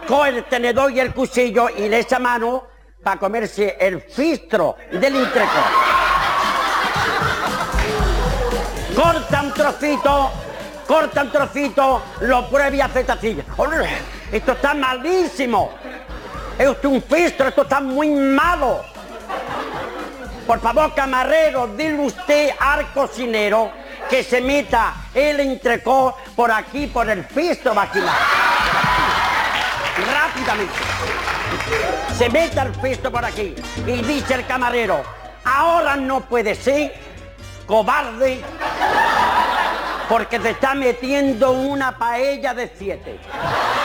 Speaker 10: con el tenedor y el cuchillo y le echa mano para comerse el fistro del entrecot. corta un trocito, corta un trocito, lo prueba y hace tacilla. Esto está malísimo. Esto es un fistro, esto está muy malo. Por favor, camarero, dile usted al cocinero que se meta el entrecó por aquí, por el fistro vaginal. Rápidamente. Se meta el fistro por aquí. Y dice el camarero, ahora no puede ser, cobarde, porque te está metiendo una paella de siete.